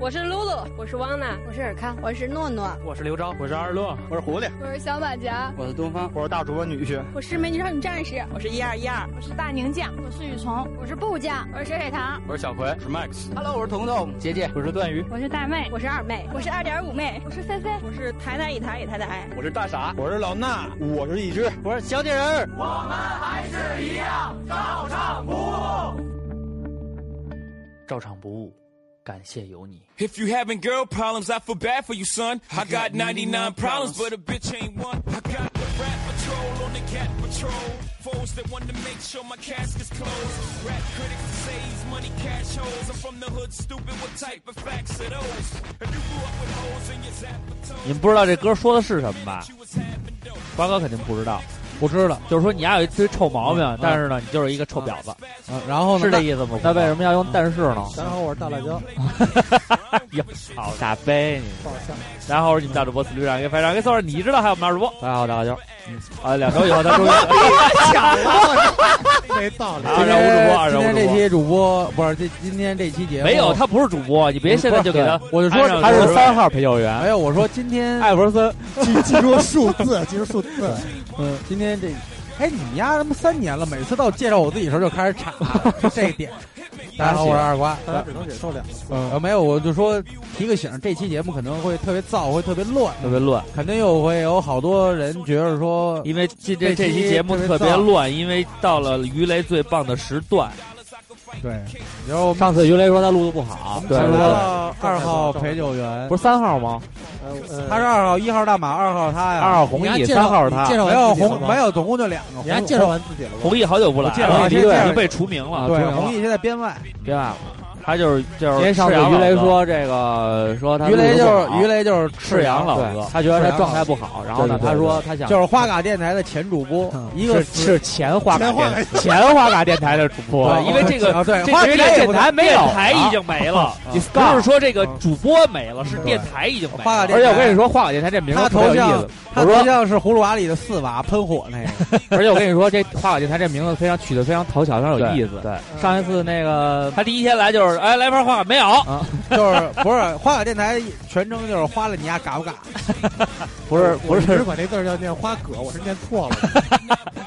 我是露露，我是汪娜，我是尔康，我是诺诺，我是刘钊，我是二乐，我是狐狸，我是小马甲，我是东方，我是大主播女婿，我是美女少女战士，我是一二一二，我是大宁酱，我是雨虫，我是布酱，我是水水糖，我是小葵，我是 Max。 Hello，我是彤彤，姐姐，我是段鱼，我是大妹，我是二妹，我是二点五妹，我是菲菲，我是台奶一台一台台，我是大傻，我是老衲，我是一只，我是小铁人，我们还是一样照常不误，照常不误。感谢有你。 If you having girl problems, I feel bad for you, son. I got 99 problems, but a bitch ain't one. I got the rat patrol on the cat patrol. Foes that want to make sure my cask is closed. Rap critics that say he's money cash holes. I'm from the hood, stupid. What type of facts are those? If you grew up with holes in your zapatone. 你们不知道这歌说的是什么吧？瓜哥肯定不知道。我知道，就是说你还有一堆臭毛病，嗯、但是呢，你就是一个臭婊子。嗯，然后呢？是这意思吗？那为什么要用嗯但是呢？然后我是大辣椒。 哟好大杯你！然后你们大主播自律让给非常给送上，你知道还有我们二主播。大家好，大辣椒。嗯，啊，两周以后他 终于抢了，没道理。啊二十五主播，二十五今天这期主播不是这今天这期节目没有，他不是主播，你别现在就给他。我就说他是三号陪教员。没有，我说今天艾弗森记记住数字，记住数字。嗯，今天这，哎，你们家他妈三年了，每次到介绍我自己的时候就开始岔，就这一点。大 家好，我是二瓜，大家只能忍受两次。呃，没有，我就说提个醒，这期节目可能会特别燥，会特别乱，特别乱，肯定又会有好多人觉得说，因为这这这期节目特别乱，因为到了鱼雷最棒的时段。对，然后上次鱼雷说他录的不好，对，二号陪酒员不是三号吗？呃他是二号，一号大马，二号他呀，二号弘毅，三号他，没有红，没有，总共就两个。你还介绍完自己了？弘毅好久不来，了，已经被除名了。啊对，弘毅现在编外，，编外了。他就是就是上次鱼雷说这个说他鱼雷就是鱼雷就是赤阳老哥，他觉得他状态不好，然后呢他说他想就是花嘎电台的前主播，一个嗯是前花嘎哎前花嘎电台的主播，因为这个啊对 花嘎电台没有，啊台已经没了，不是说这个主播没了，是电台已经没了。而且我跟你说，花嘎电台这名字头像， 我说像是葫芦娃里的四娃喷火那 个。而且我跟你说，这花嘎电台这名字非常取得非常讨巧，非常有意思。对，上一次那个他第一天来就是。哎，来盘花卡没有？啊、就是不是花卡电台全称就是花了你家嘎不嘎？不是不是，管这字叫念花葛，我是念错了。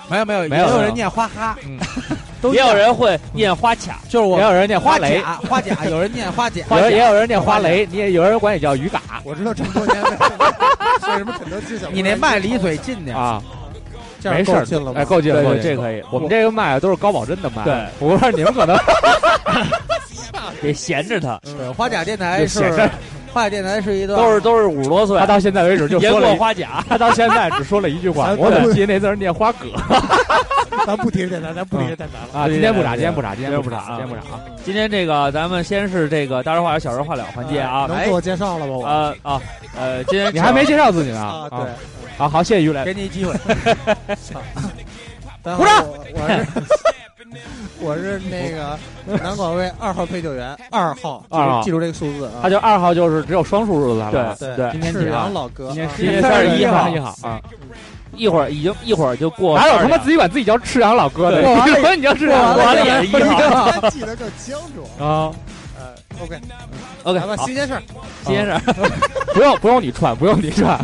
没有没有，没有也有人念花哈， 嗯、 也有人会念花卡，就是我也有人念花雷甲，花甲有人念花甲，有人也有人念花雷，你也有人管你叫鱼嘎。我知道这么多年为什么很多技巧。你那麦离嘴近点啊。没事，哎，够近了，这可以。我们这个麦都是高保真的麦，对，我说你们可能得闲着它。对，花甲电台是花甲电台是一段都是都是五十多岁，他到现在为止就说了花甲， 他到现在只说了一句话，我怎么记那字念花葛？ 咱不提这咱咱不提这咱了啊！今天不打，今天不打，今天不啊打，今天不打。 今天这个咱们先是这个大人话小人话了环 节啊，能自我介绍了吧？我啊啊呃，今天你还没介绍自己呢啊？对。好好，谢谢于磊，给你机 会。鼓掌！我是我是那个南广卫二号配救 员，二号，二号，记住这个数字啊。他就二号，就是只有双数日子了。对对，今天赤啊阳老哥，今天今天三十一号，一号嗯啊。一会儿已经一会儿就过，哪有他妈自己管自己叫赤阳老哥 的？你管你叫赤阳，我也 一号，记得更清楚呃啊。 OK OK，咱们新鲜事儿，新鲜事儿， 不用不用你串，不用你 串。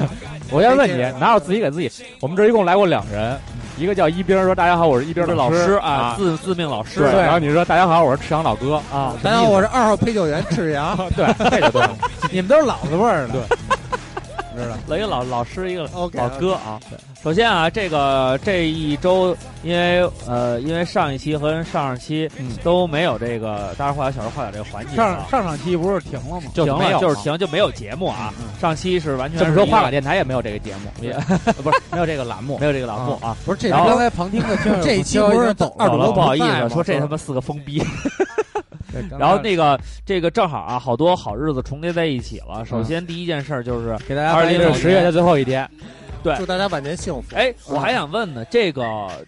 我先问你，哪有自己给自己？我们这一共来过两人，一个叫一兵说：“大家好，我是一兵的老师啊，自自命老师。”对，然后你说：“大家好，我是赤阳老哥啊。”大家好，我是二号陪酒员赤 阳。对，这个对， 你们都是老子味儿的。对，知道。来一个老老师，一个老哥啊。对，首先啊，这个这一周，因为呃，因为上一期和上上期都没有这个大事化小、小事化小这个环节。啊嗯上上上期不是停了吗？就没有，啊就是停，就没有节目啊。上期是完全这么说，花卡电台也没有这个节 目，也不是没有这个栏目， 没有这个栏目啊。不是，这刚才旁听的听这一期不是走二楼不好意思说这他妈四个疯逼。然后那个这个正好啊，好多好日子重叠在一起了。首先第一件事就是嗯给大家二零十月的最后一天，嗯对，祝大家晚年幸福。哎，我还想问呢，这个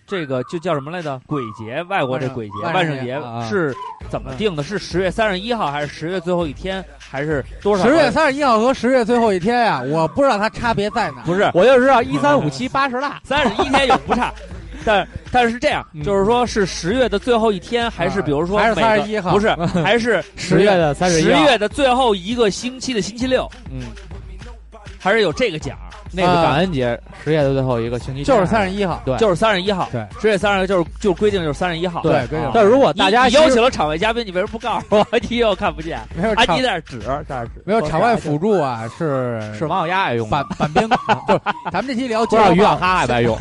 这个就叫什么来着？鬼节，外国这鬼节，万圣节啊是怎么定的？是十月三十一号还是十月最后一天？还是多少？十月三十一号和十月最后一天啊呀，我不知道它差别在哪。不是，嗯 我就知道一三五七八十大，三十一天就不差。但但是是这样嗯，啊就是说是十月的最后一天，还是比如说还是每个31号不 是，还是十月的31十号月的最后一个星期的星期六，嗯，还是有这个奖儿，那个感恩节十月的最后一个星期天就是三十一号，对就是三十一号，对，十月三十就是就规定就是三十一号，对，啊跟但如果你大家你其实邀请了场外嘉宾，你为什么不告诉我？ 你又看不见，没有啊，场你在那儿指，在那儿指，没有场外辅助啊，是是王小丫爱用的，板板边， 就是咱们这期聊不街知道头于小霸，哈爱不爱用？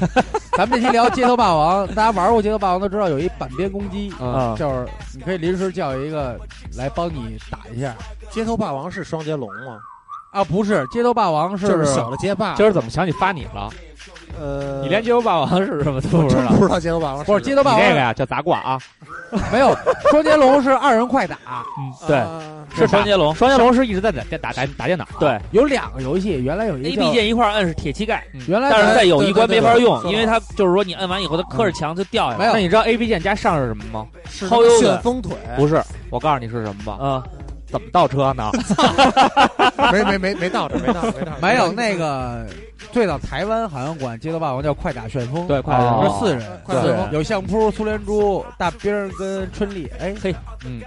咱们这期聊街头霸王，大家玩过街头霸王都知道有一板边攻击，嗯就是你可以临时叫一个来帮你打一下街头霸王是双截龙吗？啊，不是街头霸王就是小的街霸。今儿怎么想起发你了？呃，你连街头霸王是什么都不知道 不？知道街头霸王不是街头霸你王那个呀叫砸挂啊，没有双截龙是二人快打，嗯，对是对，，双截龙，双截龙是一直在打电打打打电脑，对有两个游戏，原来有一，A 个 B 叫键一块儿摁是铁膝盖，原来但是在有一关对没对对法用，对因为它就是说你摁完以后它磕着墙就掉下没来，嗯有 那你知道 A B 键加上是什么吗？是薅油旋的风腿，不是，我告诉你是什么吧？啊，怎么倒车呢？没没没没到这儿，没到这儿，没到这儿没有那个最早台湾好像管街头霸王叫快打旋风，哦对快打旋风是四人，快打旋风有相扑、苏联猪、大兵儿跟春丽，哎啊嘿，嗯，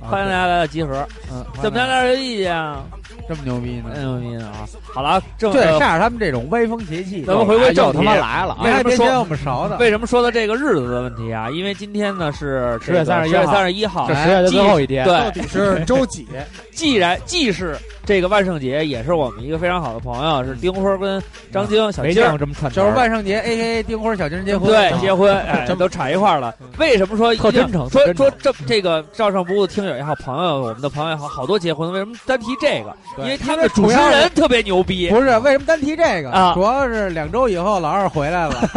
欢迎大家来到集合，嗯，怎么样，大家有意见啊？这么牛逼呢哎？呦我的啊！好了，正就得煞着他们这种歪风邪气。咱们回归正又题他妈来了啊！你还哎别为什么说嫌我们勺的，为什么说到这个日子的问题啊？因为今天呢是10月31十月三十一号哎这，十月的最后一天，对到，底是周几？既然既是这个万圣节，也是我们一个非常好的朋友，是丁辉跟张晶、小没晶见儿过这么串词就是儿，万圣节 A K A 订婚小情人结婚，对结 婚，哎，真都缠一块儿了。为什么说一定嗯特真诚说特真诚说这这个照上不误的听友也好，朋友我们的朋友也好，好多结婚，为什么单提这个？因对为他们的主持人特别牛逼，不是为什么单提这个？啊主要是两周以后老二回来了，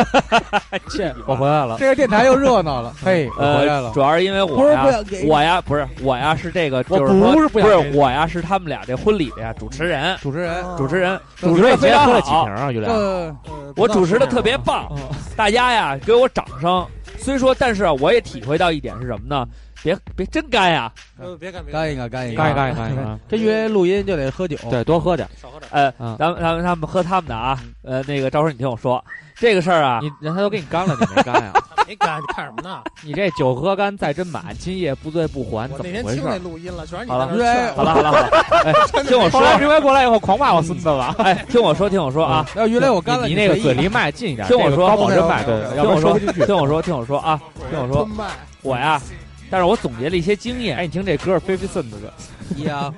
我回来了。这个电台又热闹了，嘿，我回来呃，了。主要是因为不我是呀不想给，你我呀不是我呀是这个，我就是说不是不不想是给你哦我呀是他们俩这婚礼的呀主持人，主持人，主持人主于持磊的非今天常喝了哦几好瓶，啊？于磊，呃，啊呃我主持的特别棒，大家呀给我掌声。虽说，但是啊我也体会到一点是什么呢？别别真啊干呀！呃，别干别干一个，干一个，干一干一干一干， 这约录音就得喝酒，对，多喝点。少喝点。呃，嗯咱们咱们他们喝他们的啊。呃，那个赵叔，你听我说这个事儿啊，你人家都给你干了，你没干呀？没干，你看什么呢？你这酒喝干再斟满，今夜不醉不还，我怎那么天回听那事？录音了，全是你好在了那儿劝好了好了 好了，哎，听我后说，来明白过来以后，狂骂我孙子了。哎，听我说，听我说啊，要约来我干了，你那个随意嘴离麦近一点，听我嗯这个说高保真 OK，OK，OK，麦，对， OK，OK，要听我不然说说，不进去。听我说，听我说啊，听我说吞，麦我呀，但是我总结了一些经验哎，。你听这歌 Fifty Cent 的歌，一啊，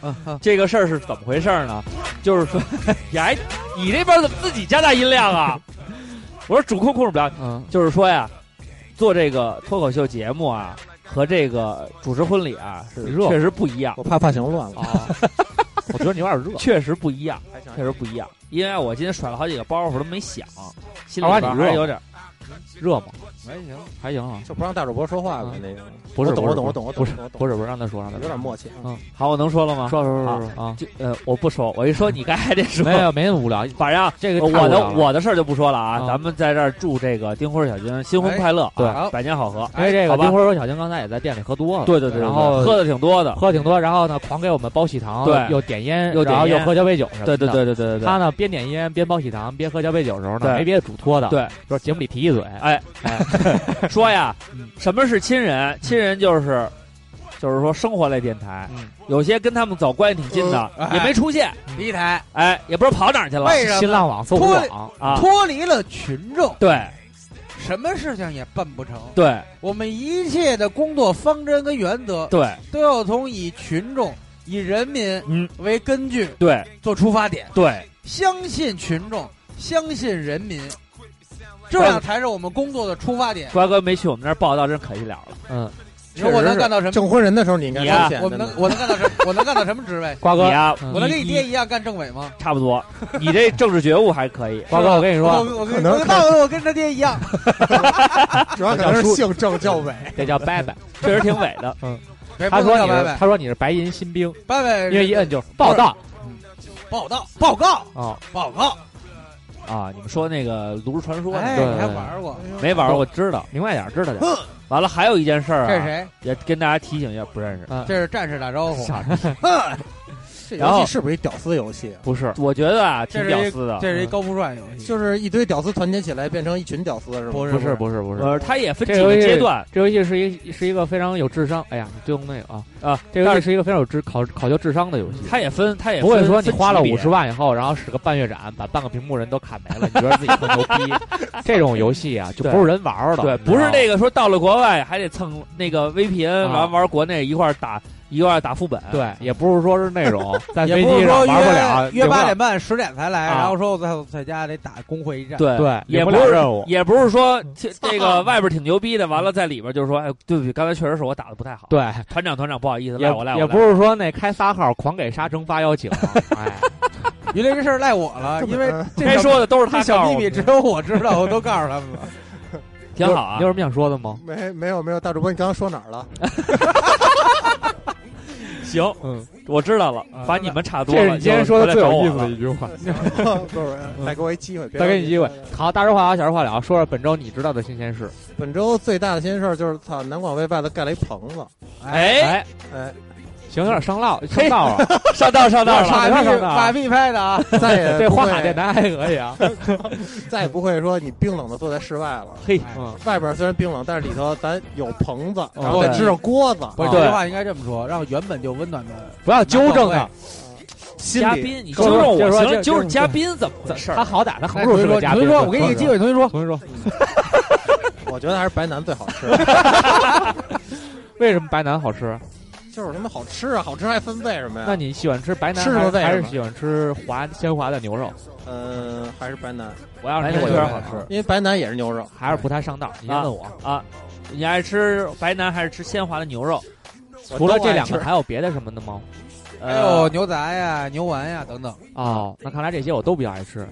啊啊这个事儿是怎么回事儿呢？就是说， 你还你这边怎么自己加大音量啊？ 我说主控控制不了，嗯，就是说呀，做这个脱口秀节目啊，和这个主持婚礼啊，是热确实不一样，我怕发型乱了。我觉得你有点热。确实不一样，确实不一样。因为我今天甩了好几个包袱都没响，心里二娃边你还热是有点。热吗？还行，还行啊，就不让大主播说话呗。那个不是，我懂不是我懂我懂我懂不是我懂不是不是，让他说，让他有说点默契。好，我能说了吗？说说说说说啊，就呃，我不说，我一说你刚才这说，没有没那么无聊，反正这个太我无的聊了我的事儿就不说了啊。嗯咱们在这儿祝这个丁辉小军新婚哎快乐，对啊百年好合。因为这好个吧丁辉说小金刚才也在店里喝多了，对对对，然后喝的挺多的，喝挺多，然后呢狂给我们包喜糖，对又点烟，又点然后又烟喝小杯酒什么对的。对对对对对他对。呢边点烟边包喜糖边喝小杯酒的时候呢，对没别的嘱托的，，对，说节目里提一嘴，哎哎， 说呀，嗯什么是亲人？亲人就是，就是说生活类电台嗯，哦有些跟他们走关系挺近的嗯哎也没出现，第一台哎，也不知道跑哪儿去了为什么新浪网、搜狐脱网，啊。脱离了群众，对什么事情也办不成。对我们一切的工作方针跟原则对都要从以群众、以人民嗯为根据对做出发点，对，相信群众，相信人民，这样才是我们工作的出发点。瓜哥没去我们那儿报道，真可惜了了。嗯，你说我能干到什么？证婚人的时候嗯你应该你啊出现我们真能的我能干到什么？我能干到什么职位？瓜你哥，呀，嗯我能跟你你爹一样干政委吗？差不多， 你这政治觉悟还可以。瓜哥，我跟你我说，我可跟能我跟大伟，我跟他爹一样。主要可能是姓郑叫伟，这叫拜拜。确实挺伪 的。没他不能说叫你拜是，拜，他说你是白银新兵，拜拜，因为一摁就是报道报道报告啊报告。啊，你们说那个《炉石传说》哎，那对个你还玩过？没玩儿，我知道。明白点儿，知道点儿。完了，还有一件事儿这是啊，谁？嗯 也跟大家提醒一下，不认识。这是战士打招呼。傻哼这然游后戏是不是一屌丝游戏啊？不是，我觉得啊，这挺是屌一丝的。这是一高富帅游戏，就是一堆屌丝团结起来变成一群屌丝是吗？不不是，是不是，不是。呃，它也分几这游个戏阶段，这游戏是一是一个非常有智商，哎呀，你对我那个啊啊，这游戏是一个非常有智考考究智商的游戏。它也分，它也不会分说你花了五十，分级万以后，然后使个半月斩把半个屏幕人都砍没了，你觉得自己特牛 逼？这种游戏啊，就不是人玩儿的。别对，你知道不吗是那个说到了国外还得蹭那个 VPN 啊完玩国内一块儿打一块儿打副本，对，也不是说是那种在也飞不机是上说玩不了，约领约不八了点半十点才来，啊然后说我在在家得打工会一战。对对，也领不了是任务。也不是说这这个外边挺牛逼的，完了在里边就是说，哎，对不起，刚才确实是我打的不太好。，对，团长团长不好意思，也赖我赖我。也赖我不是说那开仨号狂给沙城发邀请，哎，原来这事儿赖我了，因为这该小说的都是这他小告秘诉密我，只有我知道，我都告诉他们 了。挺好啊你有。什么想说的吗？没没有没有，大主播你刚刚说哪儿了？行，嗯，我知道了，把你们差多这了。是你今天说的最有意思的的。一句话。 不是，再给我一机会，别再嗯给你着急机会。好，大事化小，小事化了，说说本周你知道的新鲜事。本周最大的新鲜事儿就是，操，南广卫外头盖了一棚子，哎，哎，哎，行，有点上道，上道啊。 上道上道有点上道。马上道上屁上马屁拍的啊，哎再 也这不花会卡电台还可 以啊。再也不会说你冰冷的坐在室外了。嘿，外边虽然冰冷，但是里头咱有棚子，然后哦对再支上锅子，不是对这句话应该这么说，让原本就温暖的不要纠正南他广，心嘉里宾，你纠正就我是说行，就就是是嘉宾怎么回事儿？他好歹他横哎竖同是学个说，嘉同宾。学说，我给你个机会。会，同学说，同学说，我觉得还是白南最好吃， 为什么白南好吃？啊就是他妈好吃啊，好吃还分为什么呀？那你喜欢吃白南吃什么还是为什还么是喜欢吃滑鲜滑的牛肉？嗯，还是白南，我要是你，白我南觉牛得好肉吃，因为白南也是牛肉，还是不太上道。你先啊问我，啊，你爱吃白南还是吃鲜滑的牛肉？我除了都这爱两吃个，还有别的什么的吗？还呃啊有哎牛杂呀、牛丸呀等等。哦，那看来这些我都比较爱吃。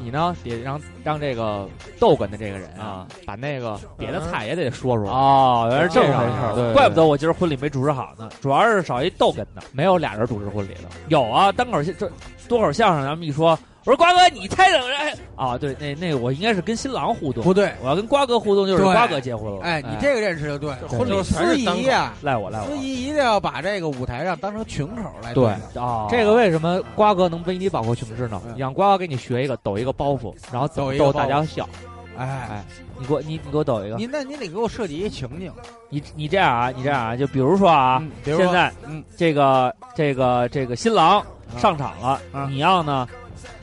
你呢，得让让这个逗哏的这个人啊，把那个别的菜也得说说。哦，原来是这么回事这样对对儿，对怪不得我今儿婚礼没主持好呢，主要是少一逗哏的。没有俩人主持婚礼的，有啊，单口相这多口相声，咱们一说，我说瓜哥，你猜怎么着？哎啊，对，那那我应该是跟新郎互动，不对，我要跟瓜哥互动，就是对瓜哥结婚了。哎，你这个认识就对了。婚礼就是司仪呀，赖我赖司我仪一定要把这个舞台上当成群口来对待啊！这个为什么瓜哥能为你保护群治呢？嗯你让瓜哥给你学一个抖一个包袱，然后怎抖么一个逗包大家笑。哎，你给我你你给我抖一个，你那你得给我设计一情景你你这样啊，你这样啊，就比如说啊，嗯比如说现在嗯这个这个这个新郎上场了，啊你要呢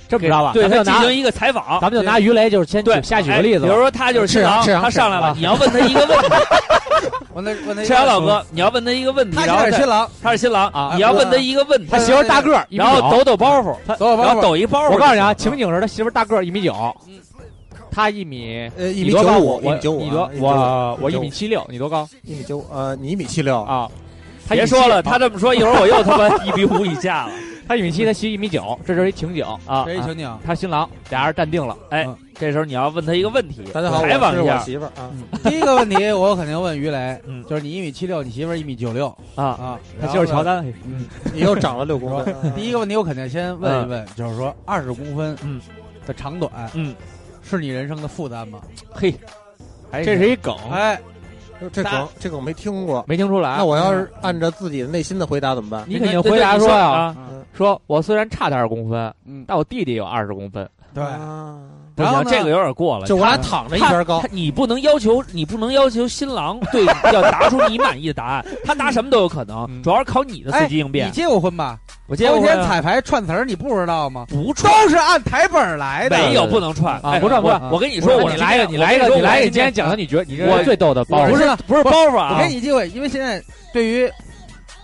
这么知道吧？对他咱们就进拿行一个采访咱，们就拿鱼雷，就是先举对，下举哎个例子比如吧。说他就是新郎，赤阳他上来了你赤，阳要问他一个问 题，我那我那 赤阳老，哥，你要问他一个问题，他然后现在是再新郎，他是新郎啊你要问他一个问题他，媳妇儿大个儿，一米然后九抖抖包袱，他走我然包后袱，抖一包袱。我告诉你啊，情景是他媳妇儿大个儿一米九，嗯他一米呃，一你米多九高？五，我一米九五，啊你多我我一米七六，你多高一米九五，呃，你一米七六，啊？他别一米说七了，啊他这么说，一会儿我又他妈一比五以下了。 他一米七，他媳妇一米九，这就是一情景啊这。一 情景。他新郎俩人站定了，哎嗯，这时候你要问他一个问题，大家好，我采访是一我下媳妇儿啊，第一个问题我肯定问于雷嗯，就是你一米七六，你媳妇儿一米九六啊。啊，他就是乔然后呢。丹。你又长了六公 分。啊第一个问题我肯定先问一问，就是说二十公分嗯的长短，嗯，是你人生的负担吗？嘿，这是一梗，哦哎，这梗这梗没听过，没听出啊来。那我要是按照自己的内心的回答怎么办？你肯定回答说呀，啊说我虽然差点儿公分，嗯，但我弟弟有二十公分。对，啊，不行然后呢这个有点过了，就我俩他躺着一边高他，你不能要求，你不能要求新郎对要答出你满意的答案，他答什么都有可能，嗯主要是考你的随机应变哎你。结过婚吧？我结头婚啊天彩排串词儿你不知道吗？不串，都是按台本儿来的。没有对不能串啊哎不串不我串我跟你你说，我你来一个，今你天来一个，我跟你来一个，说你今天讲的你觉得你我这是最逗的包我儿不不是是不是包袱我啊给，你机会，因为现在对于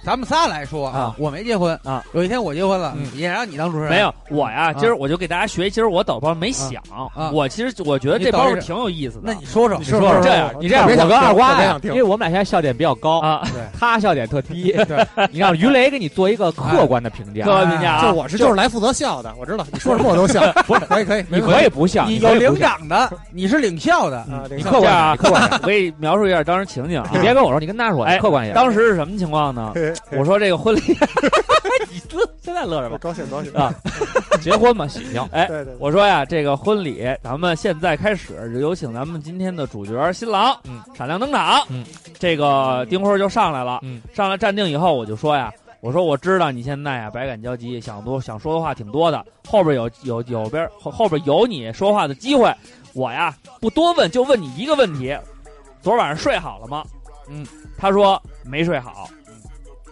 咱们仨来说啊，我没结婚啊，有一天我结婚了嗯，也让你当主持人。没有我呀，啊今儿我就给大家学，今儿我抖包没想啊，我其实我觉得你这抖包一袱个挺有意思那的你说说，你说说这这样你这样，特别我想跟听二瓜特别呀想，听因为我们俩现在笑点比较高，啊。他笑点特低，你让于雷给你做一个客观的评 价客。观评价就啊，我是就是来负责笑的，我 知道你说什么我都笑， 不是可以可以，你没问题可以不笑，你你有可以领不笑，奖的，你是领笑的，啊，嗯你你 客观这样啊点，你客观点，我给你描述一下当时情景啊你。别跟我说，你跟他说，哎你客观一点。当时是什么情况呢？哎我说这个婚礼， 你乐现在乐什么？高兴高兴啊结婚嘛，喜庆。哎，对对我说呀，这个婚礼咱们现在开始，有请咱们今天的主角新郎，嗯，闪亮登场，嗯，这个丁辉就上来了，嗯，上来站定以后，我就说呀，我说我知道你现在呀、百感交集，想多想说的话挺多的，后边有有有边后后边有你说话的机会，我呀不多问，就问你一个问题：昨晚上睡好了吗？嗯，他说没睡好。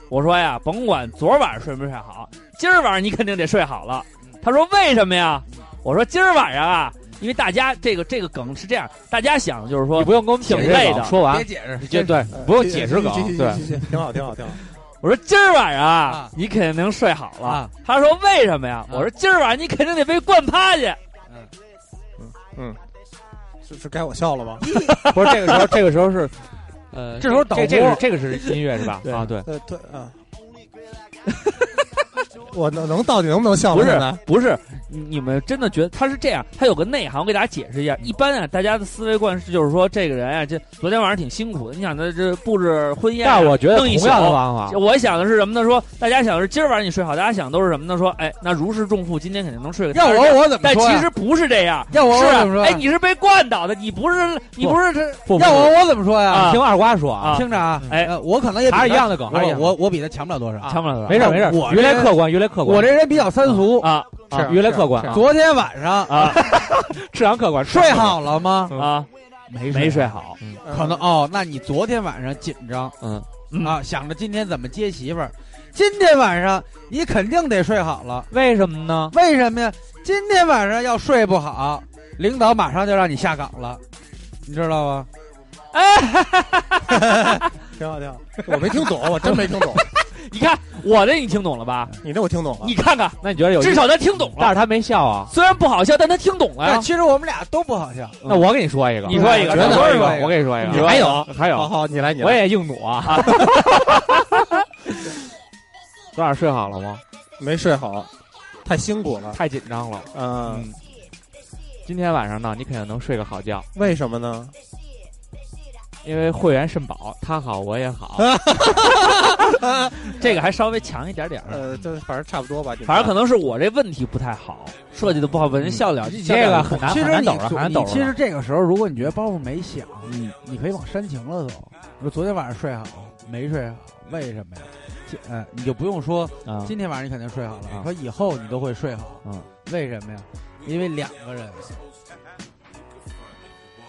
我说呀，甭管昨晚上睡没睡好，今儿晚上你肯定得睡好了。他说为什么呀？我说今儿晚上啊，因为大家这个这个梗是这样，大家想的就是说你不用跟我们解释挺累这的嗯个，说完别解释，就对，哎不用解释梗，对，挺好，挺好，挺好。我说今儿晚上啊，啊你肯定睡好了。啊他说为什么呀？啊我说今儿晚上你肯定得被灌趴去。是是该我笑了吧？不是这个时候，这个时候是呃，这时候导播，这个是这个是音乐是吧？啊，对，呃，对啊。 我能能到底能不能笑不出是啊来？不是，你你们真的觉得他是这样？他有个内涵，我给大家解释一下。一般啊，大家的思维惯是就是说这个人啊，这昨天晚上挺辛苦的。你想他这布置婚宴啊、但我觉得弄同一宿样的方法，我想的是什么呢？说大家想的是今儿晚上你睡好，大家想都是什么呢？说哎，那如释重负，今天肯定能睡个要踏实觉我我怎么但说呀？其实不是这样，要我是我怎么说啊呀？哎，你是被惯倒的，你不是你不是这不不要我我怎么说呀？啊听二瓜说啊啊，听着啊，哎呃，我可能也比还是他一样的梗，还是我啊一样的我我比他强不了多少。强不了多少没事没事我，原来这客观，原来客观，我这人比较三俗，啊啊越来客观啊昨天晚上啊质量客观，睡好了吗？啊！没没睡好，可嗯能哦，那你昨天晚上紧张，嗯嗯啊，想着今天怎么接媳妇儿，今天晚上你肯定得睡好了，为什么呢？为什么呀？今天晚上要睡不好，领导马上就让你下岗了，你知道吗？挺好，挺好。我没听懂，我真没听懂。你看我的你听懂了吧？ 你这我听懂了。你看看，那你觉得有？至少他听懂了，但是他没笑啊。虽然不好笑，但他听懂了哎呀但。其实我们俩都不好笑，那我给你说一个，你说一个我觉得我说一个我给你说一个，你说一个还有还好有，好，你来，你我来。也硬弩啊。昨晚睡好了吗？没睡好，太辛苦了。太紧张了。嗯，今天晚上呢，你肯定能睡个好觉，为什么呢？因为会员肾宝，他好我也好。 这个还稍微强一点点儿，呃，这反正差不多吧。你们反正可能是我这问题不太好，设计的不好，把人笑了。嗯这个很难其很实难你抖了，很难抖你其了。实这个时候，如果你觉得包袱没响，你你可以往煽情了走。你说昨天晚上睡好没睡好？为什么呀？这呃，你就不用说啊今天晚上你肯定睡好了，啊说以后你都会睡好。嗯，为什么呀？因为两个人，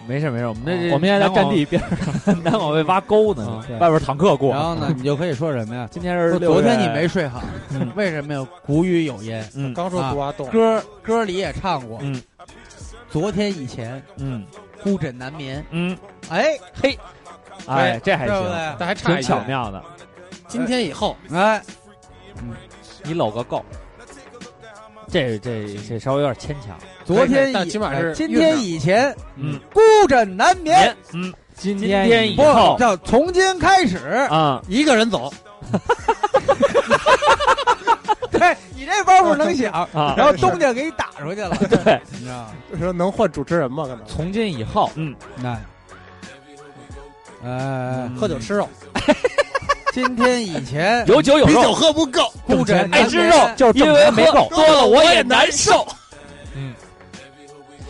没事没哦事，我们这我们现在在占地边儿， 难往外挖沟嗯呢。外边坦克过然。后呢，你就可以说什么呀？ 今天说是昨天6你月没睡好，嗯为什么呀？古语有言，嗯刚说啊不挖洞，歌歌里也唱过，嗯昨天以前嗯孤枕难眠。嗯，哎，嘿，哎，这还对不行，对？但还差挺一巧点。妙的。今天以后，哎，你搂个够，这这这稍微有点牵强。昨天以哎但起码是今天以前嗯，孤枕难眠。哎嗯，今天以不后叫从今开始，嗯啊，一个人走，对哎你这包袱能响， 啊然后东家给你打出去了，对， 你知道吗？说能换主持人吗？可能从今以后，那，呃，喝酒吃肉，今天 以前有酒有啤酒肉，喝不够，孤枕爱难吃肉眠，，就是因挣为钱没喝够。多了我也难受。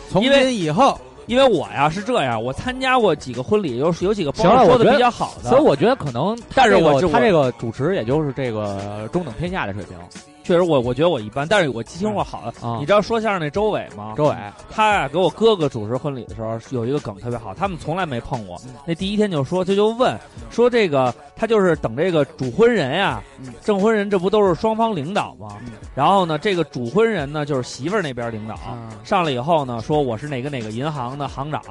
从因为今以后因为我呀是这样，我参加过几个婚礼，有有几个包行了说我觉的得比较好的，所以我觉得可能他但是这个我这我他这个主持也就是这个中等偏下的水平确实我我觉得我一般，但是我听过好的。啊你知道说相声那周伟吗？周伟他呀、给我哥哥主持婚礼的时候有一个梗特别好，他们从来没碰过。嗯那第一天就说，他就问说这个，他就是等这个主婚人呀、嗯证婚人这不都是双方领导吗？嗯然后呢，这个主婚人呢就是媳妇儿那边领导。啊嗯上来以后呢，说我是哪个哪个银行的行长，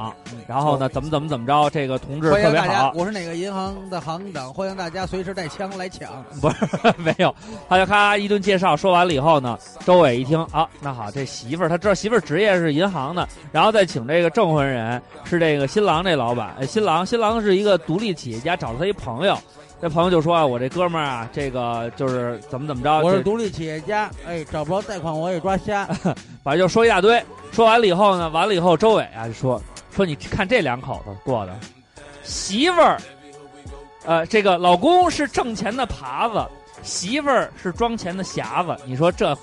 然后呢，怎么怎么怎么着，这个同志嗯欢特迎别大家， 好，啊我是哪个银行的行长，欢迎大家随时带枪来抢。没有，他就咔一顿介绍，说完了以后呢，周伟一听啊，那好，这媳妇儿他知道媳妇儿职业是银行的，然后再请这个证婚人是这个新郎这老板，呃新郎新郎是一个独立企业家，找了他一朋友，这朋友就说啊，我这哥们儿啊，这个就是怎么怎么着，我是这独立企业家，哎，找不着贷款我也抓瞎。反正就说一大堆，说完了以后呢，完了以后周伟啊就说说你看这两口子过的，媳妇儿，呃，这个老公是挣钱的耙子，媳妇儿是装钱的匣子。你说这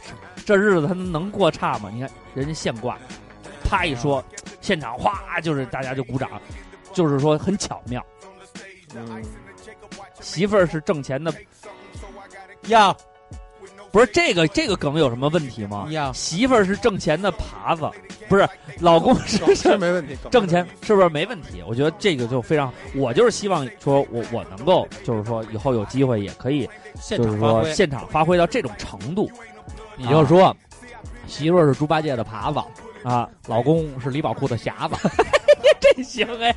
这日子他能过差吗？你看人家现挂，啪一说，现场哗就是大家就鼓掌，就是说嗯 很巧妙。媳妇儿是挣钱的要不是这个这个梗有什么问题吗？要媳妇儿是挣钱的耙子，不是老公是是没问题，挣钱是不是没问题？我觉得这个就非常，我就是希望说我我能够就是说以后有机会也可以现就是场发说挥，现场发挥到这种程度你就说，媳妇儿是猪八戒的耙子，啊，老公是李宝库的匣子。这行哎，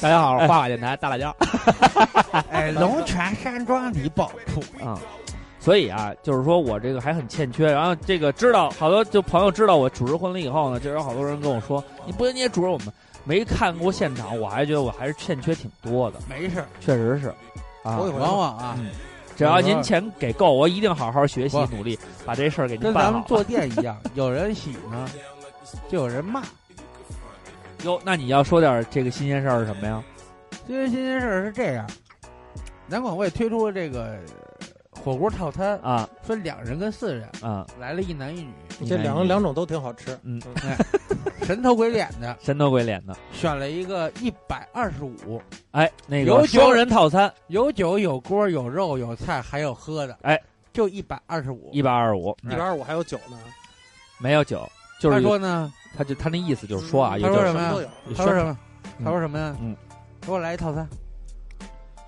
大家好，哎花马电台大辣椒。哎，龙泉山庄李宝库，啊、所以啊，就是说我这个还很欠缺。然后这个知道好多就朋友知道我主持婚礼以后呢，就有好多人跟我说，你不你也主持我们，没看过现场，我还觉得我还是欠缺挺多的，没事儿。确实是。啊，往往啊，只要您钱给够，我一定好好学习努力，把这事儿给您跟办咱好们。做店一样，有人喜欢，就有人骂。哟，那你要说点这个新鲜事儿是什么呀？最近新鲜事儿是这样，南广卫推出了这个火锅套餐，啊分两人跟四人，啊，来了一男一女，这两个两种都挺好吃，嗯神头鬼脸的神头鬼脸的，选了一个一百二十五，哎，那有个酒双人套餐有酒有锅有肉有菜还有喝的，哎，就一百二十五。一百二十五，一百二五还有酒呢，没有酒，就嗯他是说呢，他就他那意思就是说啊，他有他酒说是什么什么都呀有？他说什么？他说什么呀？嗯，给我来一套餐。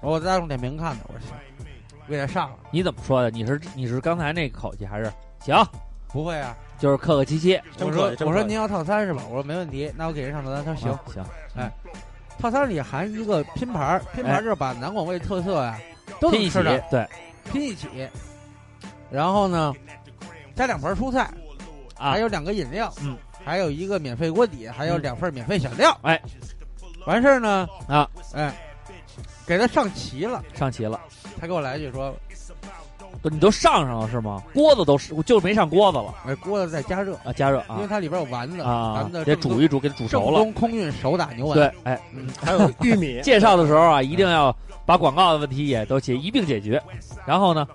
我在大众点评看的，我说行，给他上了。你怎么说的？你是你是刚才那个口气还是行？不会啊，就是客客气气。我真不说错真我不说错您要套餐是吧？我说没问题，那我给人上套餐。他说行，啊行，套餐里含一个拼盘儿，拼盘儿就是把南广味特色呀、都哎拼能一起吃的对拼一起，然后呢加两盘蔬菜，啊还，有两个饮料，嗯，还有一个免费锅底，还有两份免费小料。哎，完事儿呢啊，哎，给他上齐了，上齐了，他给我来一句说，都你都上上了是吗？锅子都是就是没上锅子了哎，锅子在加热，啊，加热因为啊它里边有丸子，咱啊们的，得正宗煮一煮，给它煮正熟了。宗空运手打牛丸。对，哎，，还有玉米 介绍的时候啊，一定要把广告的问题也都解一并解决。然后呢，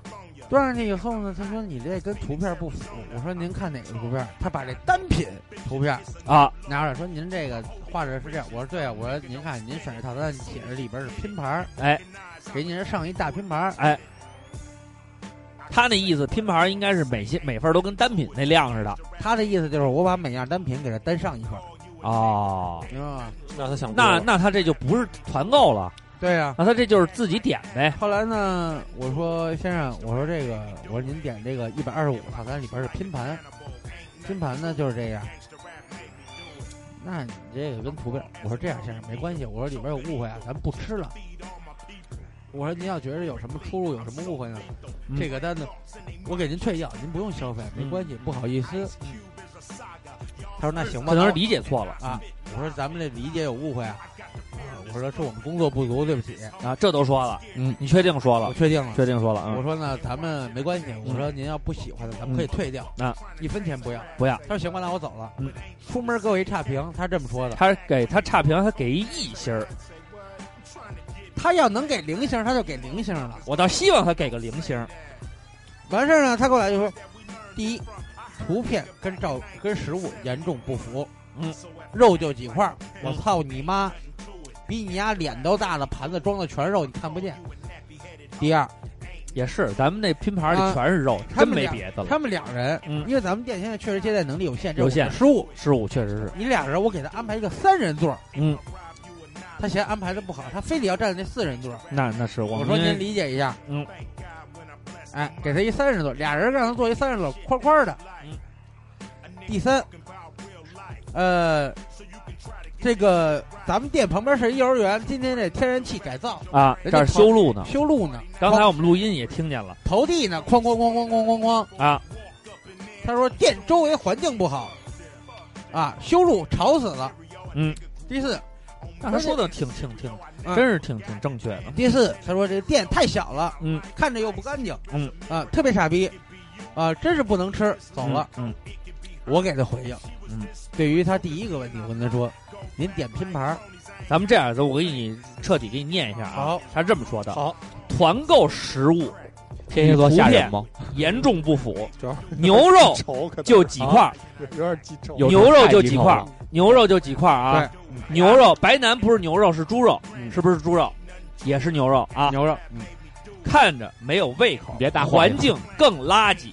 端上去以后呢，他说你这跟图片不符。我说您看哪个图片？他把这单品图片啊，拿出来，说您这个画着是这样。我说对啊，我说您看您选这套餐写着里边是拼盘儿，哎，给您上一大拼盘儿。他那意思拼盘应该是每些每份都跟单品那量似的他的意思就是我把每样单品给他单上一份儿，哦。明白吗？让他想多那了那他这就不是团购了，对呀、那他这就是自己点呗。后来呢，我说先生，我说这个，我说您点这个一百二十五套餐里边是拼盘，拼盘呢就是这样。那你这个跟图片，我说这样先生没关系，我说里边有误会啊，咱不吃了。我说您要觉得有什么出入，有什么误会呢？嗯这个单子我给您退掉，您不用消费，没关系，不好意思。他说那行吧，嗯可能是那我理解错了啊。我说咱们这理解有误会啊。我说是我们工作不足，对不起。啊，这都说了，嗯，你确定说了我？确定了。嗯确定说了我啊？说呢，咱们没关系。我说您要不喜欢的，咱们可以退掉，嗯啊一分嗯钱不要。不要他说行吧，那我走了。嗯，出门给我一差评，他这么说的。他给他差评，他给一星儿，他要能给零星，他就给零星了。我倒希望他给个零星儿。完事儿呢，他过来就说，第一，图片跟照跟实物严重不符。嗯，肉就几块儿，我嗯操你妈！比你丫脸都大的盘子装的全是肉，你看不见。第二，也是，咱们那拼盘里啊全是肉，他真们没俩别的了。他们两人，嗯因为咱们店现在确实接待能力有限，这有是我们限的失误。失误确实是，你俩人，我给他安排一个三人座，嗯，他嫌安排的不好，他非得要占那四人座。那那是我我们说因为您理解一下，嗯，哎，给他一三人座，俩人让他坐一三人座，宽宽的。嗯第三，呃，这个咱们店旁边是一幼儿园，今天这天然气改造啊，人这家哦儿修路呢。修路呢，刚才我们录音也听见了投地呢，哐哐哐哐哐哐哐。啊，他说店周围环境不好，啊，修路吵死了。嗯，第四，那他说的挺挺挺，嗯真是挺挺正确的。第四，他说这店太小了，嗯，看着又不干净，嗯，啊，特别傻逼，啊，真是不能吃，走了。嗯，我给他回应，嗯，对于他第一个问题，我跟他说，您点拼盘儿，嗯，咱们这样子，我给你彻底给你念一下啊好。他这么说的：好，团购食物天蝎座吓人吗？严重不符主要，牛肉 稠可能就几块儿，有点记仇，有牛肉就太几低头块儿了，牛肉就几块儿啊。牛肉白南不是牛肉是猪肉，是不是猪肉？也是牛肉啊。牛肉，看着没有胃口，别大晃悠环境更垃圾，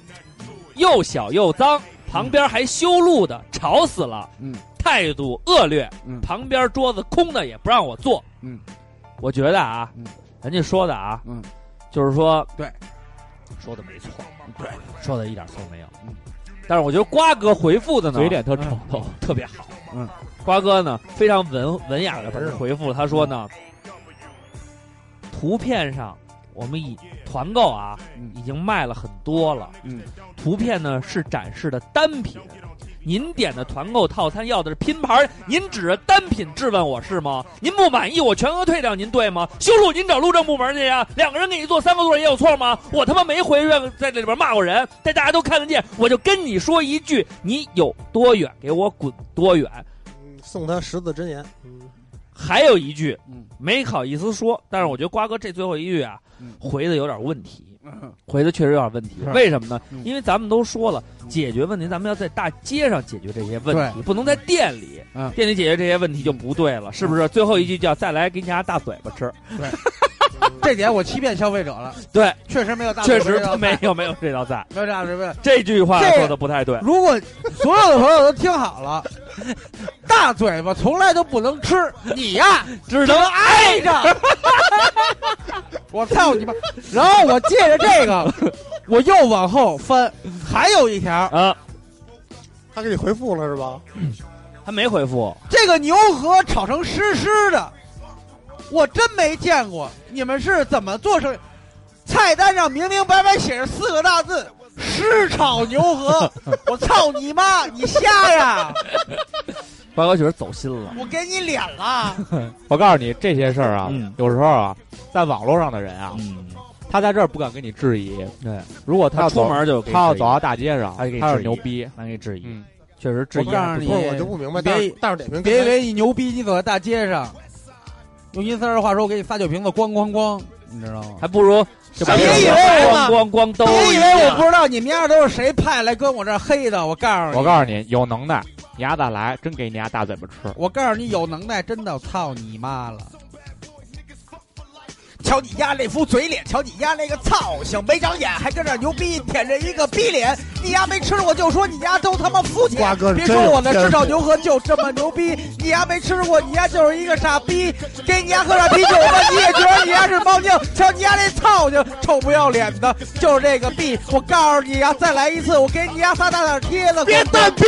又小又脏，旁边还修路的，吵死了，嗯，态度恶劣，嗯旁边桌子空的也不让我坐，嗯，我觉得啊，嗯人家说的啊，嗯，就是说对，说的没错，对，说的一点错没有，嗯，但是我觉得瓜哥回复的呢，嘴脸特丑，特别好。嗯，瓜哥呢非常文文雅的回复了，他说呢，图片上我们已团购啊，嗯已经卖了很多了。嗯，图片呢是展示的单品，您点的团购套餐要的是拼盘，您指着单品质问我是吗？您不满意我全额退掉，您对吗？修路您找路政部门去呀，两个人给你做三个座也有错吗？我他妈没回怨在这里边骂过人，但大家都看得见，我就跟你说一句，你有多远给我滚多远。嗯送他十字真言，嗯还有一句嗯，没好意思说，但是我觉得瓜哥这最后一句啊嗯，回的有点问题，嗯回的确实有点问题是。为什么呢嗯？因为咱们都说了，解决问题咱们要在大街上解决这些问题，不能在店里嗯。店里解决这些问题就不对了，是不是？最后一句叫再来给你俩大嘴巴吃。这点我欺骗消费者了，对，确实没有大确嘴巴实这道他菜没有没有这道菜，没有大嘴 巴。这句话说的不太对。如果所有的朋友都听好了，大嘴巴从来都不能吃，你呀只能挨着。 我操你妈！然后我借着这个，我又往后翻，还有一条，啊，他给你回复了是吧？他没回复。这个牛河炒成湿湿的，我真没见过。你们是怎么做成？菜单上明明白白写着四个大字“湿炒牛河”， 我操你妈！你瞎呀！瓜哥确实走心了，我给你脸了。我告诉你这些事儿啊嗯，有时候啊，在网络上的人啊，嗯，他在这儿不敢跟你质疑。对，如果他他要出走，门就给他要质疑啊走，到大街上，他就给你他质是疑牛逼。他给质疑，嗯，确实质疑我告诉啊还不你错。不是，我就不明白。别大大众点评，别以为你牛逼，你走在大街上，用阴三儿的话说，我给你仨酒瓶子咣咣咣，你知道吗？还不如这别玩意以儿为我们咣咣咣都别哦一以为我样不知道你们家都是谁派来跟我这儿黑的，我告诉我你，告诉你，有能耐，你丫再来，真给你丫大嘴巴 吃。我告诉你，有能耐真的，操你妈了！瞧你丫那副嘴脸，瞧你丫那个操性，没长眼，还跟这牛逼，舔着一个逼脸。你丫没吃过就说你丫都他妈肤浅。瓜哥是别真说有我的天吃赋炒牛河就这么牛逼，你丫没吃过，你丫就是一个傻逼。给你丫喝点啤酒吧，你也觉得你丫是猫精，瞧你丫那操性，臭不要脸的，就是这个逼。我告诉你呀、再来一次，我给你丫仨大脸贴子。别蛋逼！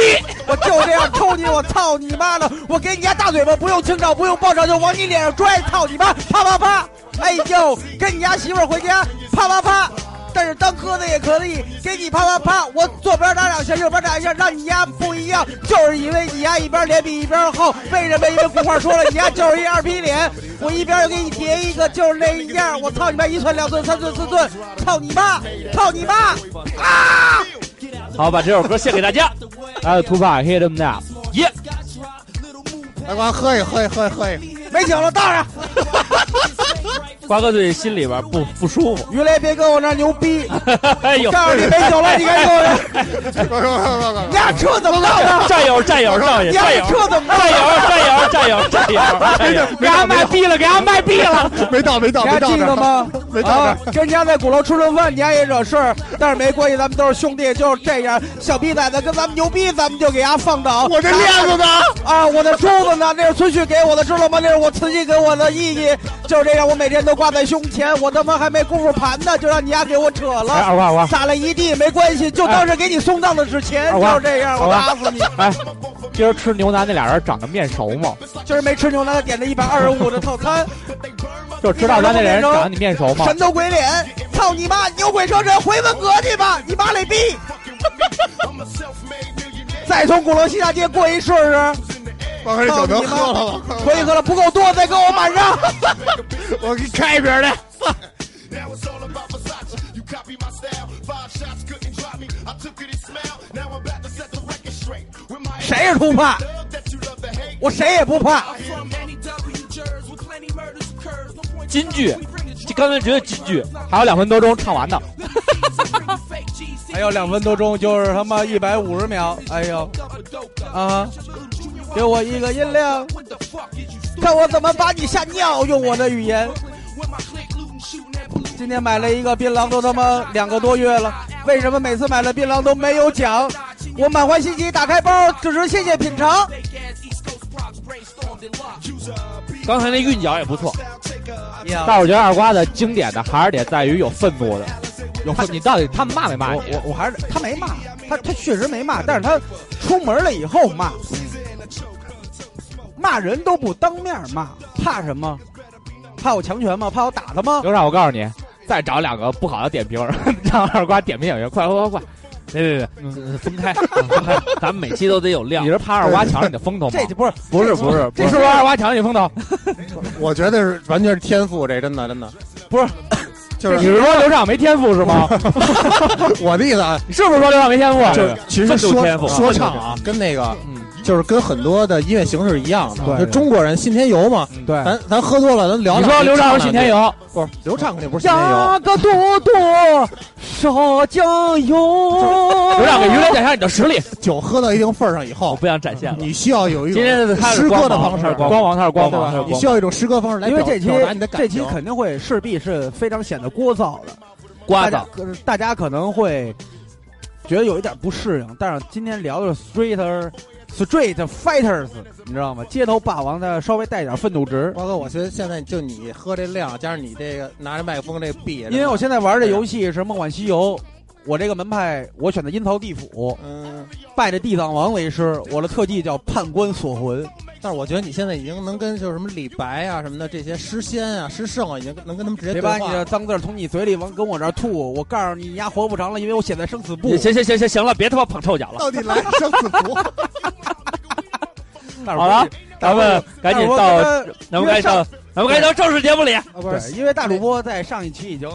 我就这样抽你，我操你妈的！我给你丫大嘴巴，不用清照，不用爆照，就往你脸上拽，操你妈！啪啪啪！哎呦，跟你丫媳妇儿回家，啪啪啪！但是当鸽子也可以，给你啪啪啪！我左边打两下，右边打一下，让你丫不一样，就是因为你丫一边脸比一边厚。为什么？因为古话说了，你丫就是一二逼脸。我一边又给你叠一个，就是那一样。我操你妈！一寸、两寸、三寸、四寸，操你妈！操你妈！啊！好，把这首歌献给大家。还有 Tupac hit them down。耶，来瓜喝一喝一喝一喝一，没酒了，倒上。瓜哥最近心里边不不舒 服。于雷，别跟我那儿牛逼！哎呦，告诉你没酒了，你该跟我 这儿。你俩车怎么造的？战友战友少爷你战俩友车怎么造战的？友战友战友战友，给他卖逼了，给他卖逼了。没到没到你没还到记这得儿，吗？没到啊这，跟人家在鼓楼吃顿饭，你家也惹事儿，但是没关系，咱们都是兄弟，就是这样。小逼崽子跟咱们牛逼，咱们就给他放倒。我这链子呢？啊，我的珠子呢？那是存续给我的，知道吗？那是我慈禧给我的意义，就是这样。我每天都挂在胸前，我他妈还没工夫盘呢，就让你丫给我扯哎，了，二瓜，二瓜，撒了一地，没关系，就当是给你送葬的纸钱，二瓜就是这样，我打死你。哎，今儿吃牛腩那俩人长得面熟吗？今儿没吃牛腩，点的一百二十五的套餐，就知道咱那人长得你面熟吗？神头鬼脸，操你妈！牛鬼蛇神，回文革去吧，你妈 嘞逼！再从鼓楼西大街过一试试，我看这酒能喝了吗？可以喝了不够多，再给我满上。 我给你开一瓶来。谁也不怕，我谁也不怕。金句，这刚才觉得金句，还有两分多钟唱完呢。还有两分多钟，就是他妈一百五十秒。哎呦，啊！给我一个音量，看我怎么把你吓尿！用我的语言。今天买了一个槟榔，都他妈两个多月了，为什么每次买了槟榔都没有奖？我满怀欣喜打开包，只是谢谢品尝。 刚才那韵脚也不错，但我觉得二瓜的经典的还是得在于有愤怒的，有愤，你到底他们骂没骂我你？啊我我还是他没骂，他他确实没骂，但是他出门了以后骂，骂人都不当面骂，怕什么？怕我强权吗？怕我打他吗？刘畅，我告诉你，再找两个不好的点评， 让二瓜点评演员，快快快快！别别别，嗯分开，分开咱们每期都得有量你。是怕二瓜抢了你的风头吗这？就不是不是不是这是不是二瓜抢了你风头？我觉得是完全是天赋，这真的真的不是，就是你是说刘畅没天赋是吗？ 我的意思啊，你是不是说刘畅没天赋啊？就是其实奋斗说天赋说唱啊，跟那个就是跟很多的音乐形式是一样的，对就中国人信天游嘛，嗯对咱咱喝多了，咱聊你两句。说刘畅是信天游，游，不是刘畅肯定不是信天游，个多多少酱油刘畅给舆论展现你的实力。酒喝到一定份儿上以我 后，哦不想展现了。你需要有一今天种他诗是歌光的芒方式，光芒，他是光芒，他是你光需芒。要一种诗歌方式来因为表这期表达你的这感期情。肯定会势必是非常显得聒噪的，瓜大家子，可大家可能会觉得有一点不适应，但是今天聊的是 streeter street fighters，你知道吗？街头霸王的稍微带一点愤怒值，瓜哥，我觉得现在就你喝这量，加上你这个拿着麦克风这臂，因为我现在玩的游戏是《梦幻西游》，我这个门派我选的阴曹地府，嗯，拜着地藏王为师，我的特技叫判官锁魂。但是我觉得你现在已经能跟就是什么李白啊什么的这些诗仙啊、诗圣啊，已经能跟他们直接别对把话你的了。脏字儿从你嘴里往跟我这儿吐，我告诉你，你丫活不长了，因为我写在生死簿。行行行行行了，别他妈捧臭脚了。到底来生死符？但是好了，咱们赶紧到，咱们该到，咱们该到正式节目里。啊，不是，因为大主播在上一期已经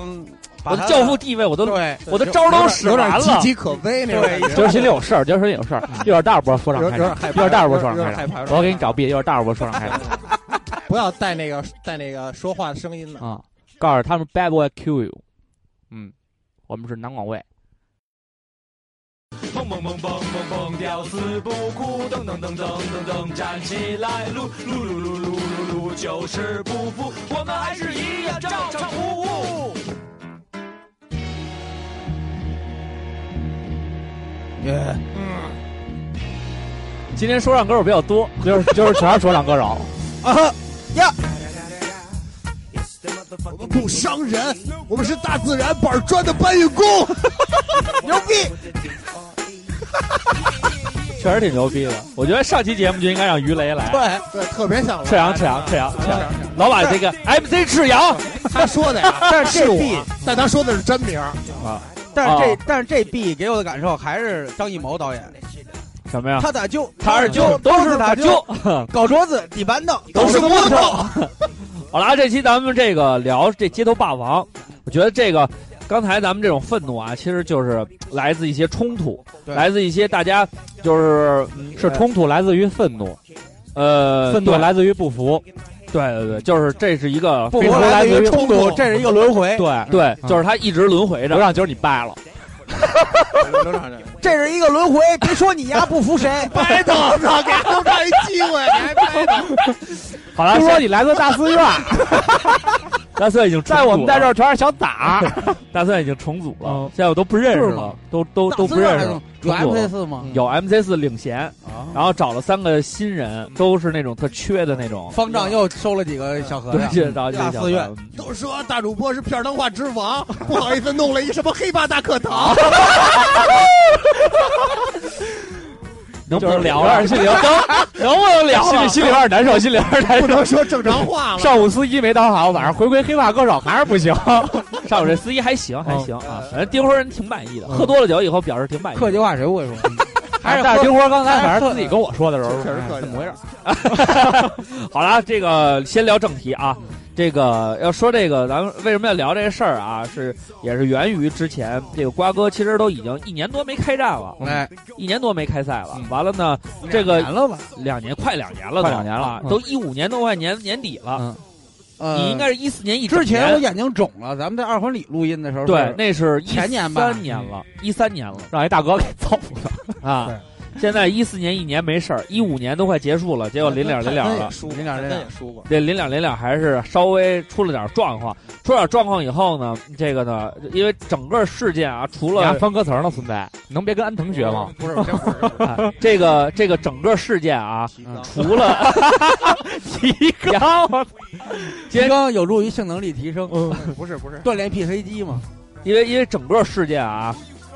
把我他的教父地位我都对我的招儿都使有完点了岌。岌可危那种感对觉。今儿心里有事儿，今儿心里有事儿。一会儿大主播说唱有开有点场，害一怕，会儿大主播有说 点唱害开怕场，我要给你找币。一会儿大主播说唱开场不要带那个带那个说话的声音了。啊！告诉他们 Bad Boy Q you，嗯，我们是南广卫。蹦蹦蹦蹦蹦蹦，吊死不哭，噔噔噔噔噔噔，站起来，撸撸撸撸撸撸撸，就是不服，我们还是一样照常服务。今天说唱歌手比较多，就是就是全是说唱歌手，啊我们不伤人，我们是大自然板砖的搬运 工。确实挺牛逼的。我觉得上期节目就应该让于雷来。对对，特别像赤羊，赤羊，赤羊，赤羊，老板这个 MC 赤羊，他说的 呀， 啊但是这 B，但他说的是真名。但是这哦但是这 B 给我的感受还是张艺谋导演，什么呀？他打揪，啊他是揪，都是打他揪揪，。搞桌子、底板凳都是木头。 好了，这期咱们这个聊这街头霸王，我觉得这个刚才咱们这种愤怒啊，其实就是来自一些冲突，对来自一些大家就是嗯是冲突来自于愤怒，呃愤怒对来自于不服，对对对，就是这是一个不非常过来来自自于于嗯冲突，这是一个轮回，对对，就是他一直轮回着。刘畅，今儿你败了，刘畅，这是一个轮回。别说你丫不服谁，白头，我操，给刘畅一机会，你还白头。好了，说你来自大寺院，大蒜已经重在我组们了在这，儿全是小打，大蒜已经重组了嗯，现在我都不认识是了吗，都都都不啊认识了。有重组了 MC 四吗？有 MC 四领衔，然后找了三个新人，都是那种特缺的那种。方丈又收了几个小和对，尚，这找大寺院 都说大主播是片儿汤话之王，不好意思，弄了一什么黑怕大课堂。能不就是能聊啊了有点？心 里有能能不能聊了？心里心里有点难受，心里有点难不受。能 说正常话 了。上午司仪没当好，晚上回归黑发歌手还是不行。上午这司仪还嗯行还行啊，反正丁辉人挺满意的，喝多了酒以后表示挺满意客的。气话谁不会说？还是但是丁辉刚才反正自己跟我说的时候，确实客气哎模样。好了，这个先聊正题啊。这个要说这个，咱们为什么要聊这事儿啊？是也是源于之前这个瓜哥其实都已经一年多没开战了，哎，一年多没开赛了。完了呢，这个完了吧？两年快两年了都，快两年了啊嗯都一五年都快年年底了。呃你应该是一四年一整之前我年眼睛肿了，咱们在二环里录音的时候是，对，那是前年吧嗯三年了，一三年了 让一大哥给揍了。啊。现在一四年一年没事儿，一五年都快结束了，结果零点零点咱了也。输，零点儿零咱点儿也输过。这零两零两还是稍微出了点状况，出了点状况以后呢，这个呢，因为整个事件啊，除你还了翻歌词儿呢，孙仔，能别跟安藤学吗？不是，这会儿这个这个整个事件啊，嗯除了提纲，我操接提高有助于性能力提升，不是不是，锻炼 PC 机嘛。因为因为整个事件啊，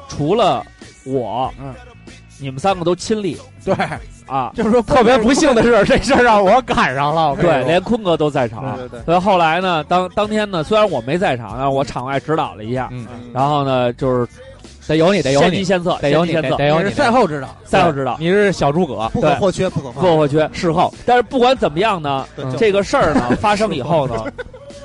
除了我，嗯，你们三个都亲历对，啊，就是说特别不幸的是，这事儿让我赶上了。我跟你对，说连坤哥都在场。对对对，所以后来呢，当当天呢，虽然我没在场，但我场外指导了一下，嗯，然后呢，就是得有你，得有先机你，先策，得有先你，机得先策得，有也你是。赛后知道，赛后指导。你是小诸葛，不可或缺，不可不或可或缺，事后。但是不管怎么样呢，对嗯就这个事儿呢发生以后 呢，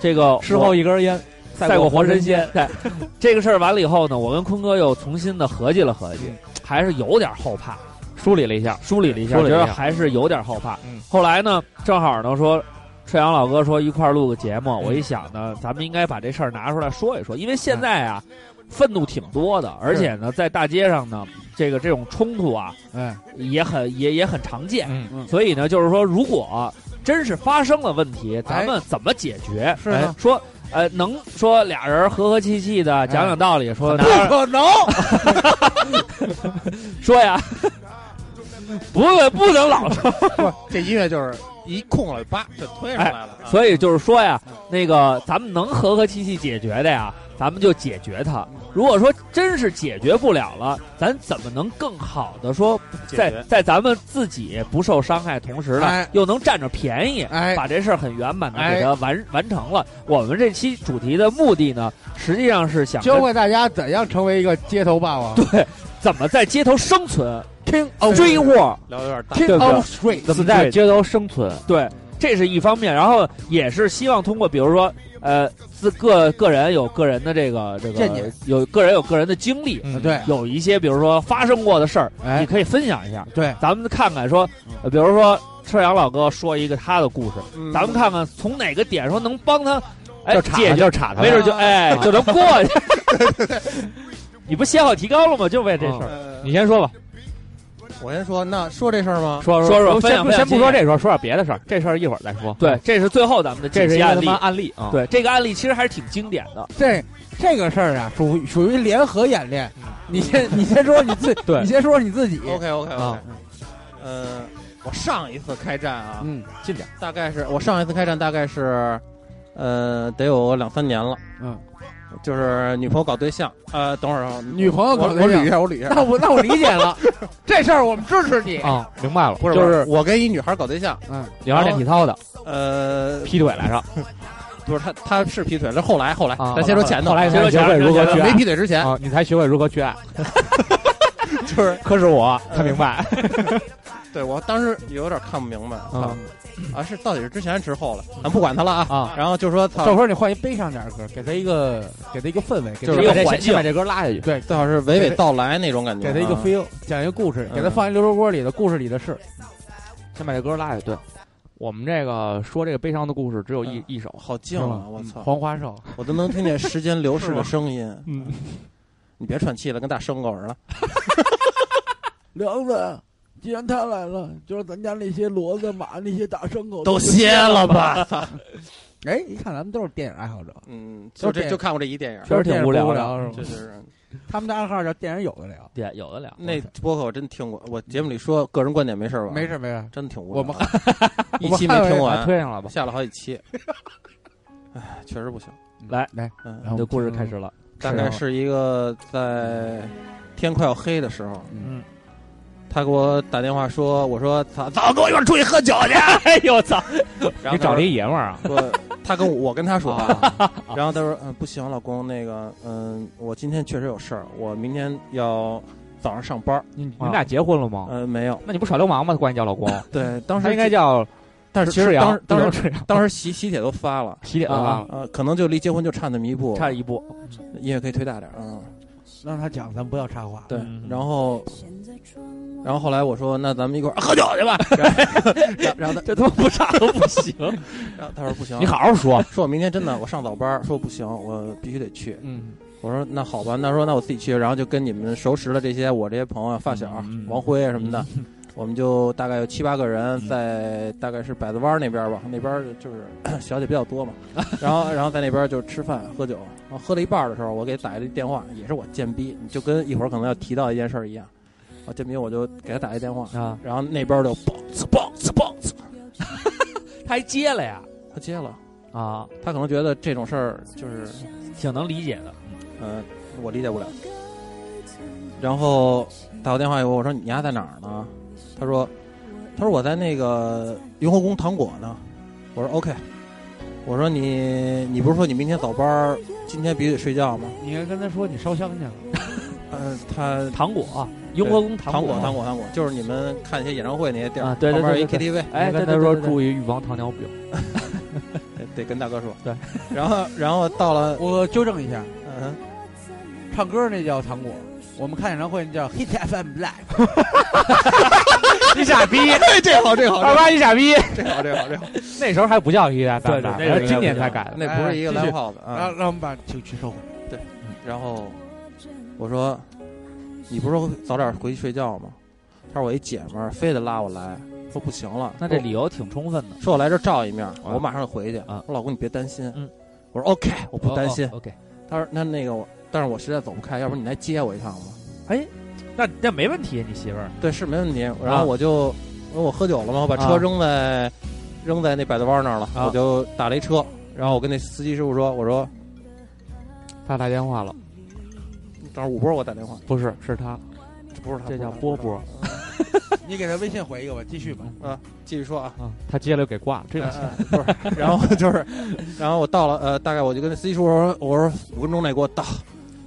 这个事后一根烟，我赛过活神仙，对， 这个事儿完了以后呢，我跟坤哥又重新的合计了合计，还是有点后怕，梳理了一下，嗯梳理了一下，梳觉理了得一下还是有点后怕嗯。后来呢，正好呢说。赤阳老哥说一块儿录个节目，我一想呢，咱们应该把这事儿拿出来说一说，因为现在啊，愤怒挺多的，而且呢，在大街上呢，这个这种冲突啊，哎，也很也也很常见。嗯，所以呢，就是说，如果真是发生了问题，咱们怎么解决？是呢哎说，呃，能说俩人和和气气哎的讲讲道理，说不哪可能，说 呀，不不能老说。这音乐就是一空了，叭就推上来了。哎啊所以就是说呀，那个咱们能和和气气解决的呀，咱们就解决它。如果说真是解决不了了，咱怎么能更好的说，解在决在咱们自己不受伤害同时呢哎，又能占着便宜，哎，把这事儿很圆满的给它完完成了。我们这期主题的目的呢，实际上是想教跟会大家怎样成为一个街头霸王怎么在街头生存， ，King 追 of 货，聊得有点大， King of Street，怎么在街头生存？对，这是一方面。然后也是希望通过，比如说，呃，自个个人有个人的这个这见个解，有个人有个人的经历，嗯对，有一些比如说发生过的事儿，你哎，嗯可以分享一下，对，咱们看看说，呃比如说赤阳老哥说一个他的故事，嗯咱们看看从哪个点说能帮他，哎，就解查决就查他，没准就哎啊就能过去。 你不写好提纲了吗？就为这事儿，呃你先说吧，我先说，那说这事儿吗？说说说分先享不分享先不经说验这事儿，说点别的事儿，这事儿一会儿再说。对，，这是最后咱们的这几是一期个案他例妈。案例啊。对这个案例其实还是挺经典的，这这个事儿啊，属于属于联合演练。你先你先说你自，对你先说你自己。 OK OK 啊 OK，呃，我上一次开战啊，嗯，近点，大概是我上一次开战大概是，呃，得有两三年了。嗯，就是女朋友搞对象。呃，等会儿啊，女朋友我搞我对捋象，一下，我捋一下。那我那我理解了，这事儿我们支持你。啊，明白了，不是，就不是我跟一女孩搞对象，嗯，你哦要练体操的，呃，劈腿来着， 不是她，她是劈腿，这后来后来，啊咱先说前头，后来先说才学会前头如何先去说没爱劈腿之前，啊，你才学会如何去 爱。就是可是我，他明白 对我当时有点看不明白啊啊，是到底是之前还是之后了？咱不管她了啊。啊，然后就说操赵，坤，你换一悲伤点的歌，给他一个给他一个氛围，给就他是一把个这环境先把这歌拉下去。对，最好是娓娓道来那种感觉，给他一个啊 feel，讲一个故事，嗯给他放一刘罗锅里的故事里的事。先把这歌拉下去。对，我们这个说这个悲伤的故事只有一嗯一嗯首，好静是啊吗！我操，黄花瘦，我都能听见时间流 逝的声音。嗯， 你别喘气了，跟大牲口似的。梁子，既然他来了，就让咱家那些骡子、马那些大牲口都歇了 吧？哎，一看咱们都是电影爱好者，嗯，就都这这就看过这一电影，确实挺无聊的无聊是嗯这吗？是他们的暗号叫“电影有的聊对，有的聊。那播客我真听过，我节目里说个人观点没事”，吧？没，事没事，真挺无聊。我们啊 一期没听把它完，推上来吧。下了好几期。哎，确实不行。来来，嗯，然你后的故事开始 了，大概是一个在天快要黑的时候，嗯，他给我打电话说，我说操，早跟我一块儿出去喝酒去。哎呦操！然后他你找说了一爷们儿啊，说，他跟我我跟他说，然后他说，嗯，不行，老公，那个，嗯，我今天确实有事儿，我明天要早上上班儿，嗯你你们俩结婚了吗？呃，没有，那你不耍流氓吗？管你叫老公，对，当时他应该，叫但是其实赤当羊时，当时时赤羊，当时喜喜帖都发了，喜帖子啊啊，呃，可能就离结婚就差那么一步，差一 步。音乐可以推大点儿，嗯，让他讲，咱不要插话。对嗯，然后，然后后来我说，那咱们一块儿喝酒去吧，然后然后这他他妈不差都不 行。然后他说不行，你好好说。说我明天真的我上早班儿，说不行，我必须得去。嗯，我说那好吧，那说那我自己去，然后就跟你们熟识的这些我这些朋友、发小、嗯嗯嗯王辉啊什么的， 我们就大概有七八个人在大概是百子湾那边吧，那边就是 小姐比较多嘛，然后然后在那边就吃饭喝酒，然后喝了一半的时候，我给打一电话，也是我贱逼，就跟一会儿可能要提到一件事儿一样，我贱逼我就给他打一电话，啊，然后那边就嘣呲嘣呲嘣呲，他还接了呀他接了，啊，他可能觉得这种事儿就是挺能理解的。嗯，我理解不了。然后打过电话以后，我说你丫在哪儿呢？他说，他说我在那个雍和宫糖果呢。我说 OK。我说你你不是说你明天早班儿，今天必须得睡觉吗？你应该跟他说你烧香去了，呃，他糖果，啊雍和宫糖果，糖果糖果，就是你们看一些演唱会那些地儿，啊对对旁边有一对 KTV，哎，我跟对他说，对对对注意预防糖尿病。得得跟大哥说。对，然后然后到了，我纠正一下，嗯，唱歌那叫糖果，我们看演唱会那叫 Hit FM Live。你傻逼！哎这好这好二八，你傻逼！这好这好这好，那时候还不叫一代对对啊哎那时候应该今年不叫才改的。那不是一个哎继 live 续 house 啊。让让我们把情绪收回。然后我说：“你不是说早点回去睡觉吗？”他说：“我一姐们儿非得拉我来，说不行了。”那这理由挺充分的。说我来这儿照一面，我马上就回去。啊我老公你别担心。嗯我说 OK，我不担心。哦哦 OK，他说：“那那个我，但是我实在走不开，要不然你来接我一趟吧那那没问题，你媳妇儿？”对，是没问题。然啊后我就因为我喝酒了嘛，我把车啊扔在、扔在那百子湾那儿了，啊我就打了一车。然后我跟那司机师傅说：“我说，他打电话了，当时五波给我打电话，不是，是他，这不是他，这叫不是他波波。你给他微信回一个吧，继续吧。继续说啊。”啊，他接了就给挂，这种嗯嗯不是，然后就是，然后我到了，呃，大概我就跟司机叔叔说，我说五分钟内给我到，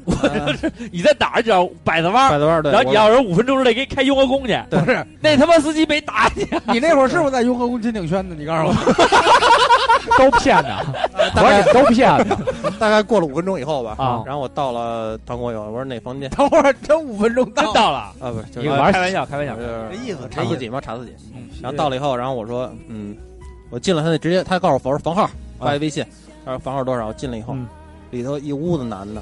我 你在哪儿？叫摆子湾百儿，子湾对，然后你我要是五分钟之内给你开雍和宫去，对不是，那他妈司机没打你，你那会儿是不是在雍和宫金鼎轩呢？你告诉我，都骗的，大我说概你都骗的大概过了五分钟以后吧，啊然后我到了唐国友，我说哪房间？等会儿真五分钟真到，到 了。啊，不是，就你是个玩开玩笑，开玩笑就。是这意思查这意自思己嘛，查自己。然后到了以后，然后我说，嗯，我进了，他就直接他告诉我房房号，发一微信，他说房号多少，我进了以后嗯，里头一屋子男的，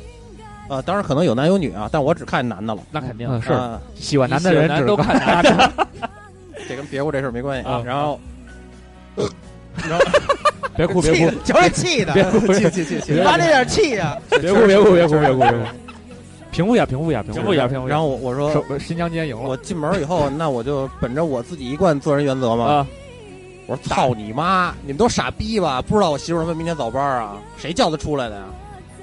啊，当然可能有男有女啊，但我只看男的了，那肯定嗯，是啊喜欢男的人只都能看男的，这跟别屋这事儿没关系啊然后。别哭，别气 哭，的，瞧这气的，别哭，别哭， 你妈这点气啊呀！别哭，别哭，别哭， 别哭，别哭，平复一下，平复一下，平平复复一一下下，。平复一然下。后我我说，手新疆今天赢了我进门以后，那我就本着我自己一贯做人原则嘛，啊，我说操你妈，你们都傻逼吧？不知道我媳妇儿他妈明天早班啊？谁叫她出来的呀？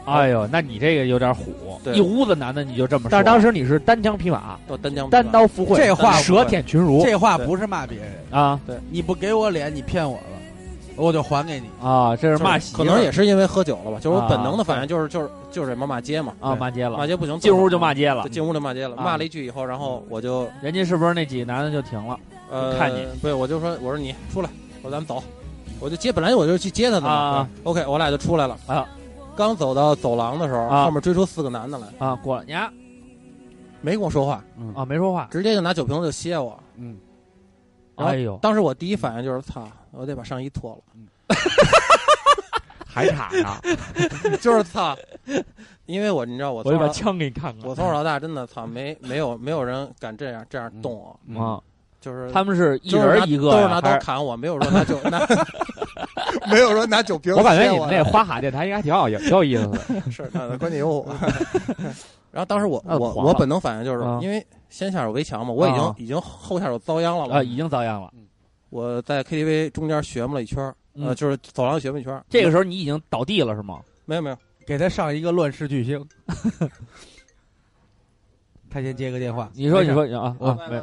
哎呦，那你这个有点虎，对一屋子男的你就这么说。但是当时你是单枪匹马，都单枪匹马单刀赴会，这话舌舔群儒这话不是骂别人，啊你不给我脸，你骗我了，我就还给你。啊，这就是骂媳妇可儿能也是因为喝酒了吧？就是我啊本能的反应就是就是就是什么骂街嘛啊对骂街骂了，街不行，进屋就骂街了对，。进屋就骂街了，啊骂了一句以后，然后我就人家是不是那几个男的就停了呃看你，对，我就说我说你出来，我说咱们走，我就接，本来我就去接她的嘛啊。对 OK，我俩就出来了啊。刚走到走廊的时候，啊后面追出四个男的来，啊？过了呀没跟我说话，啊，没说话。直接就拿酒瓶子就歇我。嗯，然后哎呦，当时我第一反应就是操，我得把上衣脱 还差啊呢。了， 就是操，因为我你知道我我从就小把到枪给你看看。我从小到大真的操没没有没有人敢这样这样动我，啊，就是他们是一都是拿人一个都是呀，拿还刀砍我，没有说拿 酒拿， 没有说拿酒瓶我感觉切你们那花蛤电台应该挺好，挺有意思的。是那关键有我。 然后当时我那我黄我了本能反应就是啊因为先下手为强嘛，我已啊经已经后下手遭殃了啊，嘛。已经遭殃了。我在 KTV 中间学摸了一圈儿，嗯呃，就是走廊学摸一圈儿。这个时候你已经倒地了是吗？没有没有，给他上一个乱世 巨星。他先接个电话，你说没你事说啊啊，没有。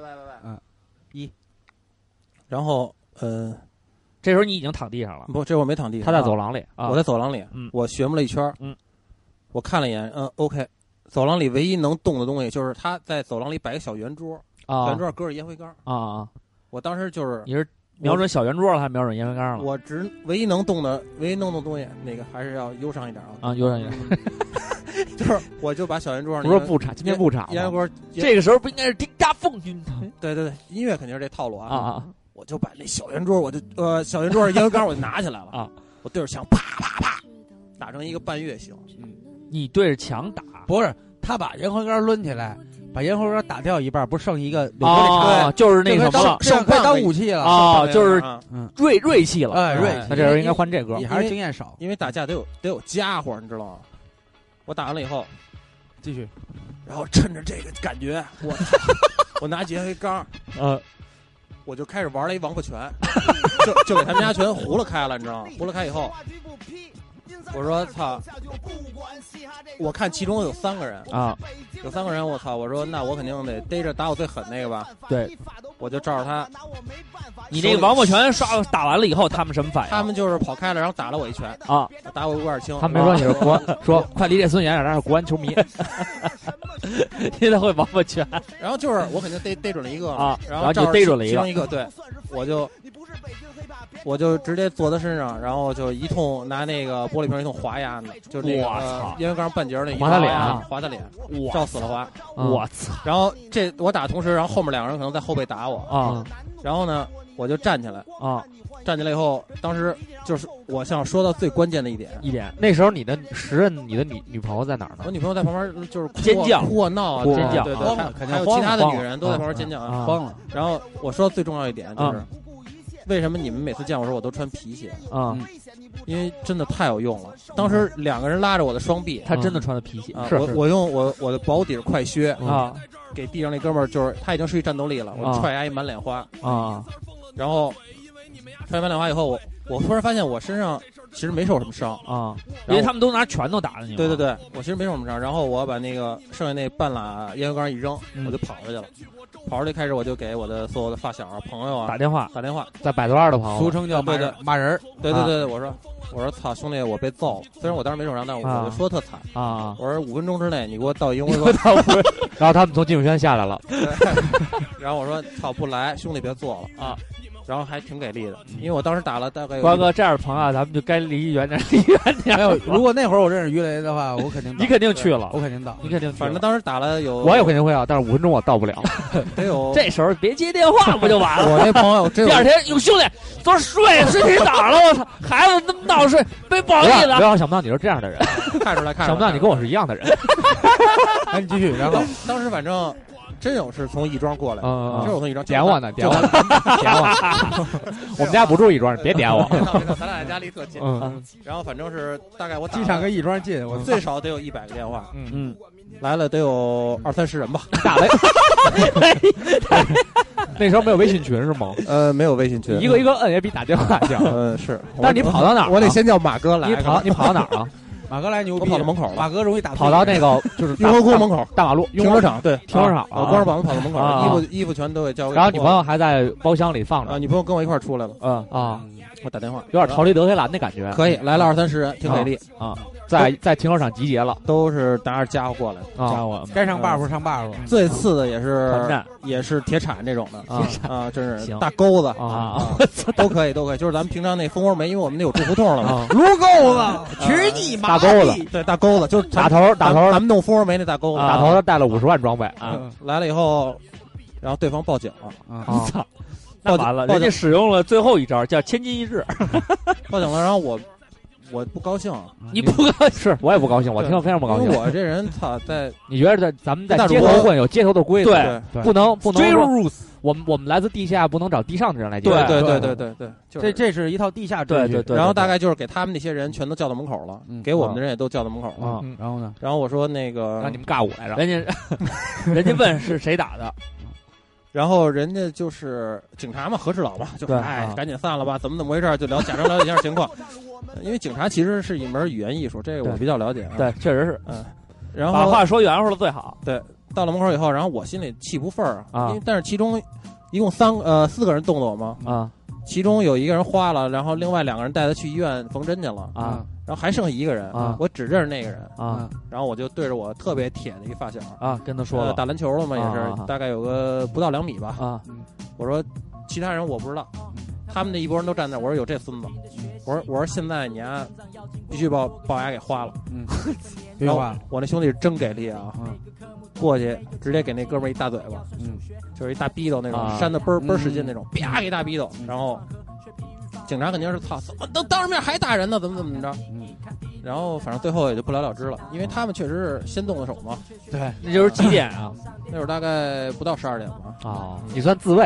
然后呃这时候你已经躺地上了，不，这会儿没躺地，他在啊走廊里，啊我在走廊里，嗯我学摸了一圈儿，嗯我看了一眼，嗯，OK，走廊里唯一能动的东西就是他在走廊里摆个小圆桌，啊圆桌上搁着烟灰缸，啊啊！我当时就是你是瞄准小圆桌了，还是瞄准烟灰缸了？我只唯一能动的唯一能动的东西，那个还是要忧伤一点啊，啊，有点有点。 就是我就把小圆桌上不是不差，今天不差吗。嗯烟灰，烟这个时候不应该是丁家凤君对对对，音乐肯定是这套路啊啊，啊我就把那小圆桌，我就呃小圆桌上烟灰缸我就拿起来了啊，我对着墙啪啪啪打成一个半月形，你对着墙打啊？不是他把烟灰缸抡起来，把烟灰缸打掉一半，不是剩一个柳河那哦，就是那个什么了剩可以当武器哦了。啊，就是啊锐锐气了。啊哎，锐气那这时候应该换这歌你，还是经验少，因为打架得有得有家伙，你知道吗？我打完了以后，继续。然后趁着这个感觉，我我拿起烟灰缸，呃，我就开始玩了一王八拳，就就给他们家全糊了开了，你知道吗？糊了开以后，我说操，我看其中有三个人啊，有三个人，我操，我说那我肯定得逮着打我最狠那个吧，对，我就照着他，你那个王八拳刷打完了以后，他们什么反应？他们就是跑开了，然后打了我一拳，啊，打我有点轻，他没说你是国哦安，说快离这孙远点，他是国 安球迷，现在会王八拳然后就是我肯定逮逮准了一个嘛啊然然后就照着逮其准了一其个中一个，啊对，我就我就直接坐他身上，然后就一通拿那个玻璃瓶一通划压呢，就是那个我操呃烟灰缸半截儿那一划他通脸呀啊划他脸，我照死嗯了划。我操然后这我打的同时，然后后面两个人可能在后背打我，啊然后呢我就站起来，啊！站起来以后，当时就是我想说到最关键的一点，一点那时候你的时任你的女女朋友在哪儿呢我？女朋友在旁边就是哭啊尖叫哭啊闹啊，哭啊对尖叫对对，慌还了肯定还有慌其了他的慌女了人都在旁边尖叫啊。啊慌了，然后我说最重要一点就是啊，为什么你们每次见我时候我都穿皮鞋？啊，因为真的太有用了。当时两个人拉着我的双臂，他真的穿的皮鞋啊，是我是嗯我用我我的薄底儿快靴啊给地上那哥们儿，就是他已经失去战斗力了，我啊踹他一满脸花，啊然后踹完脸花以后，我我突然发现我身上其实没受什么伤，啊因为他们都拿拳头打的你。对对，对，我其实没受什么伤。然后我把那个剩下那半拉烟灰缸一扔，嗯我就跑出去了。跑出去开始我就给我的所有的发小啊、朋友打啊电话，打电话，在百度二的哦朋俗友称叫骂对对人骂人儿。 对啊对对，对我说我说操兄弟，我被揍了。虽然我当时没受伤，但是我啊我就说特惨。啊，我说五分钟之内你给我到一 烟灰缸，然后他们从金永轩下来了， 然后我说操不来，兄弟别做了啊，然后还挺给力的，因为我当时打了大概有瓜哥这样的朋友啊咱们就该离远点，离远点。没有，如果那会儿我认识于雷的话，我肯 定你肯定去了我，肯定到。你肯定去了，反正当时打了有我也肯定会啊，但是五分钟我到不了。得有这时候别接电话不就完了？我那朋哎友真第有二天，哟兄弟，昨儿睡睡睡哪儿了？我操，孩子那么闹睡，被不好不意要思不啊。要想不到你是这 样的人，看出来，看出来想不到你跟我是一样 的人。哎，你继续，然后当时反正真有是从亦庄过来的，嗯真有从亦庄点我呢，点我，呢，点我。 我们家不住亦庄，你别点我。咱俩家离特近，嗯然后反正是大概我打机场跟亦庄近，我我最少得有一百个电话，嗯，嗯，来了得有二三十人吧。 打雷。那时候没有微信群是吗？呃，没有微信群一个一，个摁也比打电话强。嗯是。但是你跑到哪儿啊我得先叫马哥来。你跑你跑到哪 儿啊？马哥来牛我逼，跑到门口了，马哥容易打跑到那个就是雍大和宫门口大马路停车，场，对，停车场我光着膀子跑到门口了，啊衣服衣服全都给交给。然后女朋友还在包厢里放啊，着女朋友跟我一块儿出来了，嗯，啊，我打电话，有点逃离德黑兰的感觉。可以来了二三十人，挺给力，啊，在在停车场集结了都是拿着家伙过来的。啊伙，该上 buff 上 buff，最次的也团是战也是铁铲这种的啊 啊，真是行大钩子啊， 都可以都可以，就是咱们平常那蜂窝煤，因为我们那有住胡同了嘛，啊！撸钩子，去你大钩子， 对，大钩子就是咱打头打咱头啊咱们弄蜂窝煤那大钩子打头，他带了五十万装备啊嗯来了以后，然后对方报警了，啊！啊！那报警完了，报人警家使用了最后一招，叫千金一掷。报警了，然后我我不高兴，啊你不高兴，是我也不高兴，我听了非常不高因兴为。我这人操在你觉得在咱们在那如街果头混有街头的规矩，对不能不能 Zero 说我们我们来自地下，不能找地上的人来接。对对对对对对，就是这。这是一套地下秩序。对对对然后大概就是给他们那些人全都叫到门口了，嗯给我们的人也都叫到门口了。啊，嗯然后呢？然后我说那个让你，们尬舞来着。人 家人家问是谁打的，然后人家就是警察嘛，和事佬嘛，就对哎啊，赶紧散了吧，怎么怎么回事儿，就聊，假装了解一下情况。因为警察其实是一门语言艺术，这个我对比较了解啊。对，确实是然把后话说圆乎了最好。到了门口以后，然后我心里气不忿儿啊因为但是其中一共三个呃四个人动的我嘛，啊其中有一个人花了，然后另外两个人带他去医院缝针去了，啊然后还剩下一个人，啊我只认识那个人，啊然后我就对着我特别铁的一发小，啊！跟他说呃了打篮球了嘛，也是、啊啊啊大概有个不到两米吧，啊我说其他人我不知道，他们那一拨人都站那儿，我说有这孙子，我说我说现在你啊必须把我把我牙给花了，别然后话，我那兄弟是真给力啊，嗯过去直接给那哥们儿一大嘴巴，嗯就是一大逼斗那种，啊扇的倍儿倍儿使劲那种，啪给一大逼斗，然后警察肯定是操，怎么都当着面还打人呢，怎么怎么着？嗯然后反正最后也就不了了之了，因为他们确实是先动的手嘛。对，那就是几点啊？那会儿大概不到十二点吧，啊，你算自卫，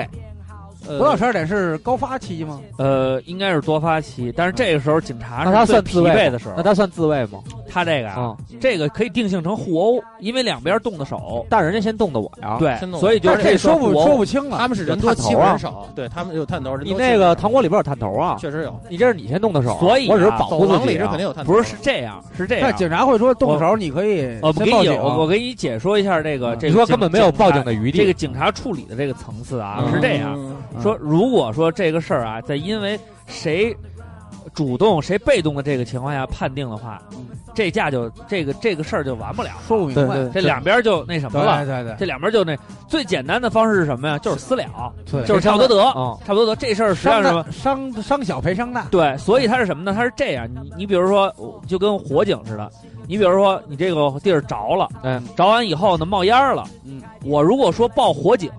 呃，不到十二点是高发期吗？呃，应该是多发期，但是这个时候警察那是他最算疲自卫啊惫吗的时候那。他算自卫吗？他这个啊，嗯啊，这个可以定性成互殴，因为两边动的手。但人家先动的我啊呀。，对先，动所以就但是这算说不互殴说不清了。他们是人多欺负人少，对他们有探头，人啊你多那欺负人个少糖果里边有探头啊，确实有，你这是你先动的手啊，所以啊我只是保走护自廊己里是啊肯定。有探头，不是是这样，是这那样。呃警察会说动手，你可以我不先给报你，警。我我给你解说一下这个，这啊嗯你个说警根本没有报警警察的余地。这个警察处理的这个层次啊，嗯是这样嗯说：如果说这个事儿啊，在因为谁主动谁被动的这个情况下判定的话，这架就这个这个事儿就完不了，说不明白。这两边就那什么对了。对对，这两边就那最简单的方式是什么呀？就是私了，对就是差不多得，哦嗯差不多得。这事儿实际上伤是什么？大伤伤小赔伤大，对，所以它是什么呢？它是这样，你你比如说，就跟火警似的，你比如说你这个地儿着了，嗯，着完以后呢冒烟儿了，嗯，我如果说报火警，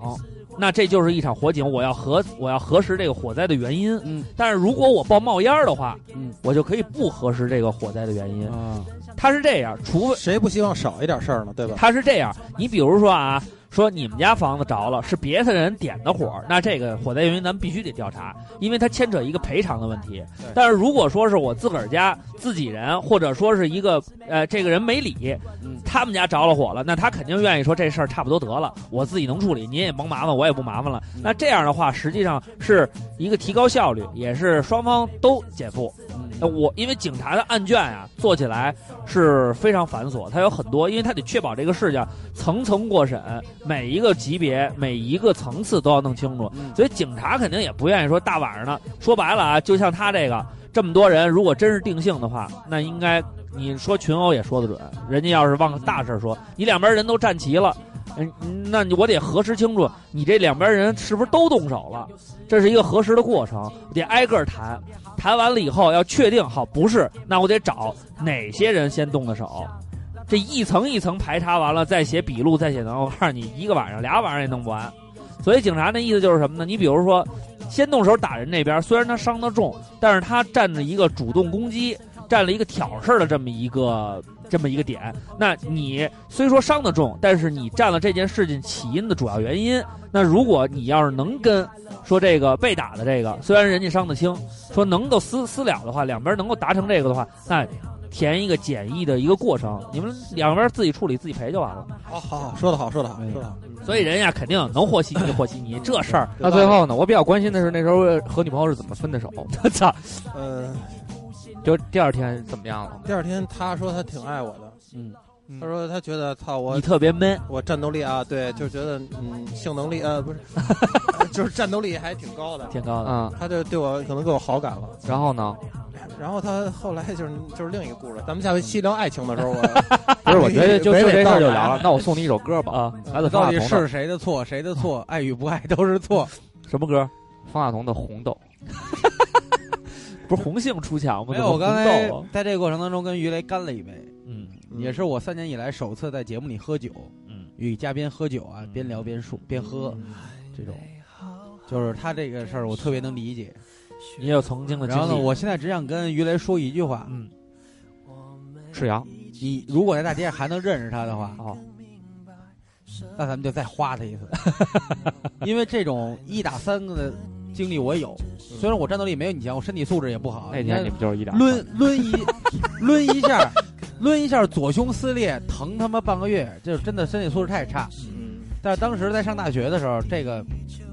那这就是一场火警，我要核我要核实这个火灾的原因，嗯，但是如果我报冒烟儿的话，嗯，我就可以不核实这个火灾的原因，啊，它是这样，除非谁不希望少一点事儿呢？对吧？它是这样，你比如说啊。说你们家房子着了，是别的人点的嗯火，那这个火灾原因咱们必须得调查，因为它牵扯一个赔偿的问题对。但是如果说是我自个儿家自己人，或者说是一个呃这个人没理嗯，他们家着了火了，那他肯定愿意说这事儿差不多得了，我自己能处理，您也甭麻烦，我也不麻烦了。嗯那这样的话，实际上是一个提高效率，也是双方都减负。那嗯我因为警察的案卷啊，做起来是非常繁琐，它有很多，因为它得确保这个事情层层过审，每一个级别、每一个层次都要弄清楚。所以警察肯定也不愿意说大晚上的，说白了啊，就像他这个这么多人，如果真是定性的话，那应该你说群殴也说得准，人家要是往大事儿说，你两边人都站齐了。嗯，那我得核实清楚，你这两边人是不是都动手了？这是一个核实的过程，得挨个儿谈。谈完了以后要确定好不是，那我得找哪些人先动的手，这一层一层排查完了，再写笔录，再写呢，我告诉你，一个晚上俩晚上也弄不完。所以警察那意思就是什么呢？你比如说，先动手打人那边，虽然他伤得重，但是他占着一个主动攻击，占了一个挑事儿的这么一个这么一个点。那你虽说伤得重，但是你占了这件事情起因的主要原因。那如果你要是能跟说这个被打的这个，虽然人家伤得轻，说能够私私了的话，两边能够达成这个的话，那填一个简易的一个过程，你们两边自己处理自己赔就完了。好好好，说的好，说的好，说的好。所以人家肯定能和稀泥就和稀泥，这事儿那最后呢？我比较关心的是那时候和女朋友是怎么分的手，我操，呃，就第二天怎么样了？第二天他说他挺爱我的，嗯，他说他觉得操我你特别闷，我战斗力啊，对，就觉得嗯性能力呃不是，呃就是战斗力还挺高的，挺高的。嗯，他就对我可能更有好感了。然后呢？然后他后来就是就是另一个故事，咱们下回细聊爱情的时候我不是，我觉得就就这事儿就聊聊了。那我送你一首歌吧，啊，来自到方大底同的是谁的错？谁的错？爱与不爱都是错。什么歌？方大同的《红豆不是红杏出墙吗？没有，我怎么刚红才豆啊在这个过程当中跟于雷干了一杯，嗯也是我三年以来首次在节目里喝酒，嗯，与嘉宾喝酒啊，边聊边说边喝，这种，就是他这个事儿我特别能理解。你也有曾经的经然历。后呢，我现在只想跟于雷说一句话：嗯，》，赤羊你如果在大街上还能认识他的话，哦，那咱们就再花他一 次，因为这种一打三的经历我有，虽然我战斗力没有你强，我身体素质也不好，嗯那你看天你们就是一打抡抡一 抡一下，抡一下左胸撕裂，疼他妈半个月，就是真的身体素质太差。但是当时在上大学的时候，这个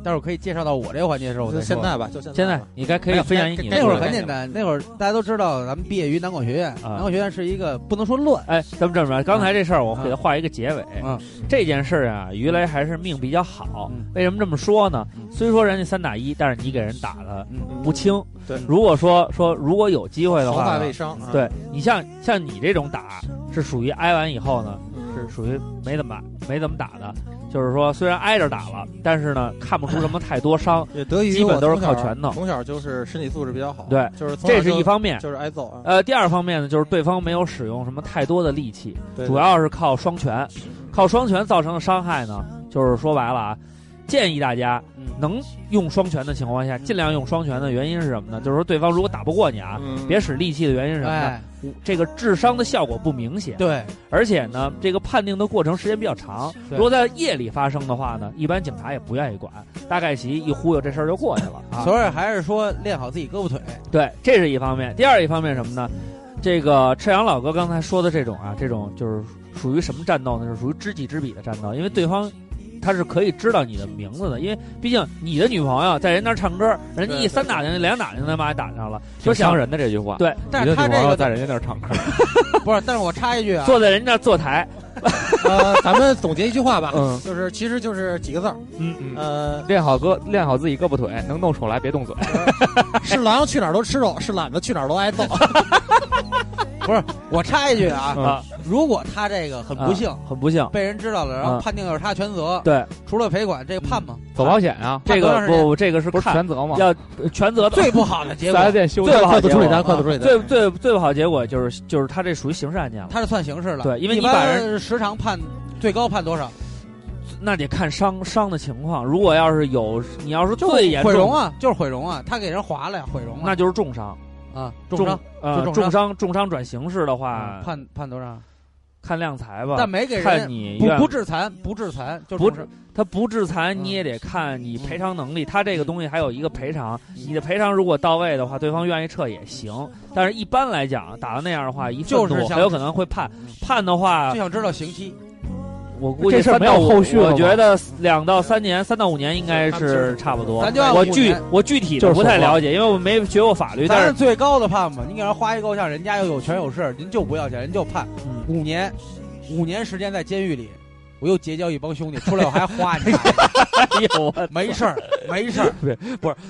待会儿可以介绍到我这个环节的时候，我再就说现在吧，就现现在吧你该可以分享一你的那会儿故事很简单，那会儿大家都知道，咱们毕业于南广学院，南广学院是一个不能说乱，哎，咱们这么着，刚才这事儿我给它画一个结尾。嗯，这件事儿啊，于雷还是命比较好嗯。为什么这么说呢嗯？虽说人家三打一，但是你给人打的嗯不轻。对如果说说如果有机会的毫发话，未伤嗯啊，对你像像你这种打是属于挨完以后呢，是嗯，属于没怎么打没怎么打的，就是说虽然挨着打了，但是呢看不出什么太多 哦伤，也得益于基本我都是从小靠拳头从小就是身体素质比较好，对，就是从小这是就一方面。就是挨揍啊，呃，第二方面呢，就是对方没有使用什么太多的力气，对主要是靠双拳，靠双拳造成的伤害呢，就是说白了啊，建议大家嗯能用双拳的情况下，尽量用双拳的原因是什么呢？就是说对方如果打不过你啊，嗯别使力气的原因是什么呢？哎，这个智商的效果不明显，对，而且呢，这个判定的过程时间比较长。对如果在夜里发生的话呢，一般警察也不愿意管，大概其一忽悠这事儿就过去了啊。嗯所以还是说练好自己胳膊腿，对，这是一方面。第二一方面是什么呢？这个赤阳老哥刚才说的这种啊，这种就是属于什么战斗呢？是属于知己知彼的战斗，因为对方他是可以知道你的名字的，因为毕竟你的女朋友在人那儿唱歌，人家一三打进去，两打进去，他妈打上了，就挺想伤人的这句话。对但你是的他女这朋友个在人家那儿唱歌， 不是，但是我插一句啊，坐在人家那儿坐台，呃，咱们总结一句话吧，嗯就是其实就是几个字儿，嗯嗯，呃，练好胳练好自己胳膊腿，能动手来别 动嘴。是狼去哪儿都吃肉，是懒子去哪儿都挨揍。我插一句啊，嗯如果他这个很不幸啊很不幸。被人知道了，然后嗯判定有他全责，对，嗯除了赔款，这个判吗？走保险啊，这多个长时间不不，这个是不是看全责吗？要呃全责的。最不好的结果四 S 店修最的不好快速结处理果，单，快速处理单。啊最最最不好结果就是就是他这属于刑事案件了。他是算刑事了。对因为一你把人般时长判最高判多少？那得看伤伤的情况。如果要是有，你要是就最严毁容重，啊，就是毁容啊，他给人划了呀，毁容那啊，就是重伤。那啊重伤呃就重伤重伤重伤转刑事的话啊，判判多少？看量裁吧但，没给看人你不愿不致残，不致残，就不重伤他不致残，嗯嗯你也得看你赔偿能力。他这个东西还有一个赔偿，你的赔偿如果到位的话，对方愿意撤也行。但是一般来讲，打到那样的话，一愤怒就是像嗯很有可能会判判的话就，想知道刑期。我估计这事三儿没有到五后续了我吗觉得两到三年，三到五年应该是差不多咱。就按我五具年我具体就的是不太手术了解，因为我没学过法律，但咱是是最高的判吧，你给人花一够呛，人家又有权有势，您就不要钱，人就判嗯五年，五年时间在监狱里，我又结交一帮兄弟，出来我还花 你，哎有没事儿，没事儿，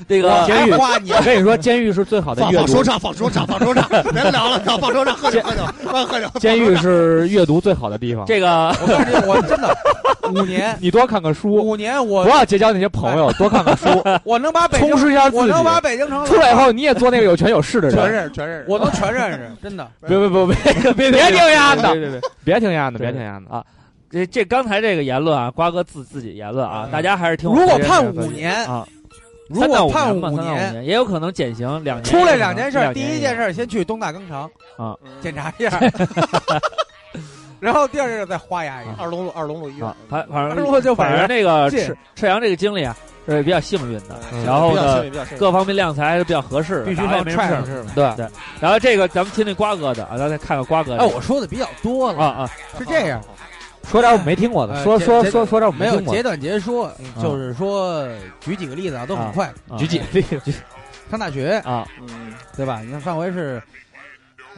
这啊我个还花你，我跟你说，监狱是最好的阅读，上，放桌上，放桌上， 别聊了，放桌上，喝酒喝酒，喝酒。监狱是阅读最好的地方。这个 我告诉你，我真 的五年，你多看看书，五年不我要结交那些朋友，多看看书， 我能把北京充，实一下自我能把己。北京城出来以后，你也做那个有权有势的全人。认识，全认识。我能全认识，真的。 别别别别别别听丫的，别别别听丫的，对别听丫的啊这这刚才这个言论啊，瓜哥自自己言论嗯啊，大家还是听我如果这个判五年，啊，如三到果判五吧五三到五年，年，也有可能减刑两年。出来两件事儿，哎两第年一件事儿先去东大肛肠啊嗯检查一下，然后第二件事儿再花牙一下。二龙路，二龙路医院啊，，反反如正果就反正正那个进赤赤阳这个经历啊，是比较幸运的，嗯然后比较呢幸运，比较幸运。各方面量才还是比较合适的，哎必须打得也放没什么事踹上儿。是吧？对对，然后这个咱们听听瓜哥的啊，咱再看看瓜哥的。哎，我说的比较多啊了，啊，啊是这样，说点我没听过的，呃说这说这说说点我没听有过的简短截说，就是说举几个例子啊，都很快。啊举几 例子上大学啊嗯对吧？你看上回是，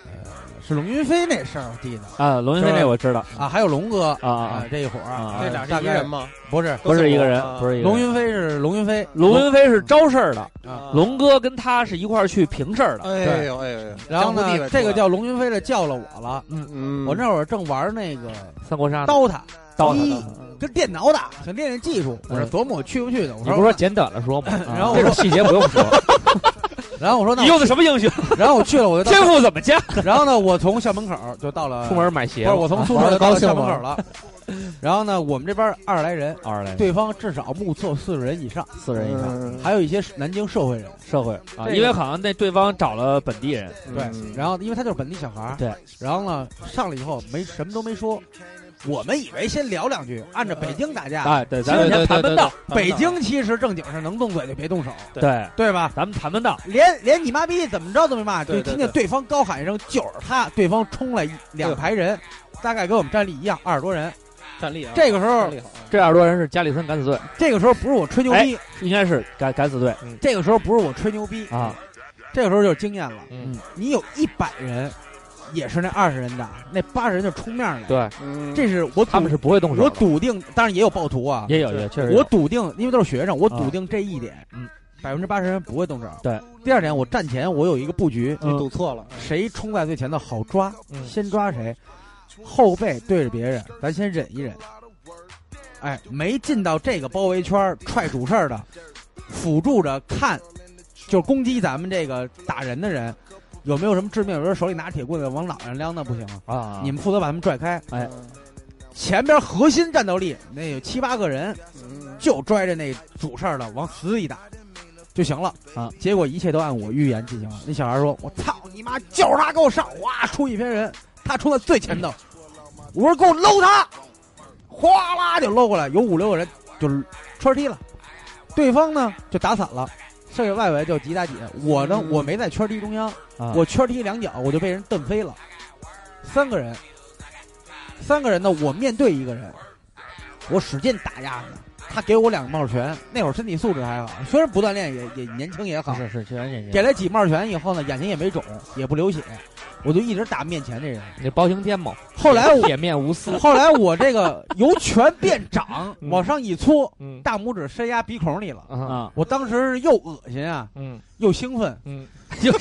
呃，是龙云飞那事儿，我记得啊，龙云飞就是这我知道啊，还有龙哥啊啊啊啊，，这一伙儿啊啊这俩大是一概人吗？不是不是一个人，不是一个人龙。云飞是龙云飞，龙云飞是招事儿的，啊龙哥跟他是一块儿去平事儿的。哎呦哎呦，然江后湖地呢，位这个叫龙云飞的叫了我了，嗯，我那会儿正玩那个三国杀的刀塔，刀一他的嗯跟电脑打，想练练技术。我说琢磨我去不去呢？我你不是说说，简短的 说吗？啊然后我这说种细节不用 说，然后我说那你用的什么 英雄？我，然后我去了，我就天到，赋怎么加？然后呢，我从校门口就到了出门买哎不鞋是我从宿舍玩就得到了高兴校门吗口了。然后呢，我们这边二十来人，二十来对方至少目测四十人以上，四人一场嗯还有一些是南京社会人。社会啊，这个因为好像那对方找了本地人，嗯对，然后因为他就是本地小孩儿对，然后呢上了以后没什么都没说，我们以为先聊两句，按照北京打架，啊，对，咱们对先谈对门道，北京其实正经是能动嘴就别动手，对，对吧？咱们谈门道，连连你妈逼怎么着都没骂，就对对听见对方高喊一声就是他，对方冲来一两排人，大概跟我们战力一样，二十多人。战力啊，这个时候战，力好啊这二十多人是加里森敢死队，这个时候不是我吹牛逼，应该是敢敢死队这个时候不是我吹牛逼，啊，这个时候就是经验了。嗯，你有一百人，也是那二十人打，那八十人就冲面来。对，嗯这是我他赌们是不会动手我的。笃定，当然也有暴徒啊，也有也确实有我笃定，因为都是学生，我啊笃定这一点，嗯，百分之八十人不会动手。对，第二点，我站前我有一个布局，你赌错了，谁冲在最前头好抓，嗯先抓谁，后背对着别人，咱先忍一忍。哎，没进到这个包围圈儿踹主事儿的，辅助着看，就是攻击咱们这个打人的人，有没有什么致命？有人手里拿铁棍子往脑上撩，那不行啊！啊，你们负责把他们拽开。哎，前边核心战斗力那有七八个人，就拽着那主事儿的往死里打就行了啊。结果一切都按我预言进行了。那小孩说：“我操你妈，就是他给我上！”哇，出一批人，他冲在最前头，我说：“给我搂他！”哗啦就搂过来，有五六个人就穿踢了，对方呢就打散了。剩下外围就几打几，我呢，我没在圈踢中央，嗯啊我圈踢两脚，我就被人蹬飞了。三个人，三个人呢，我面对一个人，我使劲打压他，他给我两个帽拳。那会儿身体素质还好，虽然不锻炼也也年轻也好，是是，确实也给了几帽拳以后呢，眼睛也没肿，也不流血，我就一直打面前这人。那包青天嘛，后来我 铁面无私，后来我这个由拳变掌，嗯往上一搓，嗯大拇指伸压鼻孔里了。啊啊，我当时是又恶心啊，嗯又兴奋，嗯，就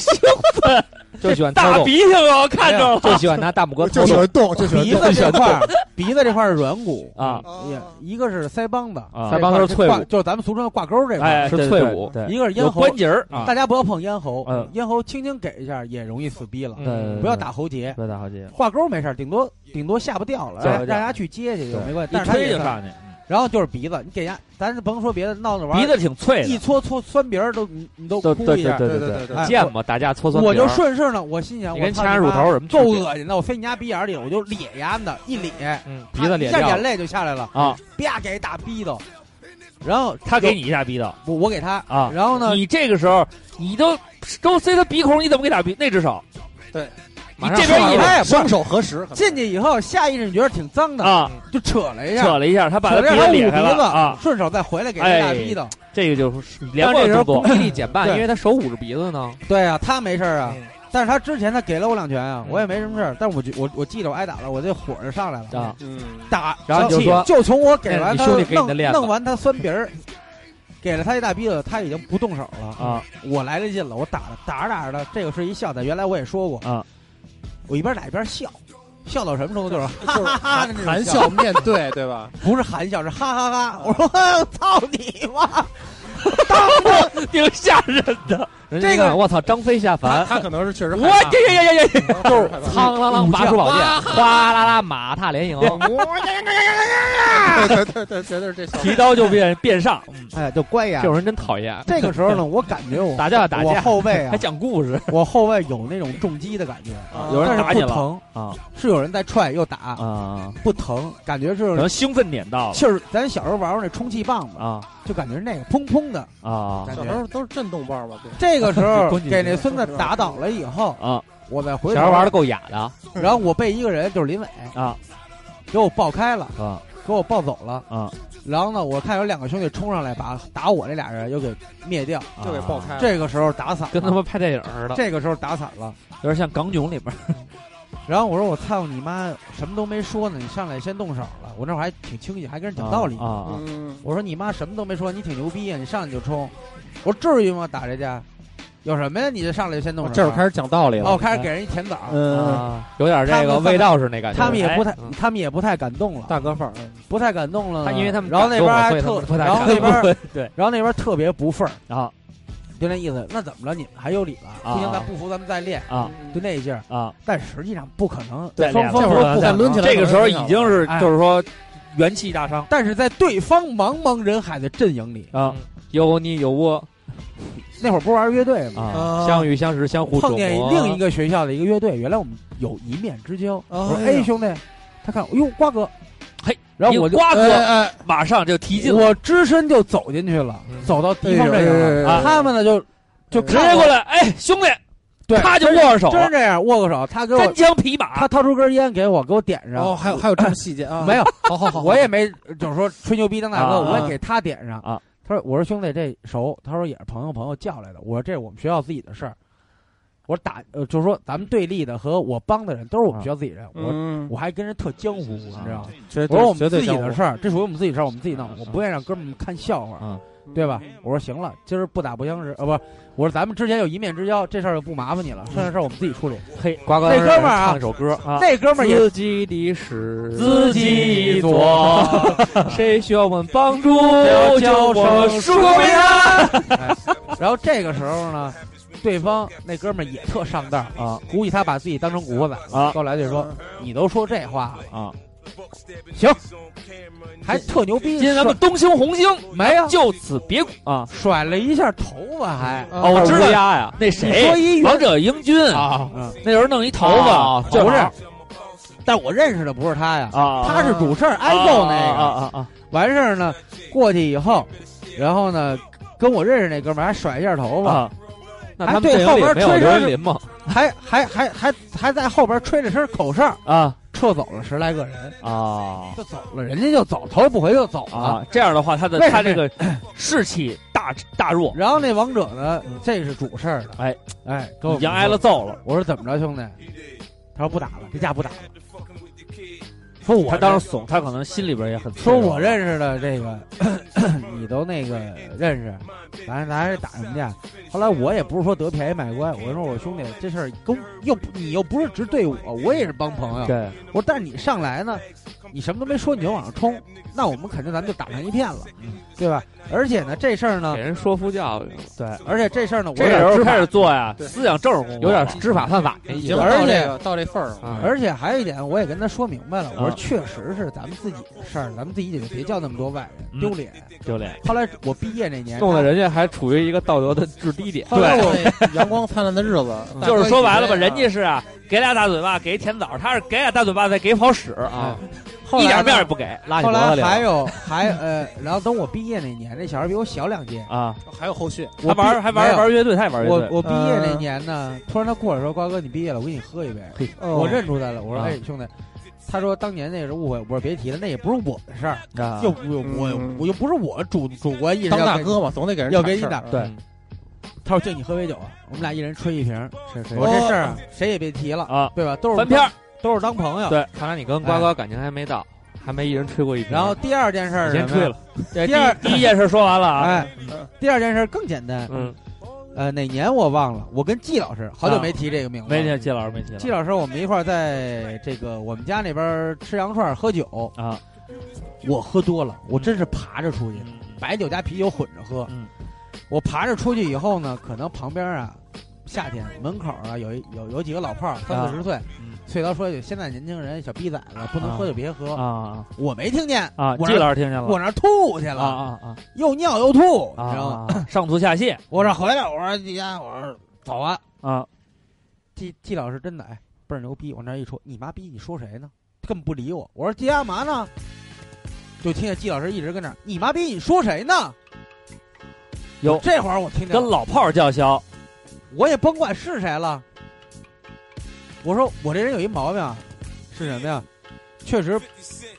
就喜欢挑大动，鼻涕我看哎着了，就喜欢拿大 拇哥就挑喜动欢动，就喜欢鼻动子这块儿，鼻子这块儿是软骨啊，也啊。哦一个是腮帮子，啊这腮帮块子儿是脆挂骨就是咱们俗称的挂钩这块儿，哎，是对脆对骨对一个是有咽喉关，节儿啊，大家不要碰咽喉嗯，咽喉轻轻给一下也容易死逼了嗯，对不要打喉结。嗯不要打好几，挂钩没事儿，顶多顶多下巴掉了，哎下让巴掉让人家去接去就对没关系。一但是它推也就是上去，然后就是鼻子，你给人家，咱是甭说别的，闹着玩儿鼻子挺脆一的，搓搓酸鼻儿都你你都对哭一对下。对对对对对哎见嘛，打架搓搓我皮儿就顺势呢，我心想你我跟操掐你人乳妈头有什么区够别？恶心的，我飞你家鼻眼儿里，我就咧牙的，一咧，嗯，鼻子咧一下掉眼泪就下来了，啊，啪给一大逼斗，然后他给你一下逼的我我给他，啊。然后呢，你这个时候，你都都塞他鼻孔，你怎么给打鼻？那只手，对，你这边一上来拍了双手合十，进去以后，下意识你觉得挺脏的，啊，就扯了一下，扯了一下，他把他扯了鼻一子裂下捂鼻开子了啊。顺手再回来给哎他大逼的。这个就是连但贯这时动作候攻，击力减半，对因为他手捂着鼻子呢。对啊，他没事儿啊嗯，但是他之前他给了我两拳啊，嗯我也没什么事儿，但是我就我我记得我挨打了，我这火就上来了，啊嗯，打，然后你就气说就从我给完哎你他兄弟给你的链弄子弄完他酸鼻儿。给了他一大逼子，他已经不动手了啊！我来了劲了，我打了打着打着的，这个是一笑的。原来我也说过啊，我一边打一边笑，笑到什么程度就是就是哈哈的那种含笑面对，对吧？不是含笑，是哈哈哈！ 我说操你妈！挺吓人的。人家这个一看我操，张飞下他凡，他可能是确实我害怕，呀呀呀呀呀！就是害怕。苍啷啷拔出宝剑，哗啦啦马踏连营，对对对，绝对是这效果。 提刀就变变上，啊哎呀，就乖呀这。种人真讨厌。这个时 候呢，我感觉我打架打哎我架，后背啊还，讲故事我后背有那种重击的感觉，有人但是打你不了疼啊是有人在踹又打，啊不疼，感觉可是能兴奋点到了气儿。咱小时候玩过那充气棒子， 啊就感觉是那个砰砰的啊感小时觉。候都是震动棒嘛，对这个时候 关键给那孙子打倒了以后，啊！我再回小头孩玩的够哑的然后我被一个人就是林伟啊，给我抱开了，啊给我抱走了。啊！然后呢，我看有两个兄弟冲上来把打我这俩人又给灭掉，就给爆开，了。这个时候打散了，跟他们拍电影似的，这个时候打散了。有点像《港囧》里边然后我说我操你妈，什么都没说呢，你上来先动手了。我那会儿还挺清醒，还跟人讲道理。啊嗯，我说你妈什么都没说，你挺牛逼啊，你上来就冲。我说至于吗？打这架，有什么呀？你这上来就先动手。这会儿开始讲道理哦，我了。开始给人一甜枣儿。嗯，啊，有点这个卫道士那感觉。他们也不太哎嗯，嗯他们也不太敢动了，大哥范儿，不太敢动了呢。他因为他们嗯然后那边还所以他特们不，太然后敢那边，对然后那边特别不忿儿，啊就那意思。那怎么了？你们还有理了？啊不行，咱不服，咱们再练。啊就那一劲儿，啊！但实际上不可能，对双方这都会儿不再敢抡起来这个时候已经是哎就是说元气大伤，但是在对方茫茫人海的阵营里，啊，有你有我那会儿不是玩乐队吗？啊，相遇相识相互啊碰见折磨另一个学校的一个乐队，原来我们有一面之交。哦我说：“哎呀哎，兄弟，他看，哎呦，瓜哥，嘿，然后我一就瓜哎哥哎，马上就提进了，我只身就走进去了，走到敌方这边了。哎哎哎哎他们呢就就直接过，来，哎，兄弟，对，他就握上手真了，是这样握个手，他给单我枪匹马他掏出根烟给我，给我点上。哦，还有还有这么细节啊？ 没有，好好好，我也没就是说吹牛逼当大哥，啊我也给他点上啊。他说：“我说兄弟，这熟。”他说：“也是朋友朋友叫来的。”我说：“这是我们学校自己的事儿。”我说打呃，就是说咱们对立的和我帮的人都是我们学校自己人。我嗯，我还跟人特江湖，你知道吗？绝我说我们绝自对己像的我事儿，这属于我们自己事儿，我们自己弄。我不愿意让哥们儿们看笑话，啊对吧？我说行了，今儿不打不相识啊，不是。我说咱们之前有一面之交，这事儿就不麻烦你了，剩下事儿我们自己处理。啊嘿，瓜哥那哥们儿啊唱一首歌啊，那哥们儿也自己的事自己 做，谁需要我们帮助就叫叫我声叔叔伯呀！哎然后这个时候呢，对方那哥们儿也特上道儿啊，估计他把自己当成古惑仔了。啊后来就说：“你都说这话了啊，行，还特牛逼。今天咱们东兴红星没有就此别啊！甩了一下头发，还啊哦，我知道呀呀，那你说一谁，王者英军啊，嗯那时候弄一头啊发，正不是好。但我认识的不是他呀，啊，他是主事儿 i 啊 p h o n e 那个。啊啊啊啊！完事儿呢，过去以后，然后呢，跟我认识那哥们儿还甩一下头发，啊那哎他们对阵后营边里没有吹刘着云林吗？还还还还还在后边吹了声口哨，啊撤走了十来个人，啊就走了，人家就走，头也不回就走了。啊！这样的话，他的为什他么这个 士气大大弱，然后那王者呢，这是主事儿的，哎哎，跟我已经们挨了说。揍了。我说怎么着，兄弟？他说不打了，这架不打了。说我他当时时怂，他可能心里边也很脆说弱我认识的这个，你都那个认识，咱咱这打什么架？后来我也不是说得便宜卖乖，我说我兄弟这事儿跟又不你又不是只对我，我也是帮朋友。对我说但是你上来呢，你什么都没说你就往上冲，那我们肯定咱们就打成一片了，嗯对吧？而且呢这事儿呢给，人说服教育，对，而且这事儿呢，我这也时知候道开始做呀，思想政治工作有了，嗯点知法犯法那意已思。经而到且这个到这份儿了，啊而且还有一点，我也跟他说明白了，我啊说确实是咱们自己的事儿，咱们自己解决，别叫那么多外嗯人，丢脸。丢脸。后来我毕业那年，弄得人家还处于一个道德的制低点。后来我阳光灿烂的日子，大哥就是说白了吧，一直这样人家是啊，给俩大嘴巴，给一甜枣，他是给俩大嘴巴再给一跑屎啊，后来一点呢面也啊不给拉后来还来有还呃，然后等我毕业那年，那小孩比我小两届。啊。 还有后续，他我玩毕还没玩有玩乐队，他也玩乐我队。我毕业那年呢，突然他过来说：“瓜哥，你毕业了，我给你喝一杯。嘿”我认出来了，我说：“啊哎，兄弟。”他说：“当年那是误会。”我说：“别提了，那也不是我的事儿，啊又不又我我又不是我主主观意识。”当大哥嘛，总得给人要给给你打对对他说：“敬你喝杯酒啊，我们俩一人吹一瓶。”是是我说这事儿啊谁也别提了，啊，对吧？都是翻篇儿都是当朋友。对看来你跟瓜哥感情还没到，还没一人吹过一瓶。然后第二件事儿你是先什么吹呀？了，这第二第一件事说完了啊，哎，第二件事儿更简单。嗯，呃，哪年我忘了，我跟季老师好啊久没提这个名字没了。听季老师没听季老师，我们一块儿在这个我们家那边儿吃羊串儿喝酒，啊，我喝多了，我真是爬着出去的，嗯白酒加啤酒混着喝。嗯我爬着出去以后呢，可能旁边啊，夏天门口啊有一有有几个老炮儿，三啊四十岁，嗯所以他说一句：“现在年轻人小逼崽子，不能喝就别喝。啊我没听见啊！我季那老师听见了，我那儿吐去啊了，啊啊又尿又吐，啊你知道吗？啊！上吐下泻我这回来，我说你家，我说走啊。啊季季老师真的哎倍儿牛逼，往那儿一说，你妈逼，你说谁呢？根本不理我。我说季干嘛呢？就听见季老师一直跟那儿，你妈逼，你说谁呢？哟这会儿我听见跟了，老炮儿叫嚣我也甭管是谁了。我说我这人有一毛病，啊，是什么呀？确实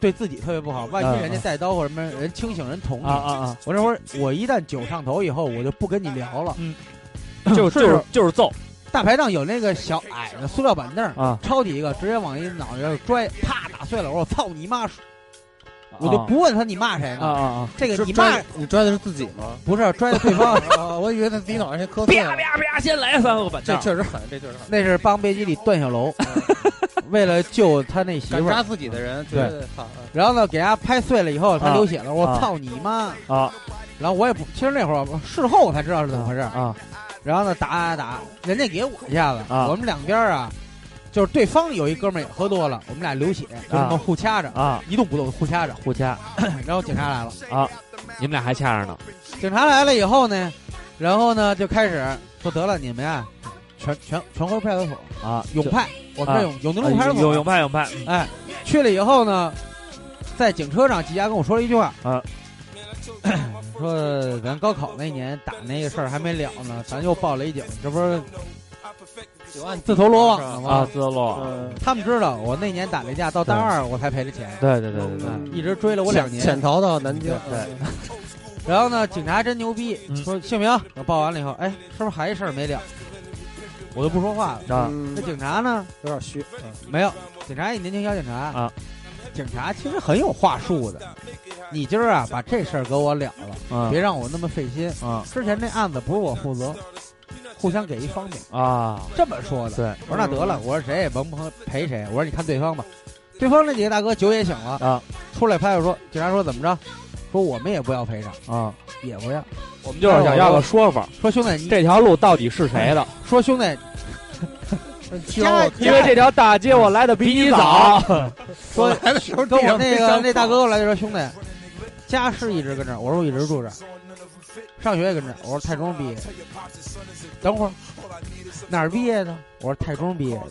对自己特别不好，万一人家带刀或者什么人清醒人捅你嗯啊。啊啊！我那会儿我一旦酒上头以后，我就不跟你聊了。就就是就是揍大排档有那个小矮的塑料板凳，啊！抄起一个直接往一脑袋上拽，啪打碎了。我说我操你妈！我啊就不问他你骂谁啊呢。啊啊！这个是你骂拽你拽的是自己吗？不是拽的对方， 啊，我以为他自己脑袋先磕碎啪了。啪啪，先来三个板这凳，确实狠，这确实狠。那是帮贝基里段小 楼，为了救他那媳敢妇儿扎。自己的人，觉得操，啊然后呢，给人家拍碎了以后，他啊流血了。我啊说操你妈！啊然后我也不，其实那会儿我事后我才知道是怎么回事。啊然后呢，打打打，人家给我一下子，啊我们两边儿啊，就是对方有一哥们儿也喝多了，我们俩流血，就这么互掐着，啊！一动不动互掐着。互掐 然后警察来了，你们俩还掐着呢。警察来了以后呢，然后呢就开始说得了，你们呀、全全全回派出所，啊！永就派，我们啊这永永定啊路派出永所永派永派，去了以后呢，在警车上，吉佳跟我说了一句话，啊 说咱高考那年打那个事儿还没了呢，咱又报雷警，这不是九万自投罗网了吗？啊，自落，嗯，他们知道我那年打雷架，到大嗯二我才赔的钱，啊对对对对对，一直追了我两年。潜逃啊到南京，对然后呢，警察真牛逼，嗯说姓名，我报完了以后，哎，是不是还一事儿没了？我就不说话了。啊那嗯警察呢？有点虚。嗯没有，警察也年轻小警察啊。警察其实很有话术的，你今儿啊把这事儿给我了了，啊别让我那么费心。啊之前那案子不是我负责，互相给一方便，啊！这么说的。对我说那得了，我说谁也甭甭陪谁，我说你看对方吧。对方那几个大哥酒也醒了啊，出来拍着说，警察说怎么着？说我们也不要赔偿，啊，也不要。我们就是想要个说法，说兄弟，你这条路到底是谁的？说兄弟，家因为这条大街我来的比你早，我来的时候跟我那个那大哥过来就说：“兄弟，家是一直跟这儿，我说我一直住这儿，上学也跟这儿，我说太中毕业的。等会儿哪儿毕业的？我说太中毕业的。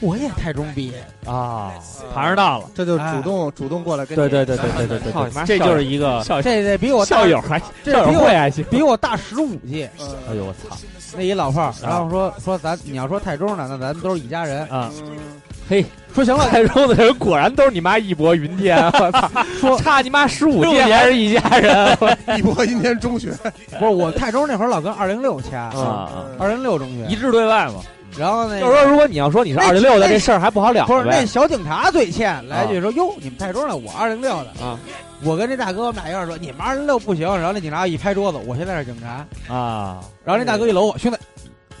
我也太中毕业的，啊，盘上道了，这就主动主动过来跟对对对对对对操你对，妈这就是一个校这得比我大校友还这校比友我会还行，比我大十五届。嗯哎呦我操那一老炮儿，然后说说咱你要说太中呢，那咱们都是一家人。啊！说行了，太中的人果然都是你妈义薄云天，我操，说差你妈十五届还是一家人嗯一波一年中学不是我太中那会儿老跟二零六掐，啊！二零六中学一，致对外嘛。然后那就是说，如果你要说你是那二十六的，那这事儿还不好了不是那呗？小警察最欠，来一啊句说：“哟，你们太中了，我二零六的。”啊，我跟这大哥我们俩一块儿说：“你们二零六不行。”然后那警察一拍桌子：“我现在是警察。啊”然后那大哥一搂我：“兄弟。”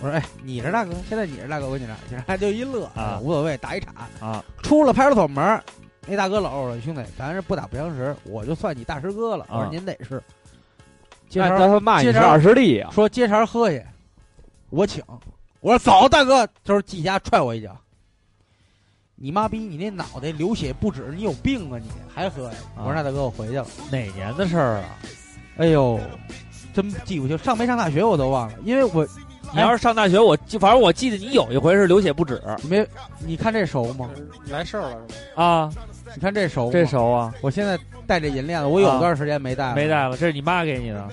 我说：“哎，你是大哥，现在你是大哥，我警察。”警察就一乐啊无所谓，打一岔啊。出了派出所门儿，那大哥搂着我说：“兄弟，咱是不打不相识，我就算你大师哥了。”我说啊：“您得是。”接那茬他骂你接是茬儿二师弟啊！说接茬喝去，我请。我说走，大哥，就是季家踹我一脚。你妈逼，你那脑袋流血不止，你有病啊你！还喝呀？我说那大哥，我回去了。哪年的事儿啊？哎呦，真记不清上没上大学我都忘了，因为我你要是上大学，我记，反正我记得你有一回是流血不止没你看这熟吗？来事儿了是啊，你看这熟吗？这熟啊，我现在戴这银链子，我有段时间没戴、没。带了，这是你妈给你的，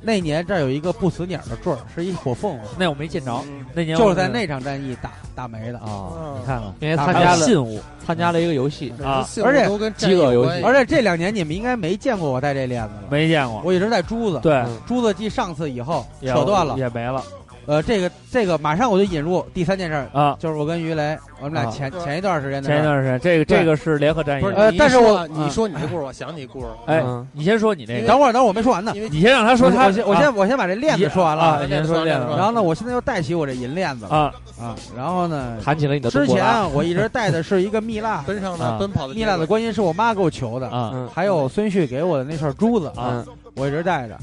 那年这儿有一个不死鸟的坠儿，是一火凤凰，那我没见着，嗯那年就是在那场战役打打没的。嗯啊，嗯你看看，因为大参哥加还有了信物参加了一个游戏，吧？啊这性格而且都跟饥饿游戏而且且这两年你们应该没见过我戴这链子了，没见过，嗯我一直戴珠子。对，朱子继上次以后也扯断了，也没了呃，这个这个马上我就引入第三件事儿，啊。就是我跟于雷，我们俩啊前前一段时间的事前一儿，段时间，这个对这个是联合战役啊不，是，呃你一但是说啊我你说你这故事，我想起故事了。哎嗯，你先说你那个，等会儿等会儿我没说完呢，因为你先让他说他，我先我啊先我先把这链子说完啊，了，你先说练啊然后呢，我现在又戴起我这银链子了啊，啊，然后呢，弹起了你的之中国前拉啊我一直戴的是一个 蜜蜡，奔上啊的奔跑的蜜蜡的观音是我妈给我求的，啊还有孙旭给我的那串珠子啊，我一直戴着。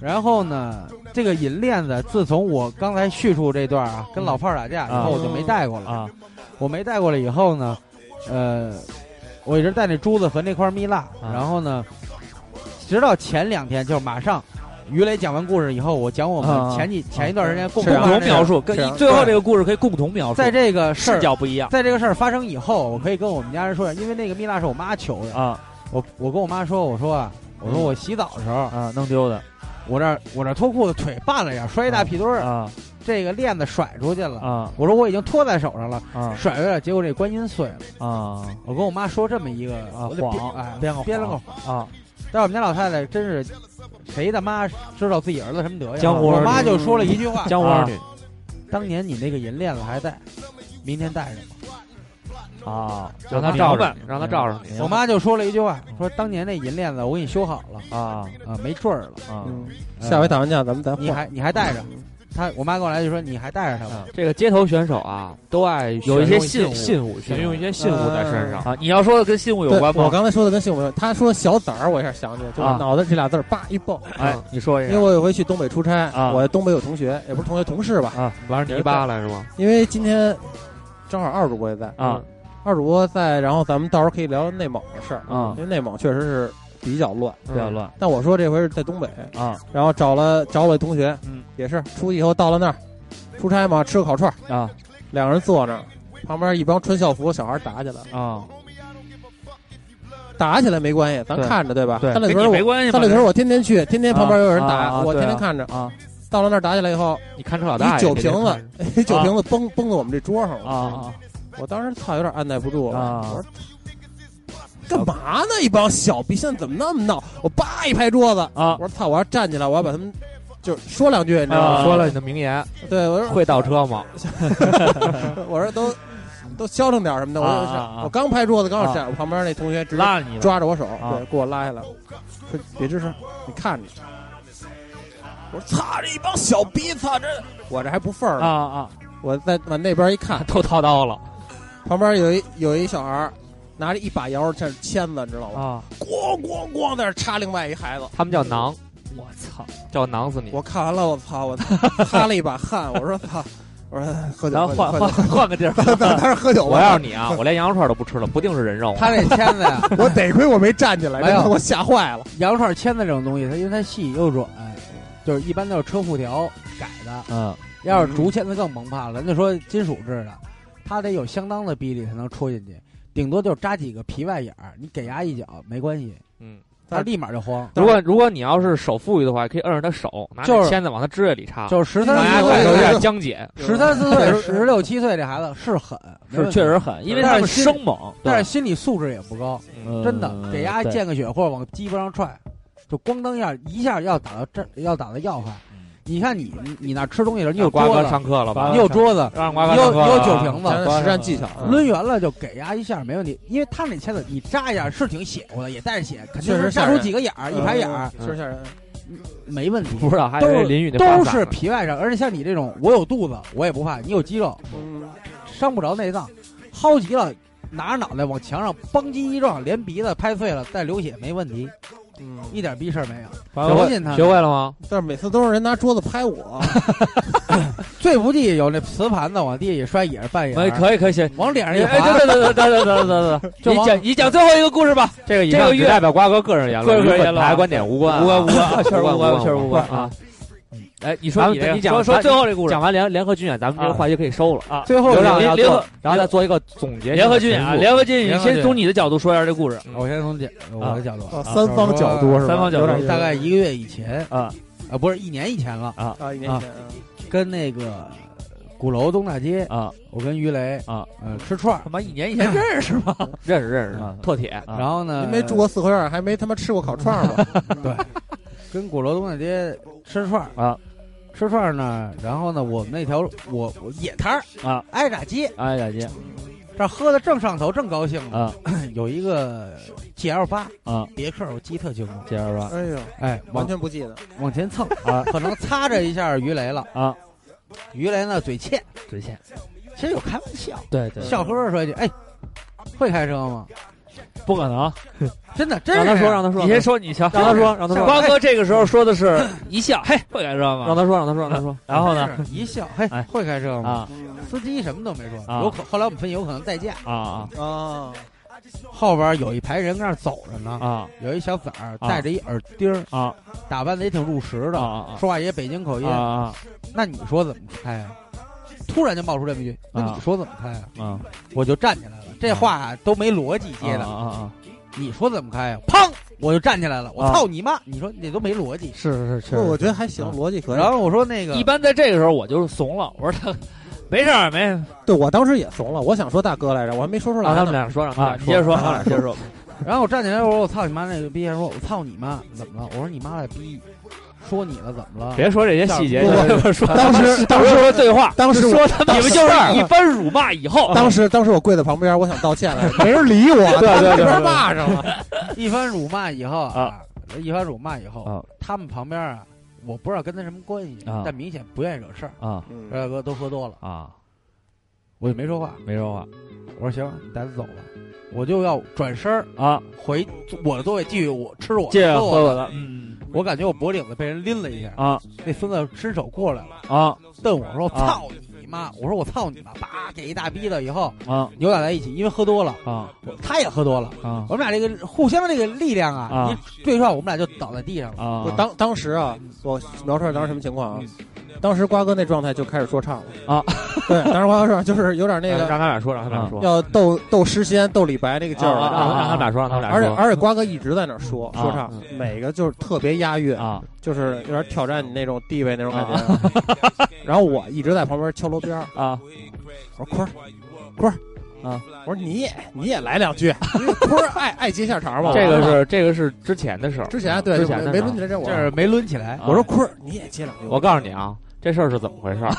然后呢，这个银链子，自从我刚才叙述这段啊，跟老炮儿打架以啊后，我就没戴过了。啊我没带过来以后呢，呃，我一直带那珠子和那块蜜蜡，啊然后呢，直到前两天，就马上于雷讲完故事以后，我讲我啊们前几、前一段时间共共发生同的事儿描，述，跟是啊最后这个故事可以共同描述，在这个事视儿。角不一样在这个事儿发生以后，我可以跟我们家人说一下，因为那个蜜蜡是我妈求的。啊我我跟我妈说，我说啊，我嗯说我洗澡的时候，啊，弄丢的我这儿我这脱裤子腿绊了一下，摔一大屁墩儿，啊这个链子甩出去了。啊我说我已经脱在手上了，啊甩出来了，结果这观音碎了。啊我跟我妈说这么一个啊我得编谎哎，编个编了个谎谎。啊！但是我们家老太太真是，谁他妈知道自己儿子什么德行？啊江湖我儿妈女就说了一句话江湖儿女：“当年你那个银链子还在，明天带着吧。啊，让他照着你，让他照着嗯你。”我妈就说了一句话，说：“当年那银链子我给你修好了啊啊，没坠儿了，啊！嗯呃下回打完架咱们再你换。还你还带着。”她我妈跟我来就说：“你还带着它吧。这个街头选手啊，都爱有一些选用信物，选用一些信物在身上。啊，你要说的跟信物有对关我吗？刚才说的跟幸福，他说小崽儿，我一下想起来，就是啊脑袋这俩字儿叭一蹦。哎，你说一嗯因下为我有回去东北出差，啊我东北有同学，也不是同学，同事吧。啊玩泥巴了是吗？因为今天正好二主播也在嗯啊，二主播在，然后咱们到时候可以聊聊内蒙的事儿啊因为内蒙确实是比较乱。嗯不要乱但我说这回是在东北，啊然后找了找我同学，嗯，也是出去以后到了那儿，出差嘛，吃个烤串儿，啊两个人坐那儿，旁边一帮穿校服的小孩打起来了，啊！打起来没关系，咱对看着对吧？对，三里跟屯你我没关系吧，三里屯我天天去，天天旁边有人啊啊打，啊我对啊天天看着。啊到了那儿打起来以后，你看车老大一爷，酒瓶子， 一酒啊瓶子崩崩到我们这桌上啊了。啊我当时操，有点按耐不住了。啊我说干嘛呢？一帮小逼，现在怎么那么闹？我叭一拍桌子，啊我说操，我要站起来，我要把他们就是说两句，你知道啊吗？说了你的名言，对，我说会倒车吗？ 我说都都消停点什么的。我啊说啊啊我刚拍桌子，刚要站，我旁边那同学直接拉着你了抓着我手，啊对，给我拉下来，说别吱声，你看着。我说操，这一帮小逼，操这我这还不忿啊儿呢。啊我再往那边一看啊，，都掏刀了旁边有一有一小孩儿拿着一把摇这签子，你知道吗？啊！咣咣咣在那插另外一孩子。他们叫囊，我操！叫囊死你。我看完了，我操！我擦了一把汗，我说操，我说 喝酒，然后换换换个地儿，换，当时喝酒吧。我要是你啊，我连羊肉串都不吃了，不定是人肉。啊他这签子呀，我得亏我没站起来，没有真的我吓坏了。羊肉串签子这种东西，它因为它细又软，就是一般都是车护条改的。嗯，要是竹签子更甭怕了，咱就说金属制的，它得有相当的比例才能戳进去，顶多就扎几个皮外眼儿，你给牙一脚没关系，嗯，它立马就慌。如果如果你要是手富裕的话，可以摁着他手，拿就是那签子往他指甲里插，就是十让三他四感岁觉有的， 点僵解。十三四岁、十六七岁这孩子是狠，没是问题确实，狠，因为他们生猛，但是心理素质也不高，嗯真的给牙见个血或者往鸡巴上踹，就咣当一下一下要打到这，要打到要害。嗯你看你你你那吃东西的时候，你有让瓜桌哥子，上课了吧？你有桌子，让瓜哥你上有课你有了酒瓶子，实战技巧，嗯抡圆了就给牙一下没问题，因为他那签子你扎一下是挺血乎的，也带着血，肯定确是实吓扎人嗯出几个眼儿，啊一排眼儿确实吓人。没问题。不知道，还以都为淋雨那都发散是了皮外伤，而且像你这种，我有肚子，我也不怕；你有肌肉，伤不着内脏。薅急了，拿着脑袋往墙上梆叽一撞，连鼻子拍碎了，再流血没问题，一点逼事儿没有。学相信他会学会了吗？嗯但是每次都是人拿桌子拍我，最不济有那瓷盘子往地下一摔，也是扮演哎，可以可以行。往 脸上一哎，划，等等等等等等等就等，你往讲你讲最后一个故事吧，这个以这上个只月代表瓜哥个人言论，个与人言本论台啊观点 无关啊，无关无关，确实无无关，关确实无关关啊。。哎，你咱说们你这个你讲说说咱最后这故事讲，完联联合军演，咱们这个啊话题可以收了啊。最后刘亮联要联做合，然后再做一个总结性的陈述。联合军演啊，联合军演，联你合军先从你的角度说一下这故事啊我先从角我的角度， 啊三方角度是吧？三方角度有点大概一个月以前啊啊，不是一年以前了，啊，一年前跟那个鼓楼东大街，啊。我跟于雷啊，呃，吃串儿他，妈一年以前认识吗？认识认识啊，特铁。啊然后呢，您没住过四合院，还没他妈吃过烤串吧？跟鼓楼东大街吃串儿啊，吃串儿呢，然后呢，我们那条我我野摊儿啊，挨打街哎，大姐这儿喝的正上头，正高兴呢，啊 有一个 GL 八啊，别克，我记特清楚，接着吧，哎呦，哎，完往全不记得。往前蹭啊， 可能擦着一下于雷了啊，于雷呢嘴欠，嘴欠，其实有开玩笑，对对，笑呵呵说一句，哎，会开车吗？不可能，真的，真是啊让他这说，让样他说，哎你先说，你瞧，让他说，让他说，瓜哥这个时候说的是一笑，嘿，会改装吗？让他说，让他说，让他说。 然后呢？真是一笑，嘿哎，会开车吗？啊嗯司机什么都没说，啊有可后来我们分析有可能代驾，啊啊啊，后边有一排人跟那儿走着呢，啊有一小崽儿啊戴着一耳钉儿，啊打扮的也挺入时啊的，啊说话也北京口音啊。啊那你说怎么开啊？突然就冒出这么一句：“那啊你说怎么开啊啊！？”我就站起来了，这话都没逻辑接啊的。啊啊！你说怎么开啊？砰！我就站起来了，我啊操你妈！你说那都没逻辑。是是是不，我觉得还行，逻辑可然以。后我说那个一般在这个时候我就怂了，我说他没事儿没事对我当时也怂了，我想说大哥来着，我还没说出让来他们呢。俩说，让他们啊，俩你说接着说，他们俩接 着说，然后我站起来，我说我操你妈！那个逼还说我操你妈怎么了？我说你妈了逼，说你了怎么了？别说这些细节，不不就是说当时当时说对话，当时我说他们你啊们就是一番辱骂以后，当时当时我跪在旁边，我想道歉来着，没人理我，对他对们对 那边对骂上了。 一番辱骂以后啊啊，一番辱骂以后，啊他们旁边啊，我不知道跟他什么关系，啊但明显不愿意惹事儿。说啊嗯大哥都喝多了，啊我就没说话。没说话我说行，你带他走吧。我就要转身儿啊，回我的座位，继续我吃我的接着喝我我的。的，嗯我感觉我脖领子被人拎了一下，啊那孙子伸手过来了，啊瞪我说：“啊操你妈！”我说：“我操你妈！”叭给一大逼的，以后啊扭打在一起，因为喝多了，啊我他也喝多了，啊我们俩这个互相这个力量啊，啊一对撞，我们俩就倒在地上了。啊我当当时啊，我描述一下当时什么情况啊？当时瓜哥那状态就开始说唱了啊，对，当时瓜哥说唱就是有点那让 个他们俩说，让他们俩说，要斗斗诗仙、斗李白那个劲儿让了啊啊啊让他们俩说，让他们俩而且说。而且瓜哥一直在那儿说啊说唱，每个就是特别押韵，啊就是有点挑战你那种地位那种感觉。 然后我一直在旁边敲锣边儿，啊我说坤儿，坤儿，啊，我说你也你也来两句，啊因为坤儿爱爱接下茬嘛。啊这个是这个是之前的事儿，之前对之前的没事抡儿起来这我啊这是没抡起来，我说坤儿你也接两句，我告诉你啊，这事儿是怎么回事儿？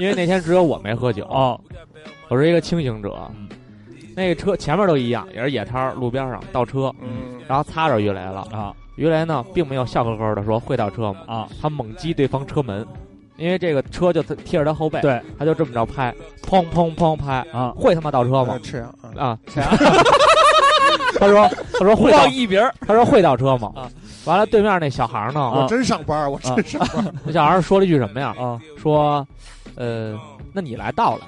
因为那天只有我没喝酒，哦我是一个清醒者。那个车前面都一样，也是野摊儿，路边上倒车，嗯然后擦着于雷了。啊于雷呢，并没有笑呵呵的说会倒车吗？啊他猛击对方车门，因为这个车就贴着他后背，对，他就这么着拍，砰砰砰拍，啊，会他妈倒车吗我？吃啊，嗯 啊，他说他说会倒一别儿他说会倒车吗？啊完了，对面那小孩儿呢？啊我真上班儿，我真上班儿。那小孩儿说了一句什么呀？啊说呃，那你来到了，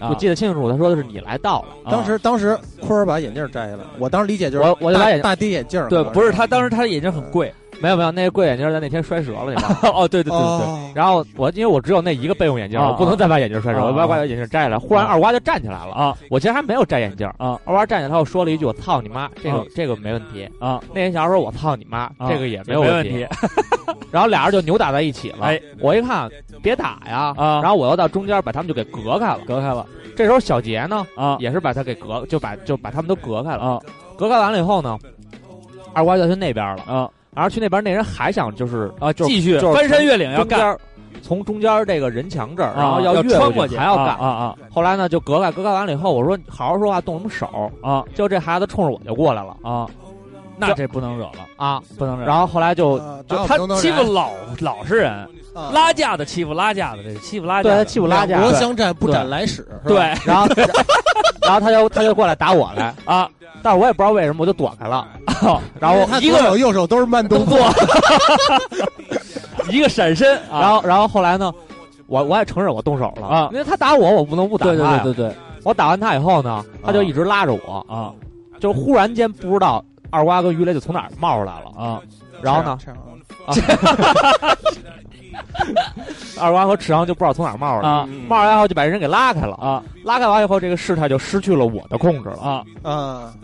啊我记得清楚，他说的是你来到了。当时当时坤儿把眼镜摘下来，我当时理解就是我我就大把眼大跌眼镜儿，对，不是他当时他的眼镜很贵，没有没有，那个贵眼镜在那天摔折了，你知道吗？哦，对对对对对，哦，然后我因为我只有那一个备用眼镜，啊我不能再把眼镜摔折，啊我把把眼镜摘下来。忽然啊二瓜就站起来了啊！我其实还没有摘眼镜啊！二瓜站起来，他又说了一句：“我操你妈！”这啊个这个没问题啊。那天小孩说：“我操你妈！”啊这个也没没有问题题。 然后俩人就扭打在一起了哎。我一看，别打呀！啊然后我又到中间把他们就给隔开了。隔开了这时候小杰呢，啊也是把他给隔，就把就把他们都隔开了。啊隔开完了以后呢，二瓜就去那边了。啊然后去那边，那人还想就是啊！就是继续就是翻山越岭要中间干，儿，从中间儿这个人墙这儿，然后啊要越穿过去去，还要啊干。啊后来呢，就隔开，隔开完了以后，我说好好说话，动什么手？啊就这孩子冲着我就过来了啊啊！那这不能惹了，啊！不能惹。然后后来就哦就他欺负老老实人，啊拉架的欺负拉架的，这是欺负拉对架的。他欺负拉架，国对相战不斩来使，是吧对然后 然后他就他就过来打我来，啊，但是我也不知道为什么，我就躲开了。 然因为后他一左个手右手都是慢动作， 一个闪身啊，然后然后后来呢，我我也承认我动手了啊因为他打我，我不能不打他对对呀对对对我打完他以后呢，他就一直拉着我，啊就忽然间不知道二瓜跟于雷就从哪儿冒出来了。啊然后呢，这样？这样二瓜和池阳就不知道从哪儿冒出来了，啊冒出来以后就把人给拉开了。啊拉开完以后，这个事态就失去了我的控制了，啊！啊，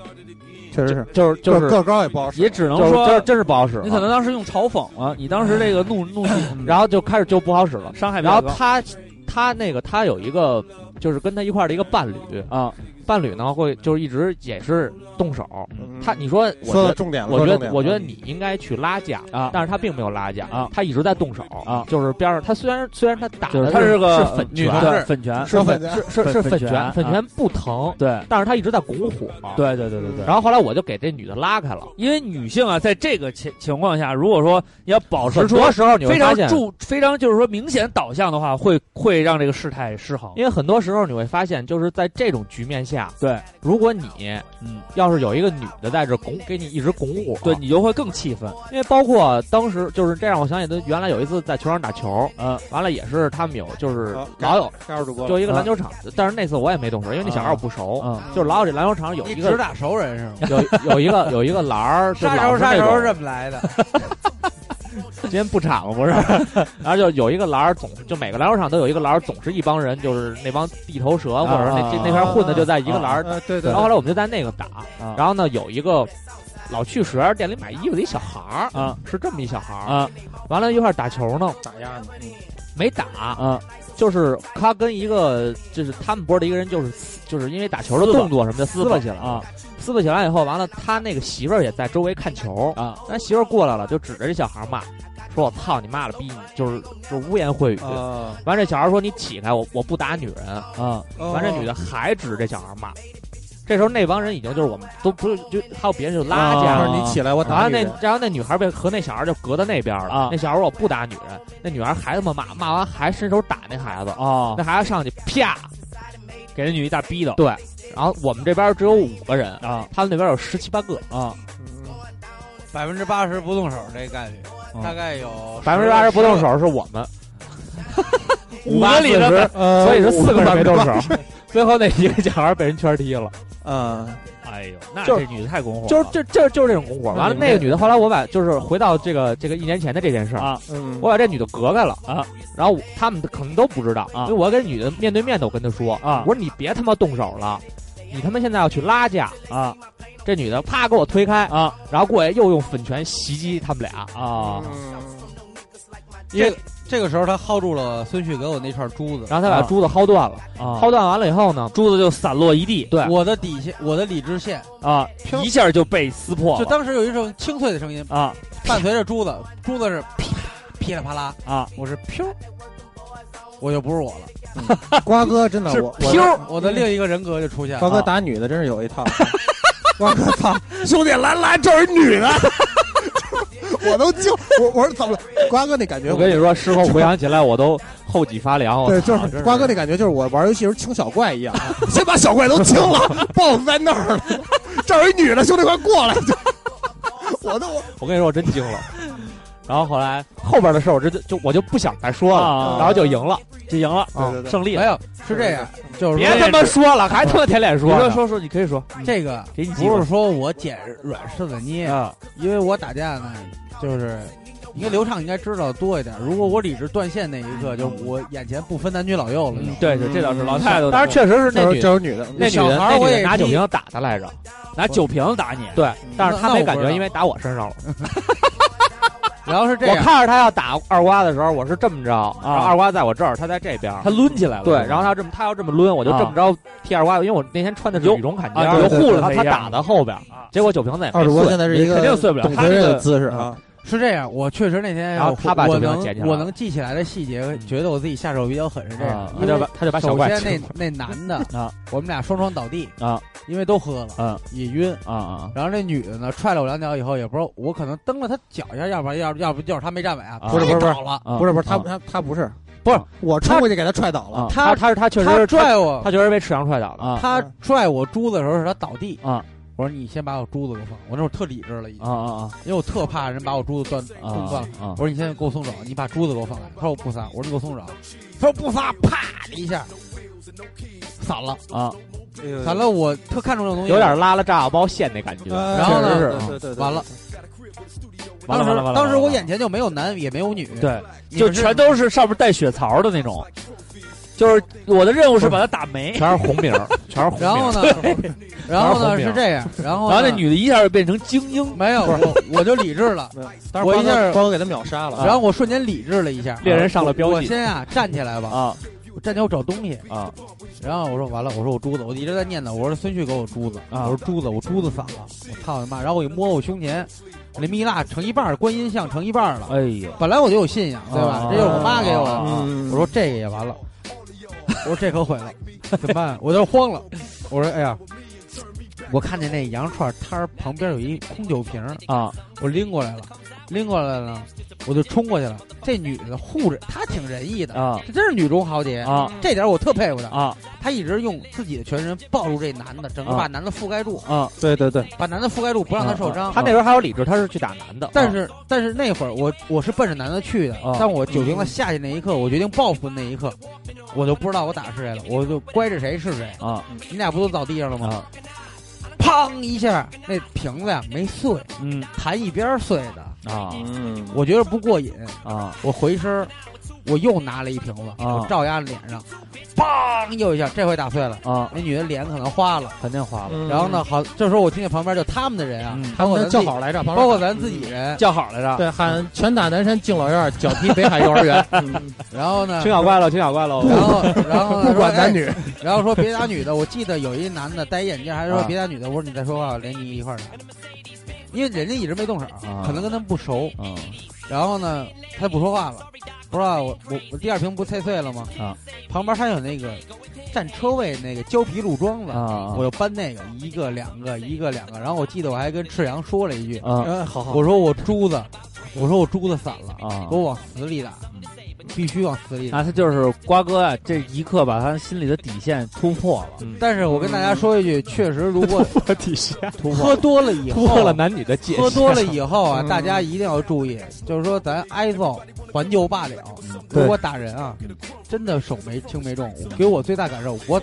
确实是，就是就是个高也不好使，也只能就是说就是真是不好使了。嗯你可能当时用嘲讽了，你当时这个怒怒气，然后就开始就不好使了。伤害比然较后高他他那个他有一个就是跟他一块儿的一个伴侣，啊伴侣呢会就是一直也是动手。嗯他你说我说觉到得重点了，我说觉重得点我觉了得你应该去拉架啊但是他并没有拉架啊他一直在动手啊就是边上他虽然虽然他打就是的他是个是粉女拳同志粉拳，说粉是是是粉粉拳拳，粉啊拳不疼，对但是他一直在拱火。对对对对对。然后后来我就给这女的拉开了。因为女性啊，在这个情情况下，如果说你要保持 很出多时候你会非发常现，注非常就是说明显导向的话，会会让这个事态失衡。因为很多时候你会发现，就是在这种局面下，对，如果你嗯，要是有一个女的在这拱，给你一直拱火，对，你就会更气愤。因为包括当时就是这让我想起，他原来有一次在球场打球，嗯，完了也是他们有就是好老有该入主播了就一个篮球场，但是那次我也没动手，因为那小孩我不熟，嗯哦就是老有这篮球场有你一只个打熟人是吗？有 有一个有一个篮儿，就杀老熟是杀那种熟是这么来的， 今天不场吗？不是， 然后就有一个篮儿，总就每个篮球场都有一个篮儿，总是一帮人，就是那帮地头蛇或者是那、啊这那片混的就在一个篮儿。啊，对对然后后来我们就在那个打，啊然后呢有一个老去十元店里买衣服的一小孩儿，啊是这么一小孩儿，啊完了一块儿打球呢，打压你，没打，啊就是他跟一个就是他们波的一个人，就是撕就是因为打球的动作什么的撕巴起来啊，撕巴起来以后，完了他那个媳妇儿也在周围看球啊，他媳妇儿过来了，就指着这小孩儿骂，说我操你妈了逼，你就是就是污言秽语。哦啊，完这小孩说你起开，我我不打女人。啊完这哦女的还指着这小孩骂。这时候那帮人已经就是我们都不是就还有别人就拉啊架他了。说你起来，我然打后你那，然后那女孩被和那小孩就隔到那边了。啊那小孩说我不打女人，那女孩还他妈骂，骂完还伸手打那孩子，啊，那孩子上去啪。给这女一大逼斗哦对然后我们这边只有五个人，啊他们那边有十七八个，啊嗯百分之八十不动手这概率，嗯大概有百分之八十不动，手是我们，五个里头的，呃所以是四个人没动我手。最后那一个小孩被人圈踢了。嗯嗯啊，哎呦，那就这女的太拱火了，就是就就就是这种拱火。完了，嗯那个女的后来我把就是回到这个这个一年前的这件事儿，啊嗯，我把这女的隔开了啊，然后我他们可能都不知道，啊因为我跟女的面对面的，我跟她说啊我说你别他妈动手了，你他妈现在要去拉架。啊这女的啪给我推开，啊然后过来又用粉拳袭击他们俩。啊因为嗯这个时候他薅住了孙旭给我那串珠子，然后他把啊珠子薅断了，啊，薅断完了以后呢，珠子就散落一地，对我的底线，我的理智线，啊，一下就被撕破就了当时有一种清脆的声音，啊伴随着珠子，珠子是噼噼里啪啦，啊，我是飘，我就不是我了，瓜哥真的是我我飘儿我的另一个人格就出啊现瓜嗯了。哥打女的真是有一套。 瓜哥操，兄弟来来，这是女的， 我都惊，我我说怎么了？瓜哥那感觉，我跟你说，事后回想起来，我都后脊发凉。我对，操就是瓜哥那感觉，就是我玩游戏时候清小怪一样，啊 先把小怪都清了，BOSS 在那儿了， 这儿有一女的，兄弟快过来！就 我都我我跟你说，我真 惊了。然后后来后边的事儿，我这就就我就不想再说了，啊然后就赢了。啊就赢了，对对对胜利没了。有是这样，就是别说他妈说了，还他妈舔脸你说说呢，说说，你可以说，这个给你机不会是说我捡软柿子捏，啊，因为我打架呢，就是应该流畅应该知道多一点。如果我理智断线那一刻，就嗯我眼前不分男女老幼了就。对对，这倒是老太太。当然确实是那就女是就是女的，那女小的孩儿那我女的也拿酒踢瓶打他来着，拿酒瓶打你，对，但是那他那没我感不知觉，道因为打我身上了。然后是这我样，看着他要打二瓜的时候，我是这么着，然后二瓜在我这儿，他在这边，他抡起来了，对，然后他要这么，他要这么抡，我就啊这么着踢二瓜，因为我那天穿的是有羽绒坎肩啊儿，有我就护护着着他他，一他下打到后边儿，结果酒瓶子 也二没主播碎现，在是一肯定个碎不了懂。他得这这个个姿势啊啊，是这样。我确实那天，然后他把我酒瓶能捡起来了我能记起来的细节，觉得我自己下手比较狠是这样啊。因为他就把他就把小首怪先 那那男的啊，我们俩双双倒地啊，因为都喝了，嗯也晕。啊啊然后这女的呢，踹了我两脚以后，也不知道我可能蹬了她脚一下，要不然要要不就是她没站稳啊，啊不不是不是了，啊，不是不是，他啊他他不是不是我冲过去给他踹倒了，啊，他他是他确实她是嗯拽我他，确实是被赤羊踹倒的。啊她拽我珠子的时候是她倒地啊，我说你先把我珠子给我放，我那会儿特理智了已经啊，啊因为我特怕人把我珠子断啊弄断了。啊我！说你现在给我松手，你把珠子给我放来。他说我不撒，我说你给我松手。他说不撒，啪的一下，散了，啊！散了。我特看重这种东西，有点拉了炸药包线那感觉，呃然后呢确实对是对对，对完了。完当了完了完时了！当时我完了眼前就没有男也没有女，对，你就们是全都是上面带血槽的那种，就是我的任务是把他打没，全是红名儿，全是红名然儿。后呢， 然后呢是这样，然后然后呢那女的一下就变成精英没有我我就理 智了，当时我一下光给他秒杀啊了，然后我瞬间理智了一下，猎人上了标我记先啊站起来吧，啊我站起来我找东西，啊然后我说完了，我说我珠子，我一直在念叨，我说孙旭给我珠子，啊我说珠子，我珠子散了，我操你妈！然后我一摸我胸前，我那蜜蜡成一半儿，观音像成一半儿了。哎呦，本来我就有信仰，对吧？啊这就是我妈给我的。啊嗯我说这个也完了，我说这可毁了，怎么办？我就慌了。我说哎呀，我看见那羊肉串摊儿旁边有一空酒瓶儿，啊我拎过来了，拎过来了，我就冲过去了。这女的护着，她挺仁义的，啊这真是女中豪杰。啊这点我特佩服她。啊她一直用自己的全身抱住这男的，整个啊把男的覆盖住，啊！对对对，把男的覆盖住，不让他受伤。嗯他那时候还有理智，他是去打男的，但是但是那会儿我我是奔着男的去的，啊但我酒精的下去那一刻，我决定报复的那一刻，我就不知道我打是谁了，我就乖着谁是谁。啊你俩不都倒地上了吗？啊，砰一下，那瓶子呀没碎，嗯弹一边儿碎的。啊嗯，我觉得不过瘾，啊我回身儿，我又拿了一瓶子，啊我照压脸上，砰又一下，这回打碎了。啊，那女的脸可能花了，肯定花了，然后呢，好，这时候我听见旁边就他们的人啊，嗯包括咱那自叫己，好来着，包括咱自己人，叫好来着，对喊拳打南山敬老院，脚踢北海幼儿园，嗯然后呢挺，小怪了，挺小怪了。然后然后呢 不管男，说女，哎 然后说别打女的。我记得有一男的戴一眼镜，还说啊别打女的。我说你再说话，我连你一块儿打。因为人家一直没动手，啊可能跟他们不熟。嗯然后呢，他就不说话了，不知道我我我第二瓶不菜碎了吗？啊，旁边还有那个占车位那个胶皮路桩子，啊我就搬那个一个两个一个两个，然后我记得我还跟赤阳说了一句，呃啊嗯，好好，我说我珠子，我说我珠子散了，啊嗯给。我往死里打，必须往死里打。啊，他就是瓜哥啊，这一刻把他心里的底线突破了，但是我跟大家说一句，确实如果我底线突喝多了以后，啊破了男女的界限，喝多了以后啊，大家一定要注意，就是说咱挨揍还就罢了，如果打人啊，真的手没轻没重，给我最大感受，我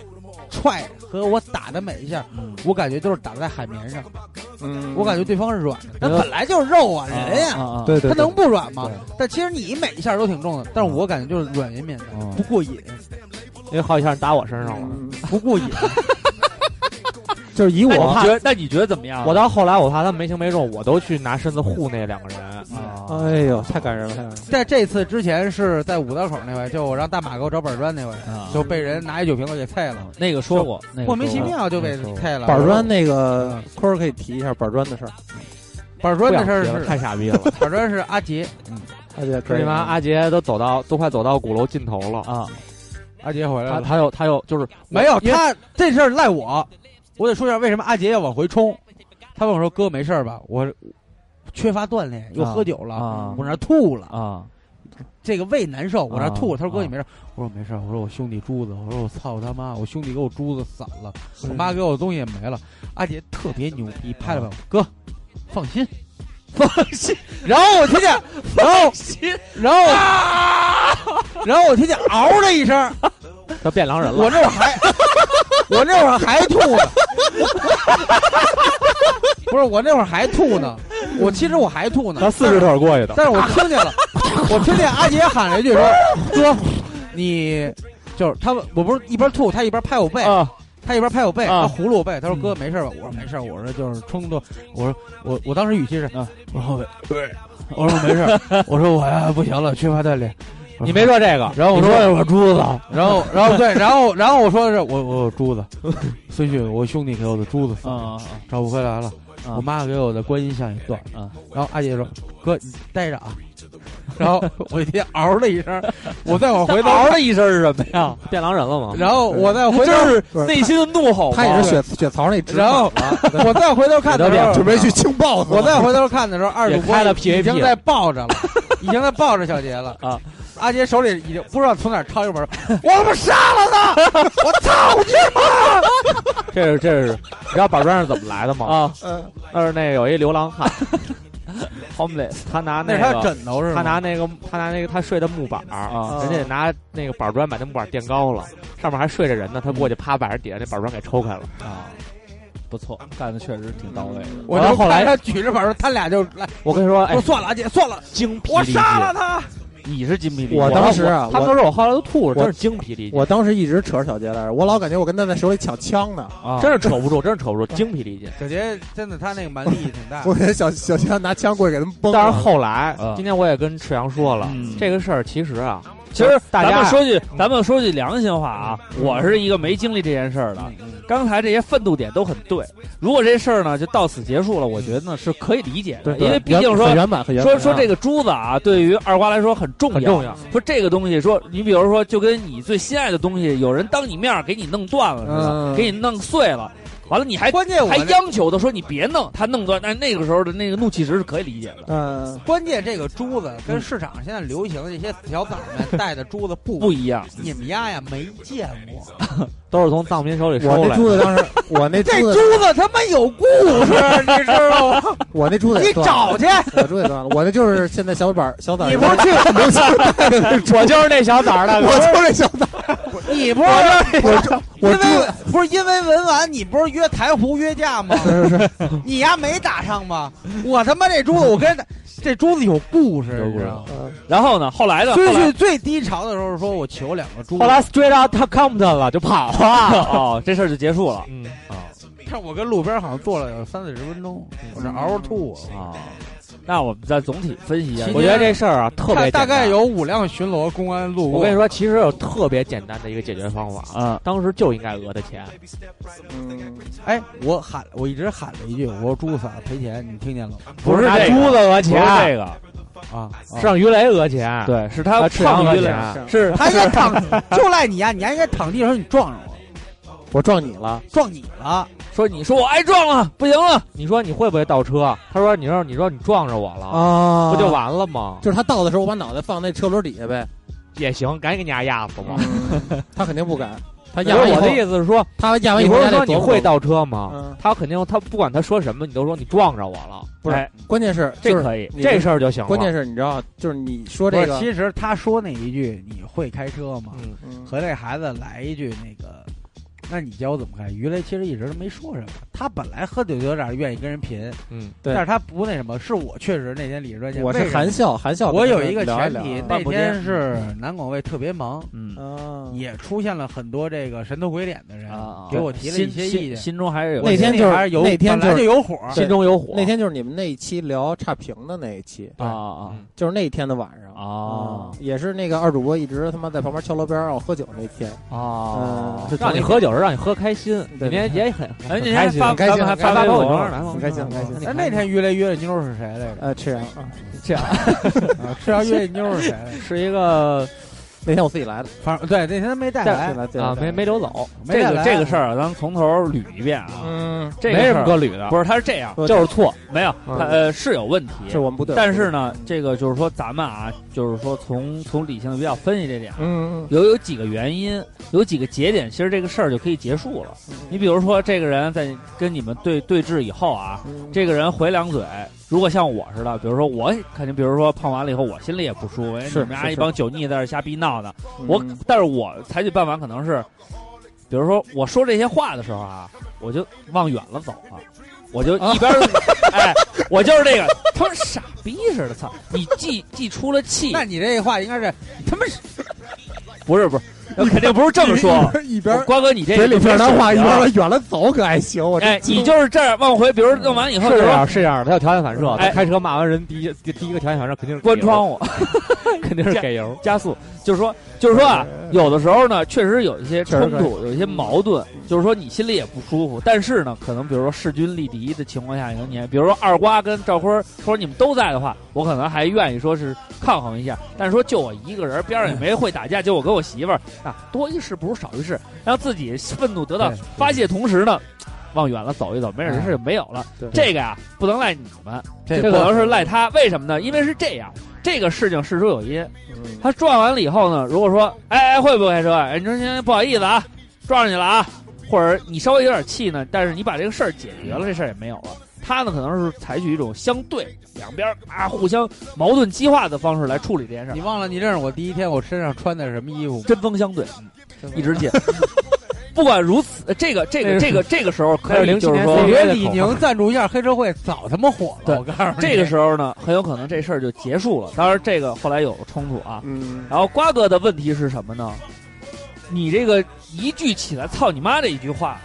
踹和我打的每一下，我感觉都是打在海绵上，嗯我感觉对方是软的，那本来就是肉啊，人呀。啊，对对，他能不软吗对？但其实你每一下都挺重的，但是我感觉就是软绵绵的嗯，不过瘾，因哎为好几下打我身上了。不过瘾。就是以那你我觉得那你觉得怎么样？我到后来我怕他们没情没重，我都去拿身子护那两个人。啊哎呦，太感人了太感人了，在这次之前是在五道口那回，就我让大马给我找板砖那回，啊就被人拿一酒瓶子给菜了。那个说过，那个莫名其说过妙就被那个说过菜了。板砖那个坤儿可以提一下板砖的事儿，板不砖的想事儿提了是太傻逼了！ 板砖是阿杰，而且这他妈阿杰都走到都快走到鼓楼尽头了，啊，阿杰回来他。他又他又就是没有因为他这事儿赖我，我得说一下为什么阿杰要往回冲。他问我说：“哥没事儿吧？”我缺乏锻炼，又啊喝酒了，啊我那儿吐了，啊这个胃难受，我那儿吐了。啊他说：“哥啊你没事儿？”我说：“没事儿。”我说：“我兄弟珠子，我说我操他妈，我兄弟给我珠子散了，我妈给我东西也没了。”阿杰特别牛逼，拍了拍我：“哥，啊放心。” 放心，然后我听见，然后，然后，然后我听见嗷的一声，他变狼人了。我那会儿还，我那会儿还吐呢，不是我那会儿还吐呢，我其实我还吐呢，他四十多少过去的，但是我听见了，我听见阿杰喊了一句说：“哥，你就是他，我不是一边吐，他一边拍我背，啊，他一边拍我背，啊他葫芦我背，他说哥没事吧？我说没事，我说就是冲动，我说我我当时语气是，啊我说我对，我说我没事，我说我呀不行了，缺乏锻炼，你没说这个，然后我你说说我珠子，然 后然后对，然后然后我说的是我我有珠子，孙旭我兄弟给我的珠子嗯嗯找不回来了，啊我妈给我的观音像也断啊了。然后阿姐说：“哥，你待着啊。” 然后我一听嗷的一声，我再往回头，嗷的一声是什么呀？变狼人了吗？然后我再回头，是内心的怒吼吗。他也是血血槽那只，然后我再回头看的时候，准备去清 boss 我再回头看的时候，二主播也开了已 PVP 经在抱 着了，已经在抱着小杰了啊！阿杰手里已经不知道从哪儿掏一本，我他妈杀了他！我操你！这是这是，你知道板砖是怎么来的吗？啊，嗯那是那有一流浪汉，homeless，他拿那是他个枕头是吗？他拿那个他拿那个他睡的木板儿啊人家拿那个板砖把那木板垫高了，上面还睡着人呢，他过去啪把人底下那板砖给抽开了。啊，不错，干的确实挺到位的。我然就后看后来他举着板说，他俩就来我跟你说，哎说，算了，阿姐算了，精疲我力尽。杀了他。你是精疲力尽。我当时啊他我们都说我后来都吐了，我真是精疲力尽，我当时一直扯着小杰来着，我老感觉我跟他在手里抢枪呢。真是扯不住，真是扯不住，精疲力尽。小杰真的，他那个蛮力挺大我给小小杰拿枪过去给他们崩但是了。后来啊，今天我也跟赤阳说了嗯这个事儿，其实啊，其实大咱家们说句，咱们说句良心话啊，我是一个没经历这件事儿嗯的。刚才这些愤怒点都很对，如果这事儿呢就到此结束了，我觉得呢是可以理解的，因为毕竟说很圆满，很圆满。说说这个珠子啊，对于二瓜来说很重要。很重要说这个东西，说你比如说，就跟你最心爱的东西，有人当你面儿给你弄断了似的，嗯给你弄碎了，完了你还哎关键我嗯还这央求的说你别弄，他弄断，那那个时候的那个怒气值是可以理解啊的，嗯，关键这个珠子跟市场上现在流行的这些小崽儿 们戴的珠子不不一样。你们丫呀没见过，都是从藏民手里我收那来珠的。子当时，我那这珠珠子，子他妈有故事，啊你知道 吗？我那珠子你也断找了去，我珠子也断了，我那就是现在小板儿小崽儿。你不是 去，没错，我就是那小崽儿的， 我就是这小崽儿，你不是我因 珠子为不是因为文玩，你不是约台湖约架吗？是是你丫没打上吗？我他妈这珠子，我跟人 这珠子有故事，你知道吗？然后呢，后来呢，后最来最最低潮的时候说，我求两个珠子后，来追到他 Compton 了，就跑 了。哦，这事儿就结束了嗯看我跟路边好像坐了有三四十分钟，我这嗷嗷吐啊。啊。那我们再总体分析一下其，实我觉得这事儿啊特别看简大单概。有五辆巡逻公安路过，我跟你嗯说，其实有特别简单的一个解决方法，啊，当时就应该讹他钱。哎，我喊，我一直喊了一句，我说珠子嫂子赔钱，你听见了吗？不是拿这个珠子讹不是这钱，哦个，啊，是让于雷讹钱。，啊对，是他他赤羊抗讹议了，钱，是 他应该躺，就赖你啊呀、你呀应该躺地上，你撞上我，我撞你了，撞你了，说你说我挨撞了，不行了，你说你会不会倒车？他说你说你说你撞着我了，啊不就完了吗？就是他倒的时候，我把脑袋放那车轮底下呗，也行，赶紧给你压压死吧。嗯他肯定 不敢。他不压是完以后我的，意思是说，他压完以你不后，是他得说你躲会我倒车吗？嗯，他肯定他不管他说什么，你都说你撞着我了。不是哎关键是就这是可以。你这事儿就行了。关键是你知道，就是你说不这是，个，其实他说那一句你会开车吗？嗯嗯和这孩子来一句那个，那你教我怎么开？于雷其实一直都没说什么，他本来喝酒就有点愿意跟人贫，嗯，对但是他不那什么，是我确实那天理直赚钱，我是为什么含笑含笑跟我他有们一个聊前聊提，啊那天是南广卫特别忙，嗯啊也出现了很多这个神头鬼脸的人啊，给我提了一心些意心见。心中还是有我那天心里就是还是有，那天本来就是就有火，心中有火。那天就是你们那一期聊差评的那一期，啊啊就是那天的晚上啊啊嗯也是那个二主播一直他妈在旁边敲锣边儿让我喝酒那天，啊嗯！是让你喝酒是让你喝开心，对你那天也很很哎，那很开天心发咱们还很开心很发发开心发微微博博呢，呢，很开心很开心。哎，那天约来约的妞是谁来 着？呃，赤阳啊，啊，吃完约的妞是谁来着？是一个那天我自己来的，反正对，那天他没哎带自己来来，自己来啊，没没溜走，没这带个来。这个事儿啊，咱们从头捋一遍啊。嗯，这个没事什儿么可捋的，不是，他是这样，我就是错，没有，嗯他呃是有问题，是我们不对，但是呢，这个就是说咱们啊，就是说从从理性的比较分析这点啊，嗯，嗯有有几个原因，有几个节点，其实这个事儿就可以结束嗯了。你比如说，这个人在跟你们对对峙以后啊，嗯这个人回两嘴，如果像我似的，比如说我肯定，比如说碰完了以后，我心里也不舒服，因为是你们家是一是帮酒腻在这瞎逼闹呢。嗯我，但是我采取办法可能是，比如说我说这些话的时候啊，我就往远了走了，我就一边儿， 哎，我就是这个，他妈傻逼似的，操！你既既出了气，那你这话应该是他妈不是不是，肯定不是这么说。 一边我瓜哥，你这嘴里边的的话一边远了走，可还行？我这啊哎，你就是这儿往回，比如弄完以后，啊是比如这说样，是这样，他有条件反射。哎他开车骂完人，第一第第一个条件反射肯定是给油关，窗户，肯定是给油。加速，就是说，就是说啊，有的时候呢，确实有一些冲确实突，有一些矛盾，就是说你心里也不舒服，但是呢，可能比如说势均力敌的情况下，可能你还比如说二瓜跟赵坤儿，说你们都在的话，我可能还愿意说是抗衡一下，但是说就我一个人，边上也没会打架，就我跟我媳妇儿啊，多一事不如少一事，让自己愤怒得到对对发泄，同时呢。往远了走一走，没点事没有嗯了。这个呀、啊不能赖你们，这这可能是赖他。为什么呢？因为是这样，这个事情事出有因。他撞完了以后呢，如果说，哎哎，会不会开车？哎，你说行行不好意思啊，撞上你了啊，或者你稍微有点气呢，但是你把这个事儿解决了，这事儿也没有了。他呢，可能是采取一种相对两边儿啊互相矛盾激化的方式来处理这件事儿你，忘了你认识我第一天我身上穿的是什么衣服吗？针锋相对，一直见。 不管如此，呃这个这个这个这个时候可以就是说我，那觉是得李宁赞助一下黑社会早他妈火对了，我告诉你，这个时候呢，很有可能这事儿就结束了。当然，这个后来有冲突啊。嗯，然后瓜哥的问题是什么呢？你这个一句起来“操你妈”这一句话，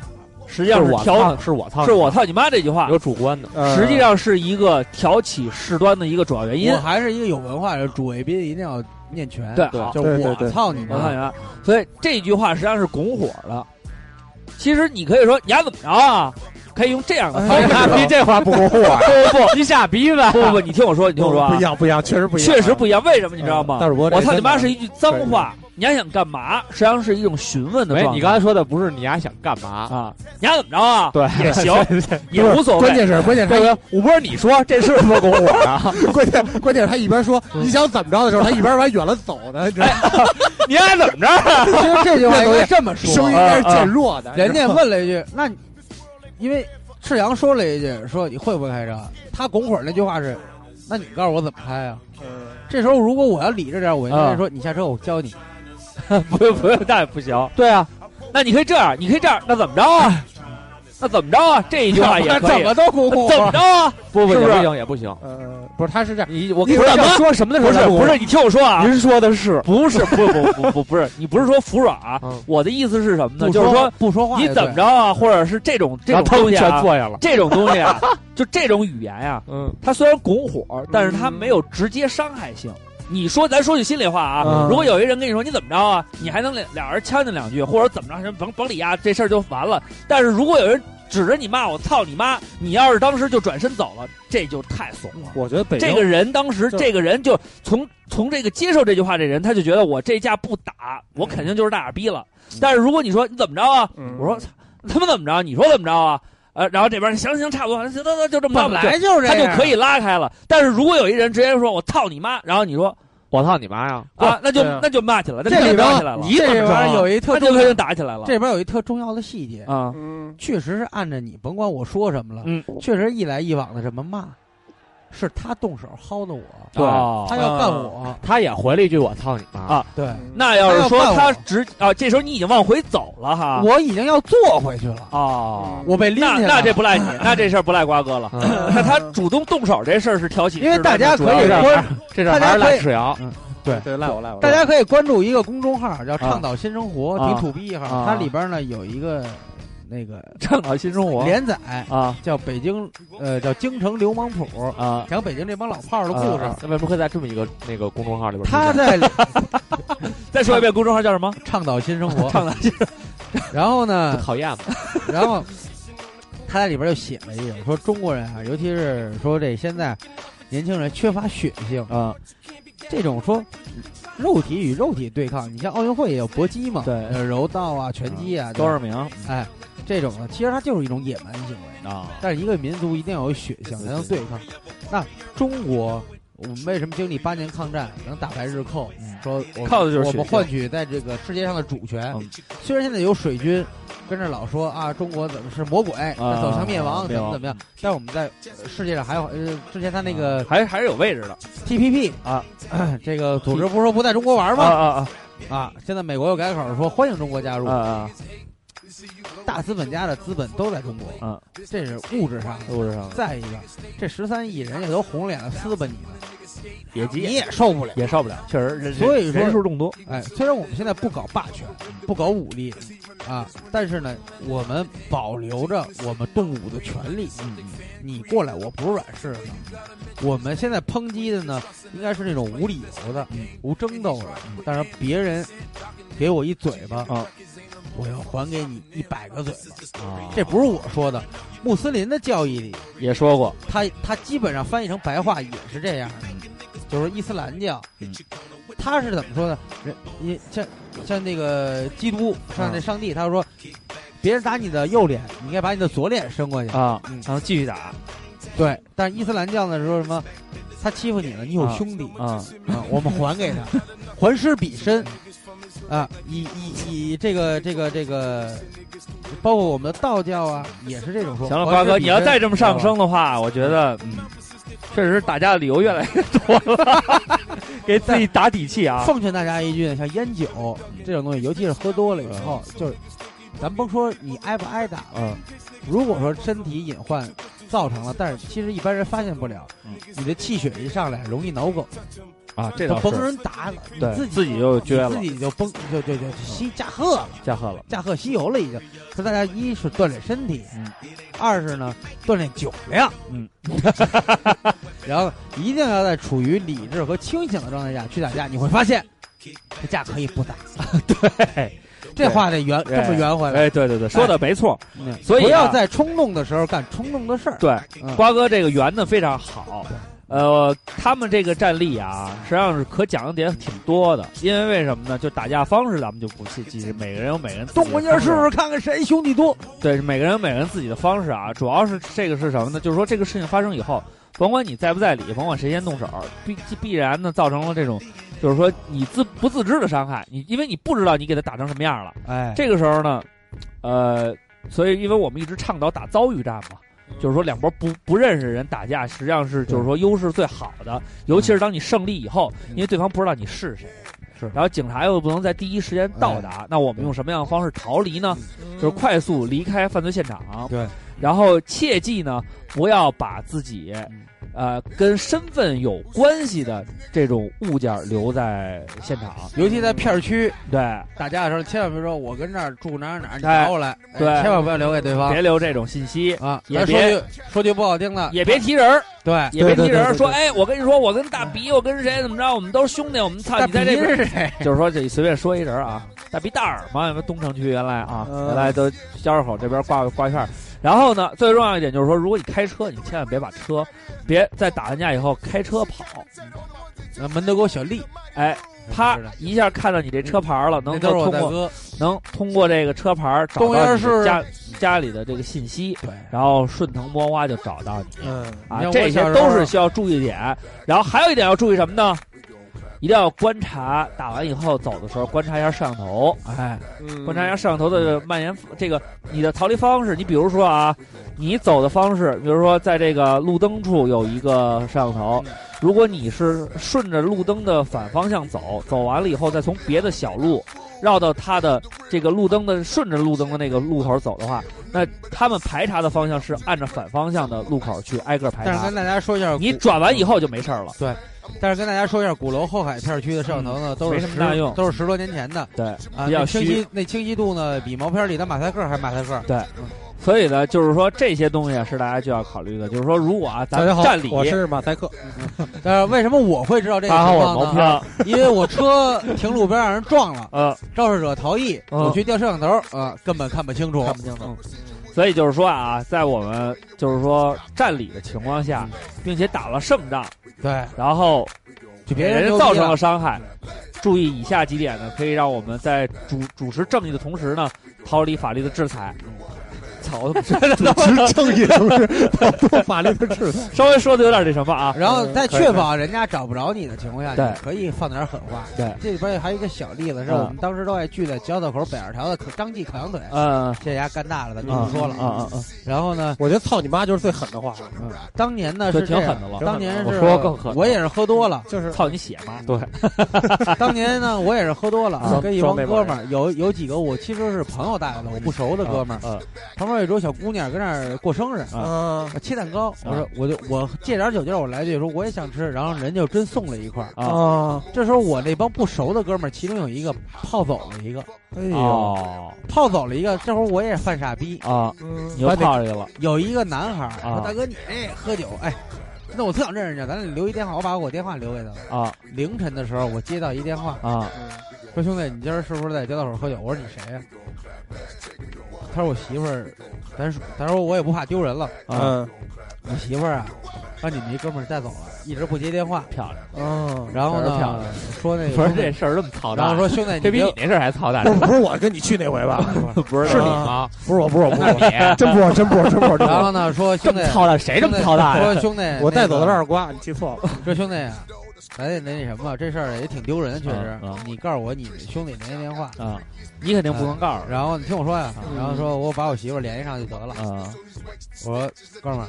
实际上是我挑操，是我操，是我操你妈这句话有，主观的。实际上是一个挑起事端的一个主要原因我。还是一个有文化的主谓宾，一定要念全。对嗯好就是对对我对操你我操妈你！妈！所以这句话实际上是拱火的。其实你可以说你丫怎么着啊？可以用这样的方式哎傻逼，哎这话不过火，啊不 不不，你傻逼吧？不不不，你听我说，你听我说啊嗯哦不一，样，不一样，确实不一样，确实不一样。为什么你知道吗？啊大主播，我操你妈是一句脏话，你还想干嘛？实际上是一种询问的喂，状态。你刚才说的不是你丫想干嘛？啊，你还怎么着啊？对， 也行，也无所关谓。键是关键 这是个我不是你说这是不是拱火 啊？关键关键是他一边说你想怎么着的时候，他一边往远了走呢，你知道吗？你丫怎么 着？其实 这句话应该这么说啊声音，应该是减弱的。人家问了一句，那你因为赤阳说了一句，说你会不会开车？他拱火那句话是，那你告诉我怎么开啊？这时候如果我要理智点，我应啊该说你下车，我教你。不用不用，那也不行。对啊，那你可以这样，你可以这样，那怎么着 啊？那怎么着啊？ 这一句 话也可怎以。嗯么都拱那怎么 火，着啊？不不是不也是不行也不行。呃，不是，他是这样，你我你不是怎么要说什么的时候不是才拱火不是，你听我说啊，您说的是不是不不不不不是，你不是说服软啊嗯？我的意思是什么呢？不就是说不说话你也对，怎么着啊，或者是这种这种东西啊，坐下了。这种东西啊，就这种语言呀，嗯，它虽然拱火，但是它没有直接伤害性。你说，咱说句心里话啊，嗯如果有一人跟你说你怎么着啊，你还能俩俩人呛呛两句，或者怎么着，甭甭理啊，这事儿就完了。但是如果有人指着你骂我操你妈，你要是当时就转身走了，这就太怂了。我觉得北京这个人当时，这个人就从从这个接受这句话这人，他就觉得我这架不打，我肯定就是大耳逼了。嗯但是如果你说你怎么着啊，嗯我说操他们怎么着，你说怎么着啊？呃，然后这边行行差不多，行得得就这么着本吧，来就就是这他就样，啊可以拉开了。但是如果有一人直接说我操你妈，然后你说我操你妈呀！啊，那就对啊那就骂起来，那这就里打起来了，啊边这里边有一特那重就要肯定打起来了这里边有一特重要的细节，啊。嗯，确实是按着你，甭管我说什么了，嗯，确实一来一往的什么骂，是他动手薅的我，对哦他要干我，他也回了一句我操你妈啊对，那要是说他要干他我直啊，这时候你已经往回走了哈。我已经要坐回去了，啊哦，我被拎那起来了那这不赖 你，那这事儿不赖瓜哥了。嗯那他主动动手这事儿是挑起事因端的为主大要原啊因，家可以主关，要这事儿还是大家可赖以赤啊阳，对赖我赖我，大家可以关注一个公众号叫“啊倡导新生活”，啊挺土逼一号，啊它里边呢有一个那个倡导新生活连载啊叫《北京》，呃，叫《京城流氓谱》，啊讲北京这帮老炮儿的的故事。那为什么会在这么一个那个公众号里边出现？他在再说一遍，公众号叫什么？倡导新生活， 倡导新然后呢 不，讨厌吗？然后他在里边又写了一个，说中国人啊，尤其是说这现在年轻人缺乏血性，啊，这种说肉体与肉体对抗，你像奥运会也有搏击嘛，对嗯呃柔道啊、拳击啊，多少名哎，这种呢，其实它就是一种野蛮行为。啊？但是一个民族一定要有血性才能对抗。那中国，我们为什么经历八年抗战能打败日寇？说我们靠的就是我血们性换取在这个世界上的主权嗯。虽然现在有水军，跟着老说啊，中国怎么是魔鬼，啊走向灭亡，灭怎亡嗯么怎么样？但是我们在呃世界上还有，呃，之前他那个还还是有位置的 TPP 啊， 这个组织不是说不在中国啊玩吗？啊啊，现在美国又改口说欢迎中国加入啊，啊！大资本家的资本都在中国，嗯，这是物质上的。物质上再一个，这十三亿人也都红脸了，撕吧你们，野你鸡也受不了。也受不了，确实人所以说人数众多，哎，虽然我们现在不搞霸权，不搞武力，啊，但是呢，我们保留着我们动武的权利。嗯，你过来，我不是软柿子。我们现在抨击的呢，应该是那种无理由的、无争斗的。但是别人给我一嘴巴，啊，我要还给你一百个嘴巴。这不是我说的，穆斯林的教义里，也说过他他基本上翻译成白话也是这样的，就是伊斯兰教，他是怎么说的？人你像像那个基督，像那上帝，他说，别人打你的右脸，你应该把你的左脸伸过去。啊嗯，然后继续打对，但是伊斯兰教呢说什么？他欺负你了，你有啊兄弟啊，啊，我们还给他，还施彼身啊，以以以这个这个这个，包括我们的道教啊，也是这种说。行了，还瓜施哥，彼你要身啊再这么上升的话，我觉得，嗯，确实是打架的理由越来越多了，给自己打底气啊。奉劝大家一句，像烟酒嗯这种东西，尤其是喝多了以后，就是咱甭说你挨不挨打，嗯，如果说身体隐患造成了，但是其实一般人发现不了，嗯你的气血一上来容易脑梗，啊，这就倒甭是人打了，你对自己自己就撅自了，己就崩就就就吸驾鹤了，加贺了，驾鹤西游了已经。说大家一是锻炼身体，嗯二是呢锻炼酒量，嗯， 然后一定要在处于理智和清醒的状态下去打架，你会发现这架可以不打。 对，这话得圆这对么圆回来，哎，对对对，说的没错，嗯所以啊不要在冲动的时候干冲动的事儿。对，嗯瓜哥这个圆的非常好。呃，他们这个战力啊，实际上是可讲的点挺多的，因为为什么呢？就打架方式咱们就不细记，每个人有每个人自己的动过劲儿试方式试看看谁兄弟多。对，每个人有每个人自己的方式啊，主要是这个是什么呢？就是说这个事情发生以后，甭管你在不在理，甭管谁先动手，必必然呢造成了这种，就是说你自不自知的伤害。你因为你不知道你给他打成什么样了，哎，这个时候呢，呃，所以因为我们一直倡导打遭遇战嘛，嗯就是说两拨不不认识人打架，实际上是就是说优势最好嗯的，尤其是当你胜利以后，因为对方不知道你是谁。是哎然后警察又不能在第一时间到达，那我们用什么样的方式逃离呢？就是快速离开犯罪现场。嗯对，然后切记呢，不要把自己，嗯呃，跟身份有关系的这种物件留在现场。尤其在片儿区对，打架的时候，千万别说我跟这儿住哪儿哪儿，你哎找我来，哎对千万不要留给对方别留这种信息。啊。也咱别说句说句不好听的，也别提人儿，对， 也别提人儿，对对对对说哎，我跟你说，我跟大鼻，我跟谁怎么着，我们都是兄弟，我们操，大啊你在这鼻边是谁？就是说这随便说一人啊，大鼻蛋儿嘛，什么东城区原来啊，嗯原来都交市口这边挂挂片儿。然后呢，最重要一点就是说，如果你开车，你千万别把车，别在打完架以后开车跑，呃门头沟小 丽，哎，啪是的一下看到你这车牌儿了，能够那都是我通大过哥。能通过这个车牌儿找公园到你是的家家里的这个信息，对，然后顺藤摸瓜就找到你。嗯，啊你看，我这些小时候都是需要注意点。然后还有一点要注意什么呢？一定要观察打完以后走的时候，观察一下摄像头，哎，观嗯察一下摄像头的蔓延，这个你的逃离方式。你比如说啊，你走的方式，比如说在这个路灯处有一个摄像嗯头，如果你是顺着路灯的反方向走，走完了以后再从别的小路绕到它的这个路灯的顺着路灯的那个路口走的话，那他们排查的方向是按照反方向的路口去挨个排但是查跟。大家说一下，你转完以后就没事儿了。但是跟大家说一下，鼓楼后海片区的摄像头呢，都嗯没是什么十大用都是十多年前的对，啊，比较那清虚晰那清晰度呢，比毛片里的马赛克还马赛克。所以呢，就是说这些东西啊是大家就要考虑的。就是说，如果啊，咱大家们好占理，，我是马赛克， 但是为什么我会知道这个大家好，情我是毛况呢？片，因为我车停路边让人撞了，呃，肇事者逃逸，嗯我去调摄像头啊，根本看不清楚。看不清嗯 楚。所以就是说啊，在我们就是说占理的情况下，嗯并且打了胜仗，对，然后就别给人牛逼造成了伤害，注意以下几点呢，可以让我们在主主持正义的同时呢，逃离法律的制裁。操，真的持正义不是？多法律的制裁。稍微说的有点那什么啊，然后在确保人家找不着你的情况下，对你可以放点狠话。对，这里边还有一个小例子，是嗯我们当时都爱聚在交道口北二条的可张记烤羊腿，嗯这家干大了，咱就啊不说了。啊啊啊，然后呢，我觉得操你妈就是最狠的话，当年呢这是挺这样狠的了。当年我是说更狠我也是喝多了， 就是操你血嘛！对，当年呢，我也是喝多了，嗯装啊，跟一帮装那帮哥们儿，有有几个我其实是朋友带的，我不熟的哥们儿。嗯嗯旁边有一桌小姑娘跟那儿过生日，嗯，我切蛋糕，我说我就我借点酒劲儿，我来句说我也想吃，然后人就真送了一块儿。啊，这时候我那帮不熟的哥们儿，其中有一个泡走了一个，哎呦，哦泡走了一个。这会儿我也犯傻逼，啊，嗯你又泡这个了，有一个男孩儿啊说：“大哥，你哎喝酒哎。”那我特想认识人家，咱俩留一电话，我把我电话留给他了。啊凌晨的时候，我接到一电话，啊说兄弟，你今儿是不是在交道口喝酒？我说你谁呀、啊他说我媳妇儿，咱说，他说我也不怕丢人了，啊！嗯我媳妇儿啊，把你们一哥们儿带走了，一直不接电话，漂亮！嗯，然后真是漂呢亮说那个，不是这事儿这么操然蛋，后说兄弟，这比别你那事儿还操蛋不，是不是我跟你去那回吧？不是啊是你你吗？不是我，不是我，不是我，你啊真不是我，真不是我，真不是我，真不是然我。后呢说这兄弟么，操蛋，谁哎这么操蛋啊呀？说兄弟， 我带走的是那二瓜，你记错了。个说兄弟啊，咱也那那什么，这事儿也挺丢人，确实嗯嗯。你告诉我你兄弟联系电话，啊，你肯定不嗯能告诉然后你听我说呀，然后说我把我媳妇儿联系上就得了。啊我说哥们儿，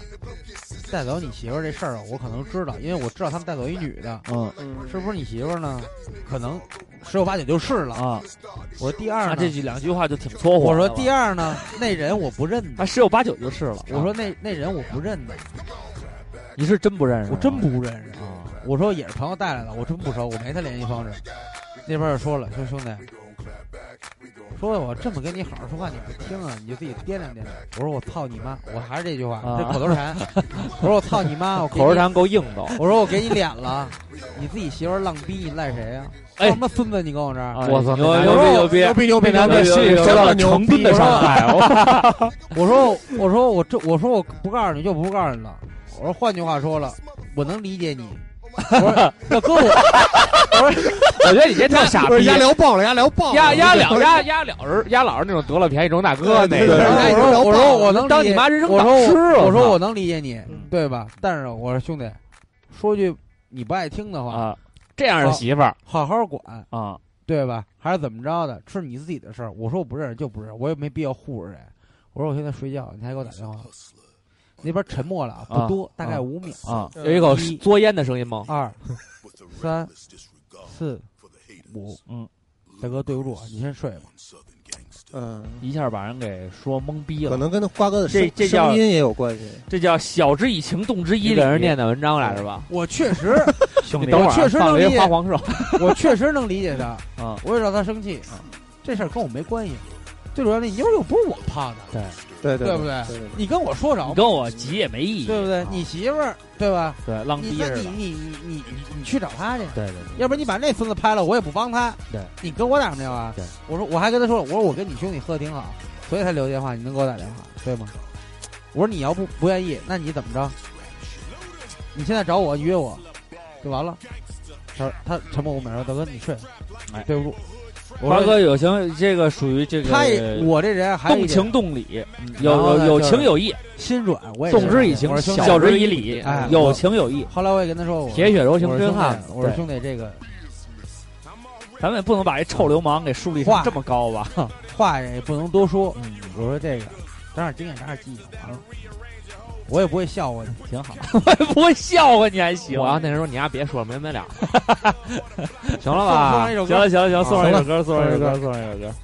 带走你媳妇儿这事儿啊，我可能知道，因为我知道他们带走一女的，嗯是不是你媳妇儿呢？可能十有八九就是了。啊，我说第二那呢，这句两句话就挺搓火。啊嗯我说第二呢，那人我不认得。他十有八九就是了。啊我说那那人我不认得，你是真不认识，啊我真不认识。我说也是朋友带来的，我真不熟，我没他联系方式。那边儿就说了，说兄弟，说我这么跟你好好说话你不听啊，你就自己掂量掂量。我说我操你妈，我还是这句话，啊这口头禅。我说我操你妈，我给你口头禅够硬的。我说我给你脸了，你自己媳妇儿浪逼，你赖谁呀、哎放他妈孙子，你跟我这儿。我操，啊牛牛逼牛牛逼！逼牛逼牛逼！心里受到了成吨的伤害。啊我说我说我这我说我不告诉你就不告诉你了。我说换句话说了，我能理解你。我说要搁我，我觉得你这特傻不是逼，压聊爆了，压聊爆了，压压了压压了人压老人那种得了便宜装大哥那对对个。对哎我说我说我能当理你解妈人生我导说师啊，我操说嗯我能理解你，对吧？但是我说兄弟，说句你不爱听的话，啊，这样的媳妇儿好好管，啊，对吧？还是怎么着的，是你自己的事儿。我说我不认识就不认识，我也没必要护着谁。我说我现在睡觉，你还给我打电话。那边沉默了啊，啊不多，大概啊五秒。啊，有一口嘬烟的声音吗？ 二、三、四、五，嗯，大哥，对不住，啊你先睡吧。嗯，一下把人给说懵逼可了，能跟瓜哥的这声这叫声音也有关系。这叫晓之以情，动之以你理给。人念的文章来是吧？我确实，兄弟，等会儿确实放了能一理个解花黄手，我确实能理解他，啊，我也让他生气，这事儿跟我没关系。最主要那妞儿又不是我泡的，对对不对对对你跟我说着你，跟我急也没意义，对不对？你媳妇儿对吧？对，浪你逼那似你的，你你你你去找他去，对对对，要不然你把那孙子拍了，我也不帮他。对，你跟我打什么电话对？我说我还跟他说了，我说我跟你兄弟喝的挺好，所以才留电话，你能给我打电话对吗？我说你要不不愿意，那你怎么着？你现在找我约我，就完了。他他沉默五秒，说大哥你睡吧，哎对不住。华我说哥有情，这个属于这个他也我这人还有动一点情动理，有然后有呢有就是情有义，心软，我也动之以是情我，说兄弟晓之以理哎，有情有义，后来我也跟他说，我铁血柔情我说真兄弟汉。我说对兄弟，这个咱们也不能把这臭流氓给树立成话这么高吧？ 话也不能多说。嗯我说这个，长点经验，长点记忆，完了，我也不会笑话你，挺好。我也不会笑话你还行。我要那时候你丫别说了，没完没了。行了送吧上一首？歌行了行了行了，送上一首歌，送上一首歌。送上一首歌。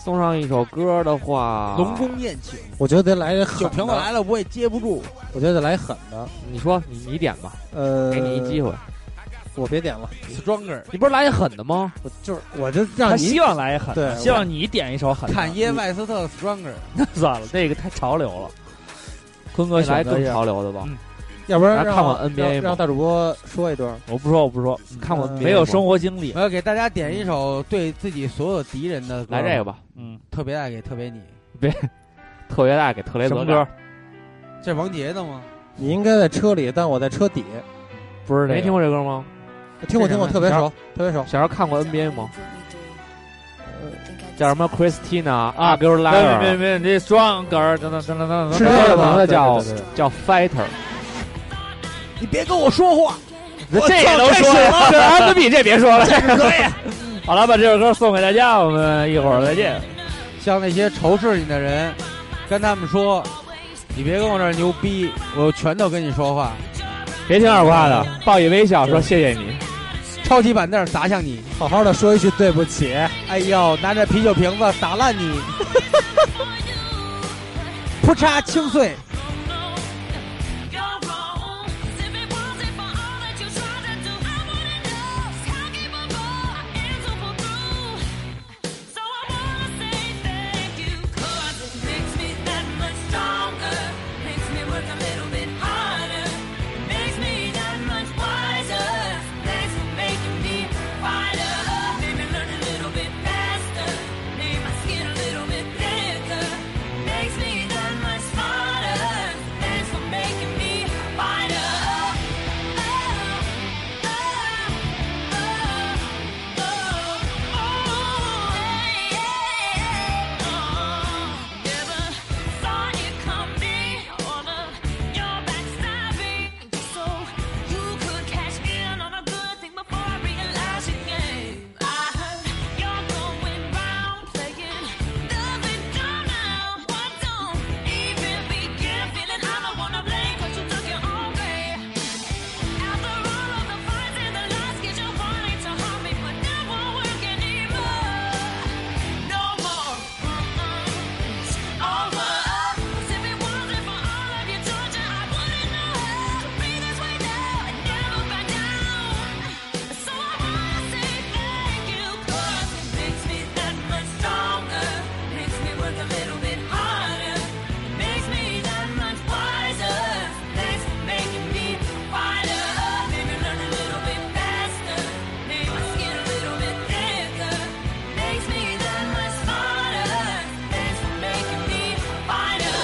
送上一首歌的话，龙宫宴请，我觉得得来一狠酒啊的瓶子，来了我也接不住。我觉得得来一狠的。你说你你点吧，呃，给你一机，会。我别点了， Stronger，你不是来一狠的吗？我就是我就让他你希望来一狠的，对希望你点一首狠的。坎耶麦斯特 Stronger，嗯那 算了，那个太潮流了。坤哥来选择更一下潮流的吧。要不然来让看我让 NBA 吧让大主播说一段。嗯我不说，我不说，看我嗯没有生活经历我。要给大家点一首对自己所有敌人的歌，来这个，吧，嗯，特别爱给特别你，特别大给特雷什泽么歌？这是王杰的吗？你应该在车里，但我在车底。不是啊这个没听过这歌吗？听过听过，这什么特别熟，特别熟。小时候看过 NBA 吗？叫什么 Christina 啊 g i r l 没没 e 没，这 stronger 等等等等等等，是这个名字叫对对对叫 Fighter，你别跟我说话，这也能说呀？这 R&B 这别说了，这可以。好了，把这首歌送给大家，我们一会儿再见。像那些仇视你的人，跟他们说，你别跟我这儿牛逼，我拳头跟你说话，别听二瓜的，报以微笑说谢谢你。抄起板凳砸向你，好好的说一句对不起。哎呦，拿着啤酒瓶子打烂 你，扑嚓清碎。 Makes me that much smarter. Thanks for making me Oh, fighter. oh, You took your own way. After all of the fights and the lies, get your body to harm me, but that won't work anymore. No more. Over. If it wasn't for all of your torture, I wouldn't know how to be this way now and never back down. So I wanna say thank you, 'cause it makes me that much stronger, makes me work a little bit harder, it makes me that much wiser. Thanks for making me wider. Made me learn a little bit faster, made my skin a little bit thicker. Makes me that much smarter. Thanks for making me wider.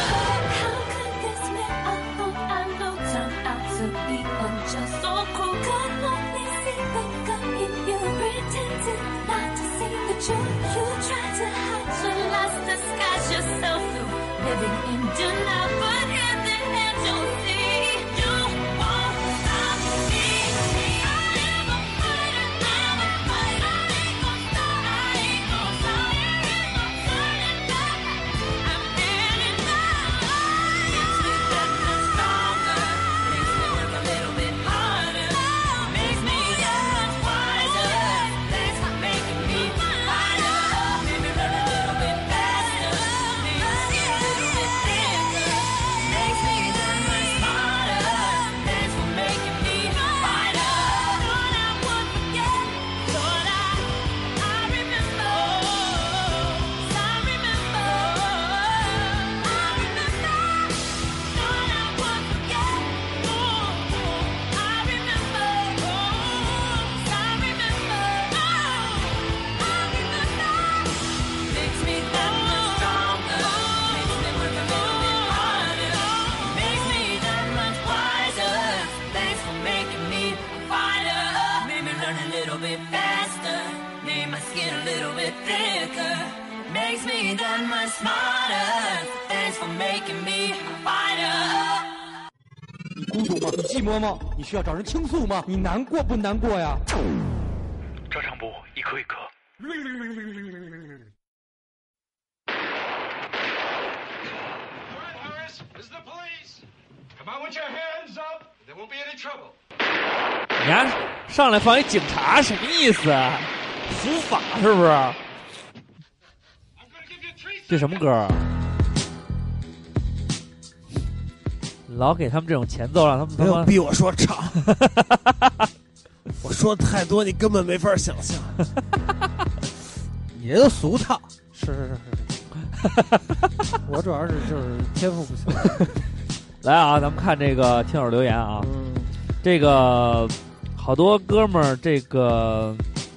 How could this man I thought I know turn out to be unjust? So cruel, God only see the good in you. Pretending not to see the truth. You try to hide your lies, disguise yourself through living in denial, but in the end you'll see you won't stop me. I am a fighter, I'm a fighter. I ain't gon' stop, I ain't gon' stop. There is no turning back. I'm standing up. Makes me that much stronger. Makes me work a little bit harder. Makes me that much wiser. Thanks for making me wiser. Made me learn a little bit faster. Made my skin a little bit thicker. Makes me that much smarter. Thanks for making me wiser. Thought I would forget. Thought I, I remember. I remember. oh, I remember. Thought I would forget. Oh, I remember. Oh, I remember. Oh, I remember. Makes me that much stronger. Makes me work a little bit harder. Makes me that much wiser. Thanks for making me a fighter. Made me learn a little bit faster. Made my skin a little bit thicker. Makes me that much smarter. Thanks for making me a fighter. 你孤独吗？你寂寞吗？你需要找人倾诉吗？你难过不难过呀？照常不误，一颗一颗。你看，上来放一警察，什么意思啊？伏法是不是？这什么歌啊？老给他们这种前奏，让他们他没有妈逼我说长，我说的太多，你根本没法想象。你这都俗套，是是是是是，我主要是就是天赋不行。来啊！咱们看这个听友留言啊，嗯，这个好多哥们儿，这个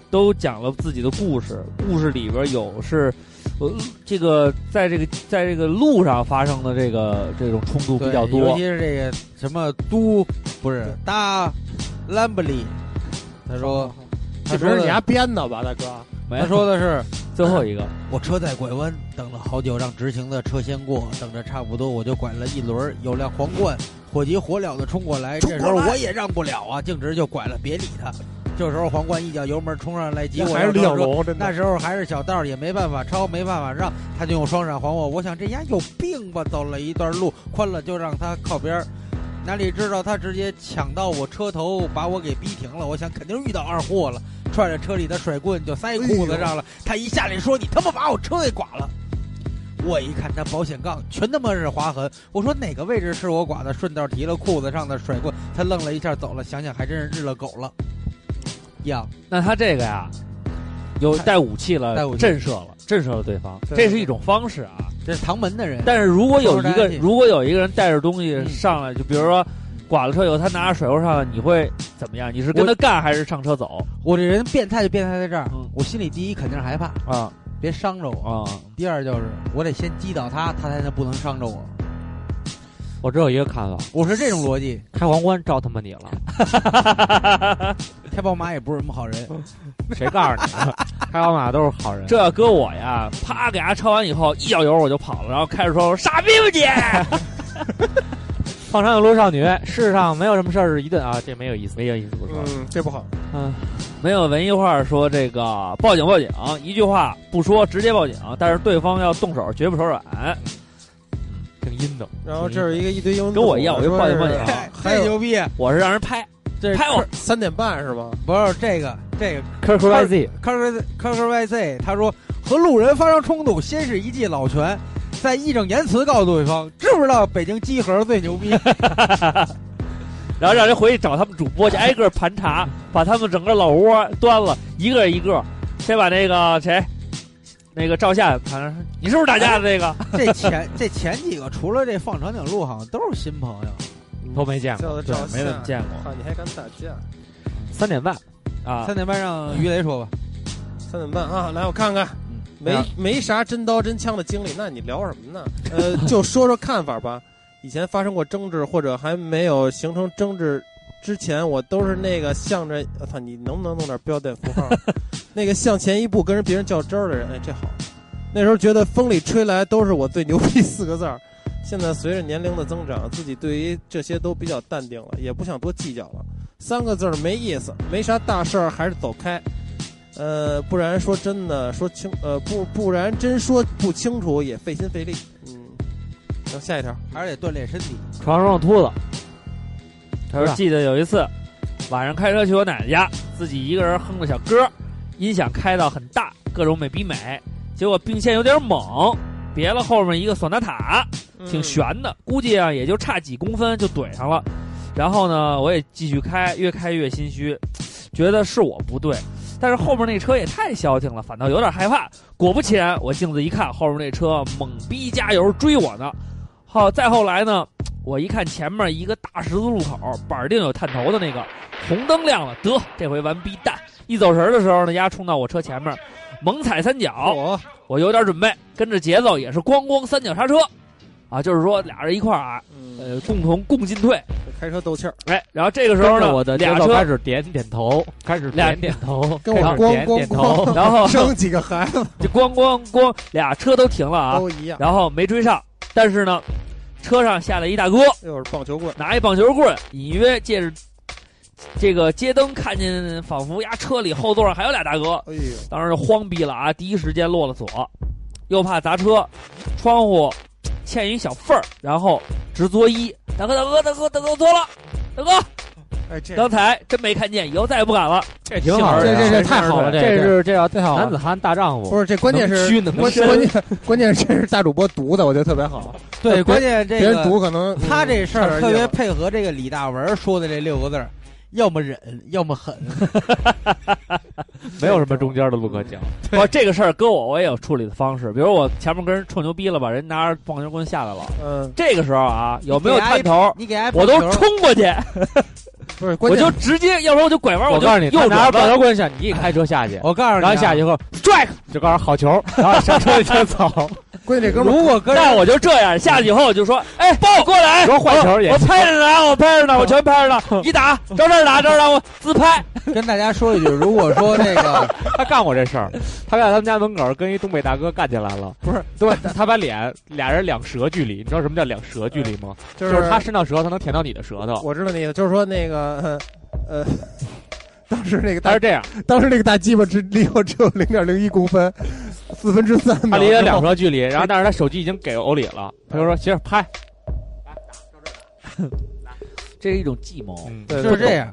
都讲了自己的故事，故事里边有是，呃，这个在这个在这个路上发生的这个这种冲突比较 对尤多其，是这个什么都不是大兰布里，他说，这他不说是你的丫编的吧，大哥？没他说的是最后一个， 我车在拐弯，等了好久，让直行的车先过，等着差不多我就拐了一轮儿，有辆皇冠火急火燎的冲过来，这时候我也让不了啊，径直就拐了，别理他。这时候皇冠一脚油门冲上来，急我还是李小龙真的那时候还是小道儿也没办法超，没办法让，他就用双闪还我。我想这丫有病吧？走了一段路，宽了就让他靠边儿，哪里知道他直接抢到我车头，把我给逼停了。我想肯定遇到二货了，踹着车里的甩棍就塞裤子上了。他一下来说：“你他妈把我车给剐了！”我一看他保险杠全他妈是划痕，我说哪个位置是我剐的？顺道提了裤子上的甩棍，他愣了一下走了，想想还真是日了狗了。呀，那他这个呀，有带武器了，带武器震慑了，震慑了对方，对这是一种方式啊。这是唐门的人，但是如果有一偷个着带嗯如果有一个人带着东西上来，就比如说剐了车以后，他拿着水壶上来，你会怎么样？你是跟他干还是上车走我这人变态就变态在这儿，嗯我心里第一肯定是害怕，啊？别伤着我；啊，第二就是我得先击倒他，他才能不能伤着我。我只有一个看法，我是这种逻辑，开皇冠招他妈你了，开宝马也不是什么好人。嗯谁告诉你的？ 开宝马都是好人。这要搁我呀，啪给他超完以后，一脚油我就跑了，然后开着车说傻逼吧你！ 放长有路少女，世上没有什么事儿是一顿啊，这没有意思，没有意思，不说。嗯，这不 好。嗯，没有文艺话说这个报警报警，一句话不说直接报警，但是对方要动手绝不手软，挺嗯阴的。然后这是一个一堆英文字跟母，我一样，我就报警报警，还有牛逼，我是让人拍这拍我三点半是吗？不是这个这个 c u r c r y Z，科科科科 YZ，他说和路人发生冲突，先是一记老拳，再义正言辞告诉对方，知不知道北京鸡盒最 牛逼？然后让人回去找他们主播去挨个盘查，把他们整个老窝端了一个一个，先把那个谁，那个赵夏盘上，你是不是打架的那个？这前这前几个除了这放长颈鹿，好像都是新朋友。都没见过。叫对赵没怎夏啊么见过操，你还敢打架？三点半啊，三点半让于雷说吧，三点半啊，来我看看，没没啥真刀真枪的经历，那你聊什么呢？呃，就说说看法吧。以前发生过争执或者还没有形成争执之前，我都是那个向着，我操，你能不能弄点标点符号？那个向前一步跟人别人较真儿的人，哎，这好。那时候觉得风里吹来都是我最牛逼四个字儿。现在随着年龄的增长，自己对于这些都比较淡定了，也不想多计较了。三个字儿没意思，没啥大事儿，还是走开。呃，不然说真的说清，呃，不不然真说不清楚也费心费力。嗯，然后下一条，还是得锻炼身体。床上秃子，他说是吧记得有一次晚上开车去我奶奶家，自己一个人哼着小歌，音响开到很大，各种美比美，结果并线有点猛，别了后面一个索纳塔，嗯嗯挺悬的，估计啊也就差几公分就怼上了。然后呢，我也继续开，越开越心虚，觉得是我不对。但是后面那车也太消停了，反倒有点害怕。果不其然，我镜子一看，后面那车猛逼加油追我呢。好，再后来呢，我一看前面一个大十字路口，板儿定有探头的那个红灯亮了，得这回完逼蛋！一走神儿的时候呢，丫冲到我车前面，猛踩三脚，我我有点准备，跟着节奏也是咣咣三脚刹车，啊，就是说俩人一块儿啊，嗯，呃，共同共进退。开车斗气儿，哎，然后这个时候跟呢，着我的节俩奏开车，始点点头，开始俩点点头，跟我开始咣点咣点咣头。 然后生几个孩子 就咣咣咣，俩车都停了啊，都一样，然后没追上，但是呢，车上下来一大哥，又是棒球棍，拿一棒球棍，隐约借着这个街灯看见，仿佛呀车里后座上还有俩大哥，哎呦，当时就慌逼了啊！第一时间落了锁，又怕砸车，窗户嵌一小缝儿，然后直作揖：“大哥，大哥，大哥，大哥，我错了，大哥，哎这刚才真没看见，以后再也不敢了。这挺好的，这这这太好了，这是这叫啊太好了男子汉大丈夫。不是这关键能是屈能关伸关键关键是这是大主播读的，我觉得特别好，对，关键这别人个读可能他这事儿特别嗯配合这个李大文说的这六个字儿，要么忍，要么狠。没有什么中间的路可 讲。不，哦这个事儿搁我我也有处理的方式，比如我前面跟人臭牛逼了吧，人拿着棒球棍下来了，嗯，这个时候啊，有没有探头？你给他我都冲过去，不是关我键就直接，要不然我就拐弯，我告诉你，就他右拿着转棒了。球棍下，你一开车下去，我告诉你、然啊后下去以，后 strike 就告诉好球，然后上车就 走。关键这哥们如果跟那我就这样下去以后，我就说，哎，抱过来，说换球也 我我拍着呢，我拍着呢，我全拍着呢，你打，照这儿打，照这儿打，我自拍，跟大家说一句，如果说那个他干过这事儿，他在他们家门口跟一东北大哥干起来了。不是，对，他把脸俩人两舌距离，你知道什么叫两舌距离吗？嗯就是是他伸到舌头，他能舔到你的舌头。我知道那个，就是说那个呃，当时那个他大是这样，当时那个大鸡巴只离我只有零点零一公分，四分之三他嗯秒，离了两舌距离，然后但是他手机已经给欧里了，他就说行拍，这是一种计谋。嗯对就是这样，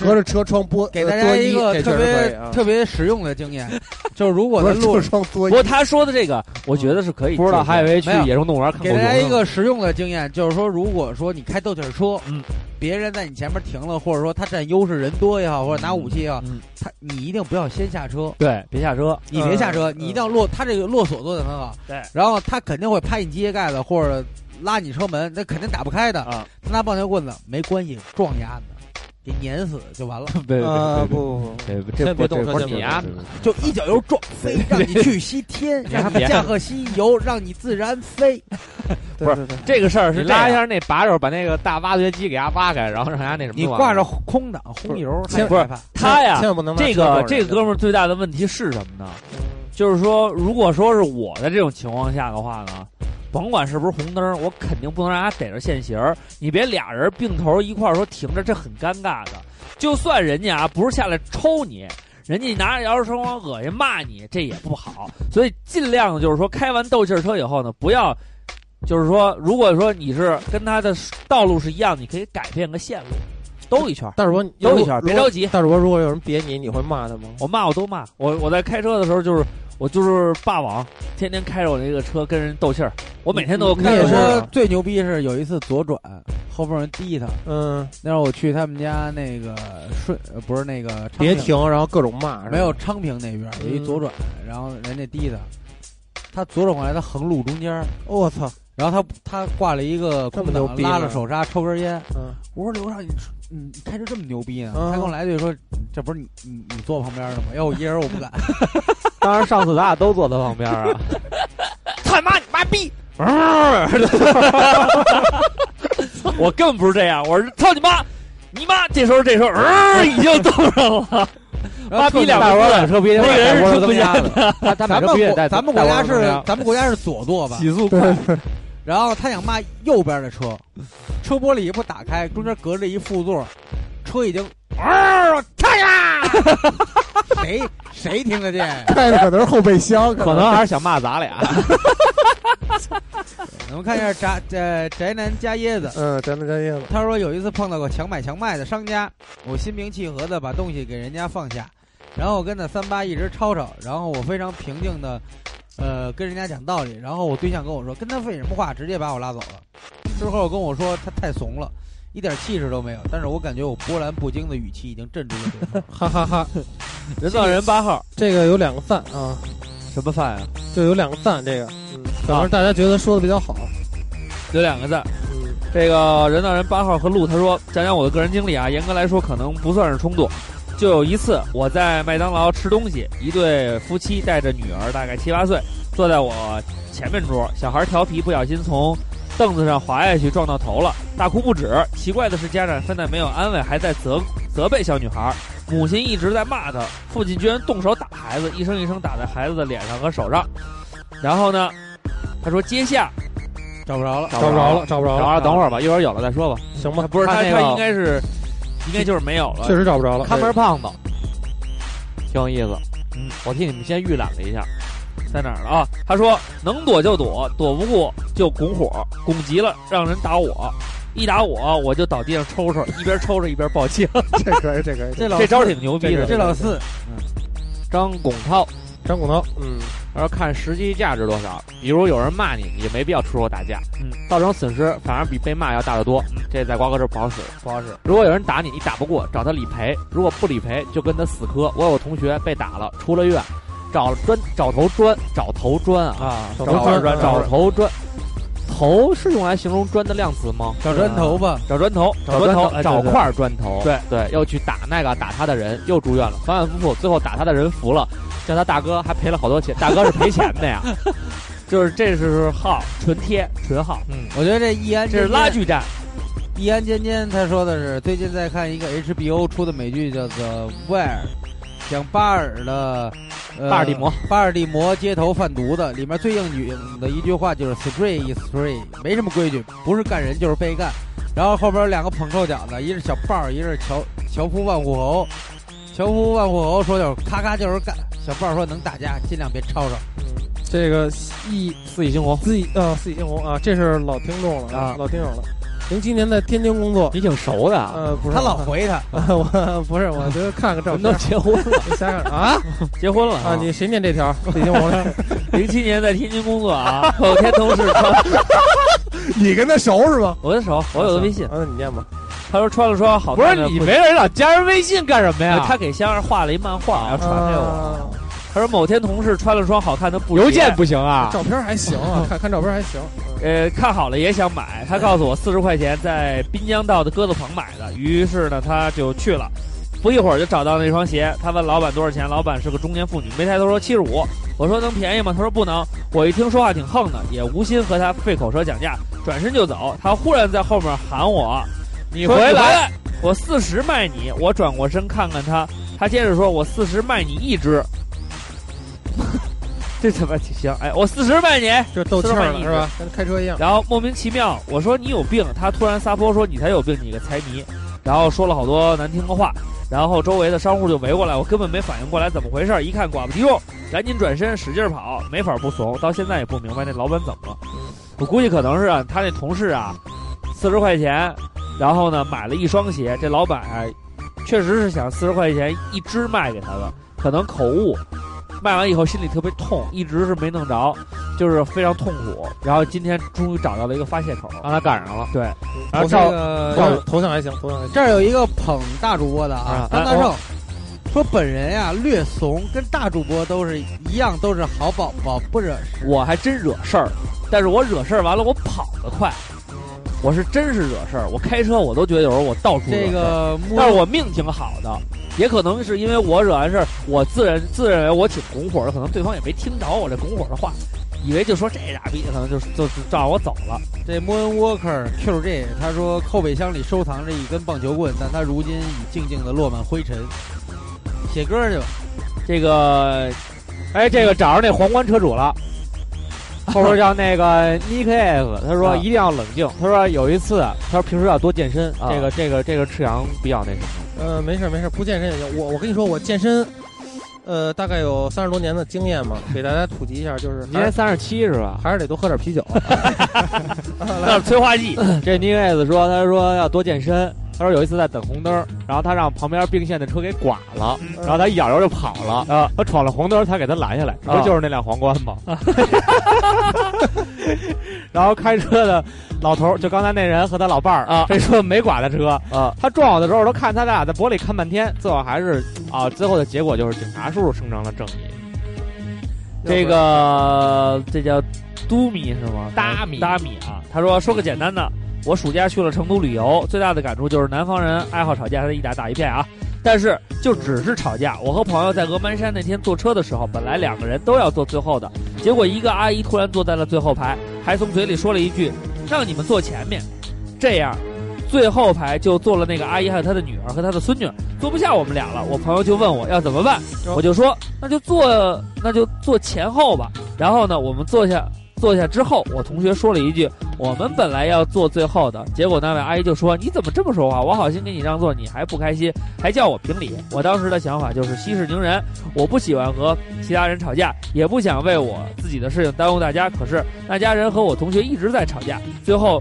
隔着车窗播给呃大家一个特别啊别特别实用的经验，就是如果隔在着路车上窗作不揖过，他说的这个，我觉得是可以接受。嗯不知道还以为去没有野生动物园看给狗大家一熊呢。个实用的经验，就是说，如果说你开斗气儿车，嗯，别人在你前面停了，或者说他占优势人多也好，或者拿武器也好，嗯他你一定不要先下车，对，别下 车。你别下车，嗯你一定要落，他这个落锁做的很好，对然后他肯定会拍你机械盖子或者拉你车门，那肯定打不开的，啊，他拿棒球棍子没关系，撞压你，给碾死就完了，对啊对对不不呃对对，先这别不动这车不是先别你啊动！就一脚油撞飞，让你去西天，你还让你别驾鹤西游，让你自然飞。不，不是对对对这个事儿是你这样拉拉一一下那把手，把那个大挖掘机给它挖开，然后让它那什么。你挂着空挡轰油，先不是他呀哎千，万不能拿车这撞个人这个哥们儿最大的问题是什么呢？嗯就是说，如果说是我的这种情况下的话呢，甭管是不是红灯儿，我肯定不能让他逮着现行儿。你别俩人并头一块儿说停着，这很尴尬的。就算人家啊不是下来抽你，人家拿着摇着车窗恶心骂你，这也不好。所以尽量的就是说，开完斗气儿车以后呢，不要。就是说，如果说你是跟他的道路是一样，你可以改变个线路，兜一圈儿，大主播兜一圈儿，别着急。大主播，如果有人别你，你会骂他吗？嗯我骂我都骂我，我在开车的时候就是我就是霸王，天天开着我那个车跟人斗气儿，我每天都有你开也着我是啊车说最牛逼是有一次左转，后边人滴他。嗯，那时候我去他们家那个顺，呃不是那个昌别平，停，嗯然后各种骂，是吧没有昌平那边有一左转，然后人家滴他，他左转过来，他横路中间儿，哦我操，然后他他挂了一个这么空牛挡，逼啊拉呢着手刹，抽根烟。 嗯，我说刘畅，你吃你你开车这么牛逼呢？嗯他跟我来一句说，这不是你你你坐我旁边的吗？要我一人我不敢。当然上次咱俩都坐他旁边啊，他妈你妈逼！我根本不是这样，我是操你妈，你妈！这时候这时候，呃、已经冻上了，妈逼两大个窝字缆车必须得那个人带是窝出轮增家加的，他他买咱车们必须得国带咱们国家是带窝轮增加咱们国家是左舵吧？起速快，然后他想骂右边的车，车玻璃不打开，中间隔着一副座，车已经嗷，开呀！ 谁谁听得见？开的可能是后备箱，可能还是想骂咱俩。我们看一下宅呃宅男加椰子， 嗯，真的真叶子，他说有一次碰到个强买强卖的商家，我心平气和的把东西给人家放下，然后我跟那三八一直吵吵，然后我非常平静的，呃，跟人家讲道理，然后我对象跟我说跟他废什么话，直接把我拉走了。之后跟我说他太怂了，一点气势都没有，但是我感觉我波澜不惊的语气已经镇住了对方。哈哈哈。 人造人八号这个有两个赞啊，什么饭啊？就有两个赞，这个，可能是大家觉得说的比较好，有两个字，这个人造人八号和鹿他说讲讲我的个人经历啊，严格来说可能不算是冲突。就有一次我在麦当劳吃东西，一对夫妻带着女儿，大概七八岁，坐在我前面桌，小孩调皮，不小心从凳子上滑下去，撞到头了，大哭不止。奇怪的是，家长非但没有安慰，还在责责备小女孩，母亲一直在骂她，父亲居然动手打孩子，一声一声打在孩子的脸上和手上。然后呢，他说接下找不着了，找不着了，，找不着找不了，啊着了，啊等会儿吧，一会儿有了再说吧。行吧，哦不是他，他那他个应该是，应该就是没有了。确实找不着了，看门胖子，挺有意思。嗯，我替你们先预览了一下。在哪儿了啊？他说能躲就躲，躲不过就拱火，拱急了让人打我，一打我我就倒地上抽 抽，一边抽抽一边报警。这可以，这可以，这老 这招儿挺牛逼这的。老四嗯张拱涛，张骨头，嗯，他说看实际价值多少。比如有人骂你，也没必要出手打架，嗯，造成损失反而比被骂要大得多。这在瓜哥这儿不好使，不好使。如果有人打你，你打不过，找他理赔；如果不理赔，就跟他死磕。我有同学被打了，出了院，找砖找头砖，找头砖啊，啊，找找砖，找头砖。头是用来形容砖的量词吗？找砖头吧，找砖头，找砖砖头头，，找对。块砖头，对对，又去打那个打他的人，又住院了，反反复复，最后打他的人服了，叫他大哥还赔了好多钱，大哥是赔钱 的呀，对就是这是号纯贴纯号，嗯我觉得这易安这是拉锯战。易安尖尖他说的是，最近在看一个 HBO 出的美剧，叫做《Where》，讲巴尔的、呃、巴尔的摩，巴尔的摩街头贩毒的，里面最应景的一句话就是 “Straight is free”，没什么规矩，不是干人就是被干。然后后边有两个捧臭脚的，一是小豹，一是樵樵夫万户侯。樵夫万户侯说就是咔咔就是干，小豹说能打架尽量别吵吵。这个一四喜猩红，自己啊，四喜猩红啊，这是老听众了啊，老听友了。零七年在天津工作，你挺熟的啊，呃，不是他老回他，我不是，我就看看照嗯我们片 都。结婚了瞎看啊结婚了啊！你谁念这条？四喜猩红了，零七年在天津工作啊，我天同事穿， 你跟他熟是吗？我的手，我有的微信，啊，那你念吧。他说穿了双好不是看的你啊没人老加人微信干什么呀？他给香儿画了一漫画，然后传给我。啊他说某天同事穿了双好看的布鞋邮件不行啊，照片还行啊，看看照片还行。呃，看好了也想买。他告诉我四十块钱在滨江道的鸽子棚买的，于是呢他就去了。不一会儿就找到那双鞋，他问老板多少钱，老板是个中年妇女，没抬头说七十五。我说能便宜吗？他说不能。我一听说话挺横的，也无心和他费口舌讲价，转身就走。他忽然在后面喊我：“你说回你回来！我四十卖你！”我转过身看看他，他接着说：“我四十卖你一只。” 这他妈挺香！哎，我四十卖你。这斗气儿四十了万是吧？跟开车一样。然后莫名其妙，我说你有病，他突然撒泼说你才有病，你个财迷，然后说了好多难听的话，然后周围的商户就围过来，我根本没反应过来怎么回事儿，一看寡不敌众，赶紧转身使劲跑，没法不怂，到现在也不明白那老板怎么了，我估计可能是啊，他那同事啊，四十块钱，然后呢买了一双鞋，这老板、啊确实是想四十块钱一只卖给他的，可能口误。卖完以后心里特别痛，一直是没弄着，就是非常痛苦。然后今天终于找到了一个发泄口，让他赶上了。对，头然后照像照头像还行，头像还行。这儿有一个捧大主播的啊啊，张大哎圣说本人呀、略怂，跟大主播都是一样，都是好宝宝，不惹事。我还真惹事儿，但是我惹事儿完了我跑得快，我是真是惹事儿。我开车我都觉得有时候我到处惹事儿这个木哎但是我命挺好的，也可能是因为我惹完事儿，我自认自认为我挺拱火的，可能对方也没听着我这拱火的话，以为就说这傻逼，可能就就就让我走了。这 Moon Walker QJ 他说后备箱里收藏着一根棒球棍，但他如今已静静的落满灰尘。写歌去吧，这个哎，这个找着那皇冠车主了，后边叫那个 Nick S，他说啊一定要冷静。他说有一次，他说平时要多健身，啊这个这个这个赤阳比较那什么。呃，没事儿没事儿，不健身也行。我我跟你说，我健身，呃，大概有三十多年的经验嘛，给大家普及一下，就是今还年是三十七是吧？还是得多喝点啤酒。那是催化剂，这 Nick S 说，他说要多健身。他说有一次在等红灯儿，然后他让旁边并线的车给剐了，然后他一咬油就跑了。啊，他闯了红灯儿才给他拦下来，啊不就是那辆皇冠吗？ 然后开车的老头儿就刚才那人和他老伴儿啊这车没剐他车啊，他撞我的时候我都看他俩在玻璃看半天，最后还是啊，最后的结果就是警察叔叔伸张了正义。这个这叫都米是吗？大米大米啊！他说说个简单的，我暑假去了成都旅游，最大的感触就是南方人爱好吵架，他一打打一片啊。但是就只是吵架。我和朋友在峨眉山那天坐车的时候，本来两个人都要坐最后的，结果一个阿姨突然坐在了最后排，还从嘴里说了一句：“让你们坐前面。”这样，最后排就坐了那个阿姨还有她的女儿和她的孙女，坐不下我们俩了。我朋友就问我要怎么办，我就说那就坐那就坐前后吧。然后呢，我们坐下坐下之后，我同学说了一句：“我们本来要坐最后的。”结果那位阿姨就说：“你怎么这么说话？我好心给你让座，你还不开心，还叫我评理。”我当时的想法就是息事宁人，我不喜欢和其他人吵架，也不想为我自己的事情耽误大家。可是那家人和我同学一直在吵架，最后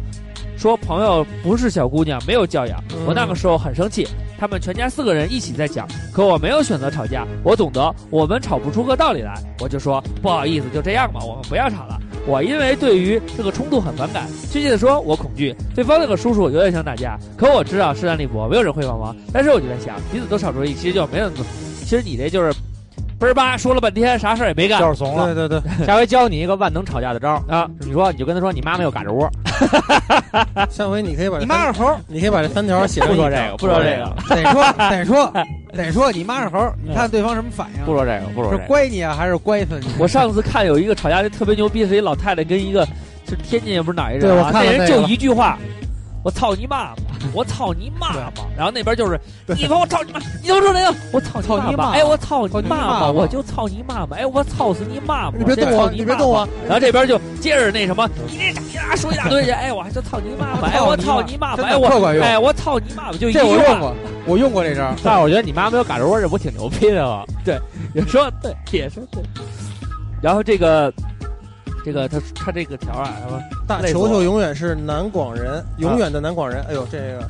说朋友不是小姑娘，没有教养。我那个时候很生气，他们全家四个人一起在讲，可我没有选择吵架，我懂得我们吵不出个道理来，我就说不好意思，就这样吧，我们不要吵了。我因为对于这个冲突很反感，确切的说，我恐惧对方那个叔叔有点想打架，可我知道势单力薄，没有人会帮忙。但是我就在想，彼此都少出力，其实就没人。其实你这就是嘣儿吧说了半天，啥事儿也 没干就是怂了，对对对，下回教你一个万能吵架的招儿。啊。你说你就跟他说你妈没有嘎吱窝，下哎回你可以把这你妈是猴儿，你可以把这三条写上不一说这张个，不说这个，得说 得说得说你妈是猴儿，你看对方什么反应？啊不说这个，不说是这个。乖你啊，还是乖死你？我上次看有一个吵架的特别牛逼，是一老太太跟一个是天津也不是哪一人对啊，我看了那人那个就了一句话，我操你妈妈！我操你妈妈！然后那边就是你说我操你妈，你都说哪个？我操操你妈妈妈！哎，我操你操你妈妈妈！妈我就操你妈妈！哎，我操死你妈妈！你别动我我，你别动我！然后这边就接着那什么，你这傻逼啊，说一大堆去！哎，我还说操你妈妈！哎，我操你妈妈！真哎，的我特管用哎，我操你妈妈！就一句这我话用过，我用过这招。但是我觉得你妈没有赶着窝，这不挺牛逼的吗？对，也说对，也说对。然后这个，这个他他这个条啊，他说大累死球我球了永远是南广人，永远的南广人。哎呦，这个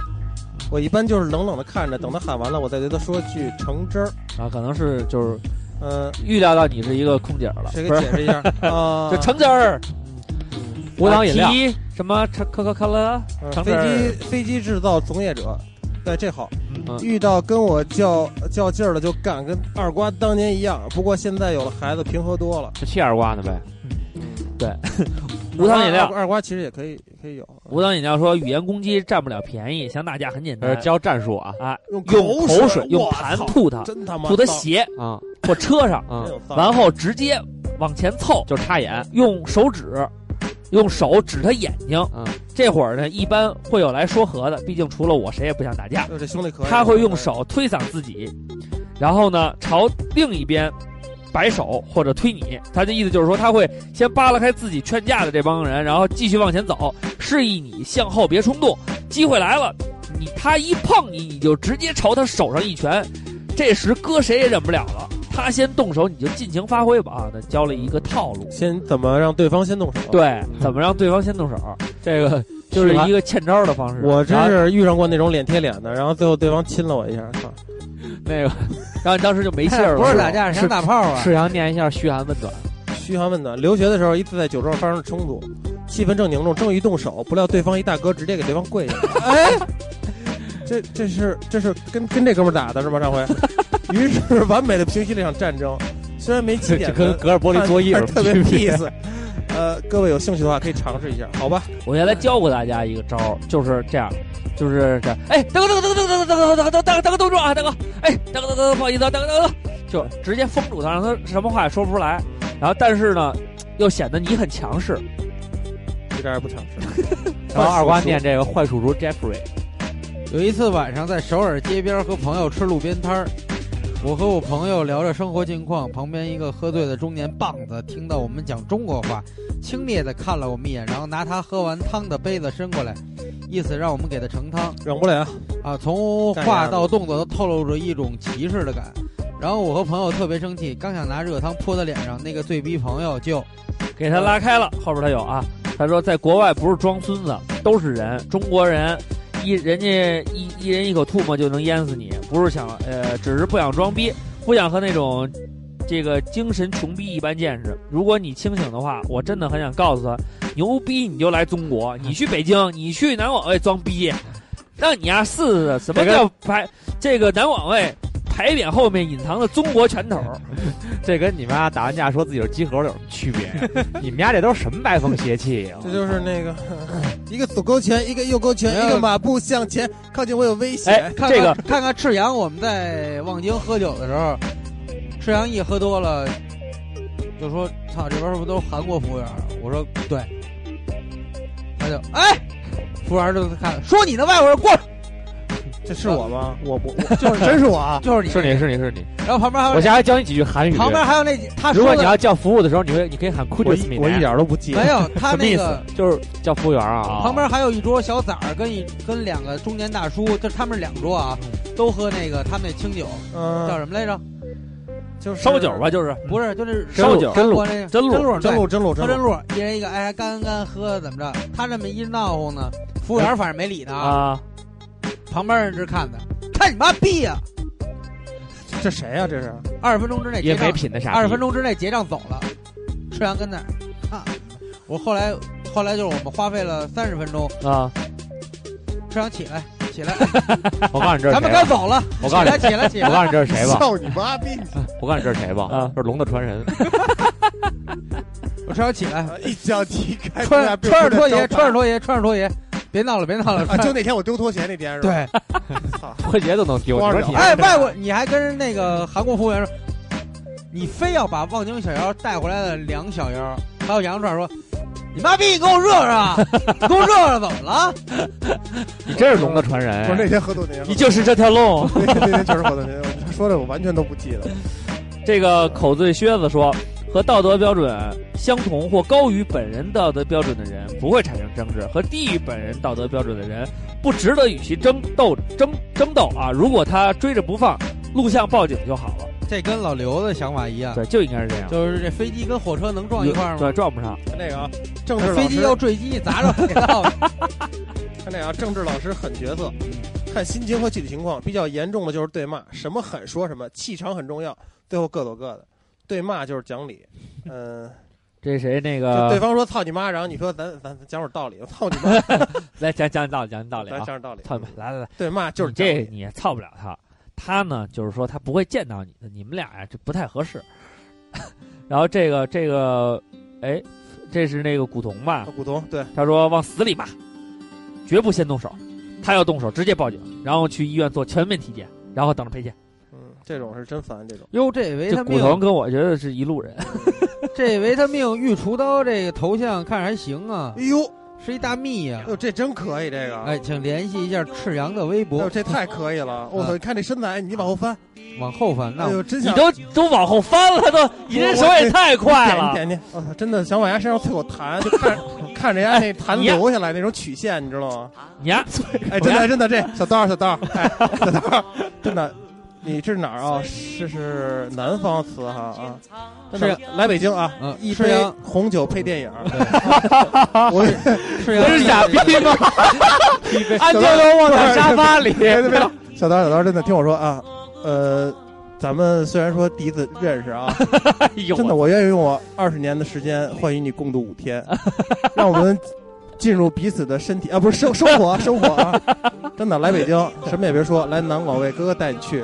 我一般就是冷冷的看着，等他喊完了，我再对他说句橙汁儿。啊，可能是就是嗯、预料到你是一个空姐了，谁不给是解释一下啊？ 就橙汁儿、无糖饮料啊提什么橙可可可乐，啊嗯橙汁飞儿机飞机制造从业者，对，这好。嗯遇到跟我较较劲儿的就干，跟二瓜当年一样。不过现在有了孩子，平和多了。是气二瓜呢呗？无糖饮二料。瓜二瓜其实也可以，可以有无糖饮料说语言攻击占不了便宜，想打架很简呃单，，教战术啊啊，用口用口水用盘哇操吐他，真他妈吐他脏鞋啊或车上，啊真！有脏完后直接往前凑，就是插眼，用手指，用手指他眼睛。嗯这会儿呢，一般会有来说和的，毕竟除了我，谁也不想打架哎。呦这兄弟可以，他会用手推搡自己，然后呢朝另一边摆手或者推你。他的意思就是说，他会先扒拉开自己劝架的这帮人，然后继续往前走，示意你向后别冲动。机会来了，你他一碰你，你就直接朝他手上一拳。这时搁谁也忍不了了，他先动手，你就尽情发挥吧。啊，那教了一个套路，先怎么让对方先动手？对，怎么让对方先动手，这个就是一个欠招的方式。我真然后是遇上过那种脸贴脸的，然后最后对方亲了我一下，操！那个然后你当时就没信儿了， 不是打架，是想打炮啊！世阳念一下嘘寒问暖，嘘寒问暖。留学的时候，一次在酒桌上发生了冲突，气氛正凝重，正欲动手，不料对方一大哥直接给对方跪 下。哎，这这是这是跟跟这哥们儿打的是吧？上回，于是完美的平息了这场战争。虽然没起这点 这子，跟隔着玻璃作业但似是的 特别 peace。呃，各位有兴趣的话可以尝试一下，好吧？我原来教过大家一个招儿，就是这样，就是这样。哎，大哥，大哥，大哥，大哥，大哥，大哥，大哥，大哥，冻住啊，大哥！哎，大哥，大哥，不好意思啊，大哥，大哥，就直接封住他，让他什么话也说不出来。然后，但是呢，又显得你很强势。一点儿也不尝试。 然后二瓜念这个坏叔叔 Jeffrey，有一次晚上在首尔街边和朋友吃路边摊儿，我和我朋友聊着生活近况，旁边一个喝醉的中年棒子听到我们讲中国话，轻蔑的看了我们一眼，然后拿他喝完汤的杯子伸过来，意思让我们给他盛汤。忍不了啊，啊，从话到动作都透露着一种歧视的感。然后我和朋友特别生气，刚想拿热汤泼他脸上，那个醉逼朋友就给他拉开了，后边他有啊。他说，在国外不是装孙子，都是人，中国人。一人家一一人一口吐沫就能淹死你，不是想呃，只是不想装逼，不想和那种这个精神穷逼一般见识。如果你清醒的话，我真的很想告诉他，牛逼你就来中国，你去北京，你去南广卫装逼，让你呀试试什么叫排这个南广卫牌匾后面隐藏的中国拳头。这跟你妈打完架说自己是鸡核有什么区别呀？你们家这都是什么歪风邪气呀？这就是那个 一个左勾拳，一个右勾拳，没有一个马步向前，靠近我有危险。哎，看看这个看看赤阳，我们在望京喝酒的时候，赤阳一喝多了，就说：“操，这边是不是都是韩国服务员啊？”我说：“对。”他就哎，服务员就看说你呢，外国人过来，！这是我吗？我不，我就是真是我啊就是你，是你是你是你，然后旁边还有我下回教你几句韩语。旁边还有那他 如说果你的要叫服务的时候，你会你可以喊库我里斯米一我一点儿都不记得没。有 他什么那意个思？就是叫服务员啊。 旁边还有一桌小崽儿跟一跟两个中年大叔，这他们是两桌啊，嗯都喝那个他们那清酒，嗯，叫什么来着？就是烧酒吧，，就是不是，就那是烧酒真露真真露露真露真对露真露喝真真露，露，一人一个，哎，干干喝怎么着？他这么一闹哄呢，服务员反正没理他啊，啊。旁边人直看他，看你妈逼呀！这谁啊呀？这是二十分钟之内也结没啊账，品的啥。二十分钟之内结账走了，吃完跟那儿啊。我后来后来就是我们花费了三十分钟，啊！吃完起来起来，我告诉你这是谁咱们该吧？走了，我起告诉来你，起来起我告诉来。你这是谁 吧？你妈逼！我告诉你这是谁吧？啊这是龙的传 人。我吃完起来，一脚踢开穿着穿着拖鞋，穿着拖鞋，穿着拖鞋，别闹了，别闹了。啊！就那天我丢拖鞋那天是吧？对，拖鞋都能丢，光你着说脚你哎，外国你还跟人那个韩国服务员说，你非要把望京小腰带回来的凉小腰还有羊肉串说，你妈逼，你给我热热，给我热热，怎么了？你真是龙的传人。不是那天喝多那天喝多，你就是这条龙。 那天那天哎就是喝多那天，他说的我完全都不记得。这个口醉靴子说，和道德标准相同或高于本人道德标准的人不会产生争执，和低于本人道德标准的人不值得与其争斗争争斗啊！如果他追着不放，录像报警就好了。这跟老刘的想法一样，对，就应该是这样。就是这飞机跟火车能撞一块儿吗？对，撞不上。看这个啊，政治老师飞机要坠机，砸着给 到。看这个啊，政治老师狠角色，看心情和具体情况。比较严重的就是对骂，什么狠说什么，气场很重要。最后各走各的，对骂就是讲 理。嗯、这谁那就对个方说操你妈，然后你说咱咱咱讲会儿道理，我操你妈，来讲讲道理，讲道理咱啊讲！点道理。操你妈！来来来，对骂就是你这讲理你也操不了他，他呢就是说他不会见到你的，你们俩呀这不太合适。然后这个这个，哎，这是那个古潼吧啊？古潼对，他说往死里骂，绝不先动手，他要动手直接报警，然后去医院做全面体检，然后等着赔钱。嗯，这种是真烦，这种哟，这维这他古命，潼跟我觉得是一路人，这维他命御厨刀这个头像看着还行啊哎，呦，是一大蜜呀、哎呦，这真可以，这个，哎，，请联系一下赤羊的微哎呦，博，这太可以了，我操，你看这身材，你往后翻，往后翻。那哎呦，真嗯你想都都往后翻了，都你这手也太快了。点点去，我操，真的想往人家身上啐口痰，就 看看着人家那痰你呀流下来那种曲线，你知道吗？你呀、哎，真的真的，这小刀儿小刀儿，哎，小刀儿，真的，你这是哪儿啊？这是南方词哈啊，真的来北京啊嗯，一吃杯羊红酒配电影儿， 我赤羊这 是傻逼吗？小安全刀都忘在在沙沙发里。 别别别， 小刀儿小刀儿，真的听我说啊，呃，咱们虽然说第一次认识啊，真的，我愿意 用我二十年的时间换与你共度五 天，让我们进入彼此的身体啊，不是生生活生活啊！真的，来北京什么也别说，来南广卫，哥哥带你 去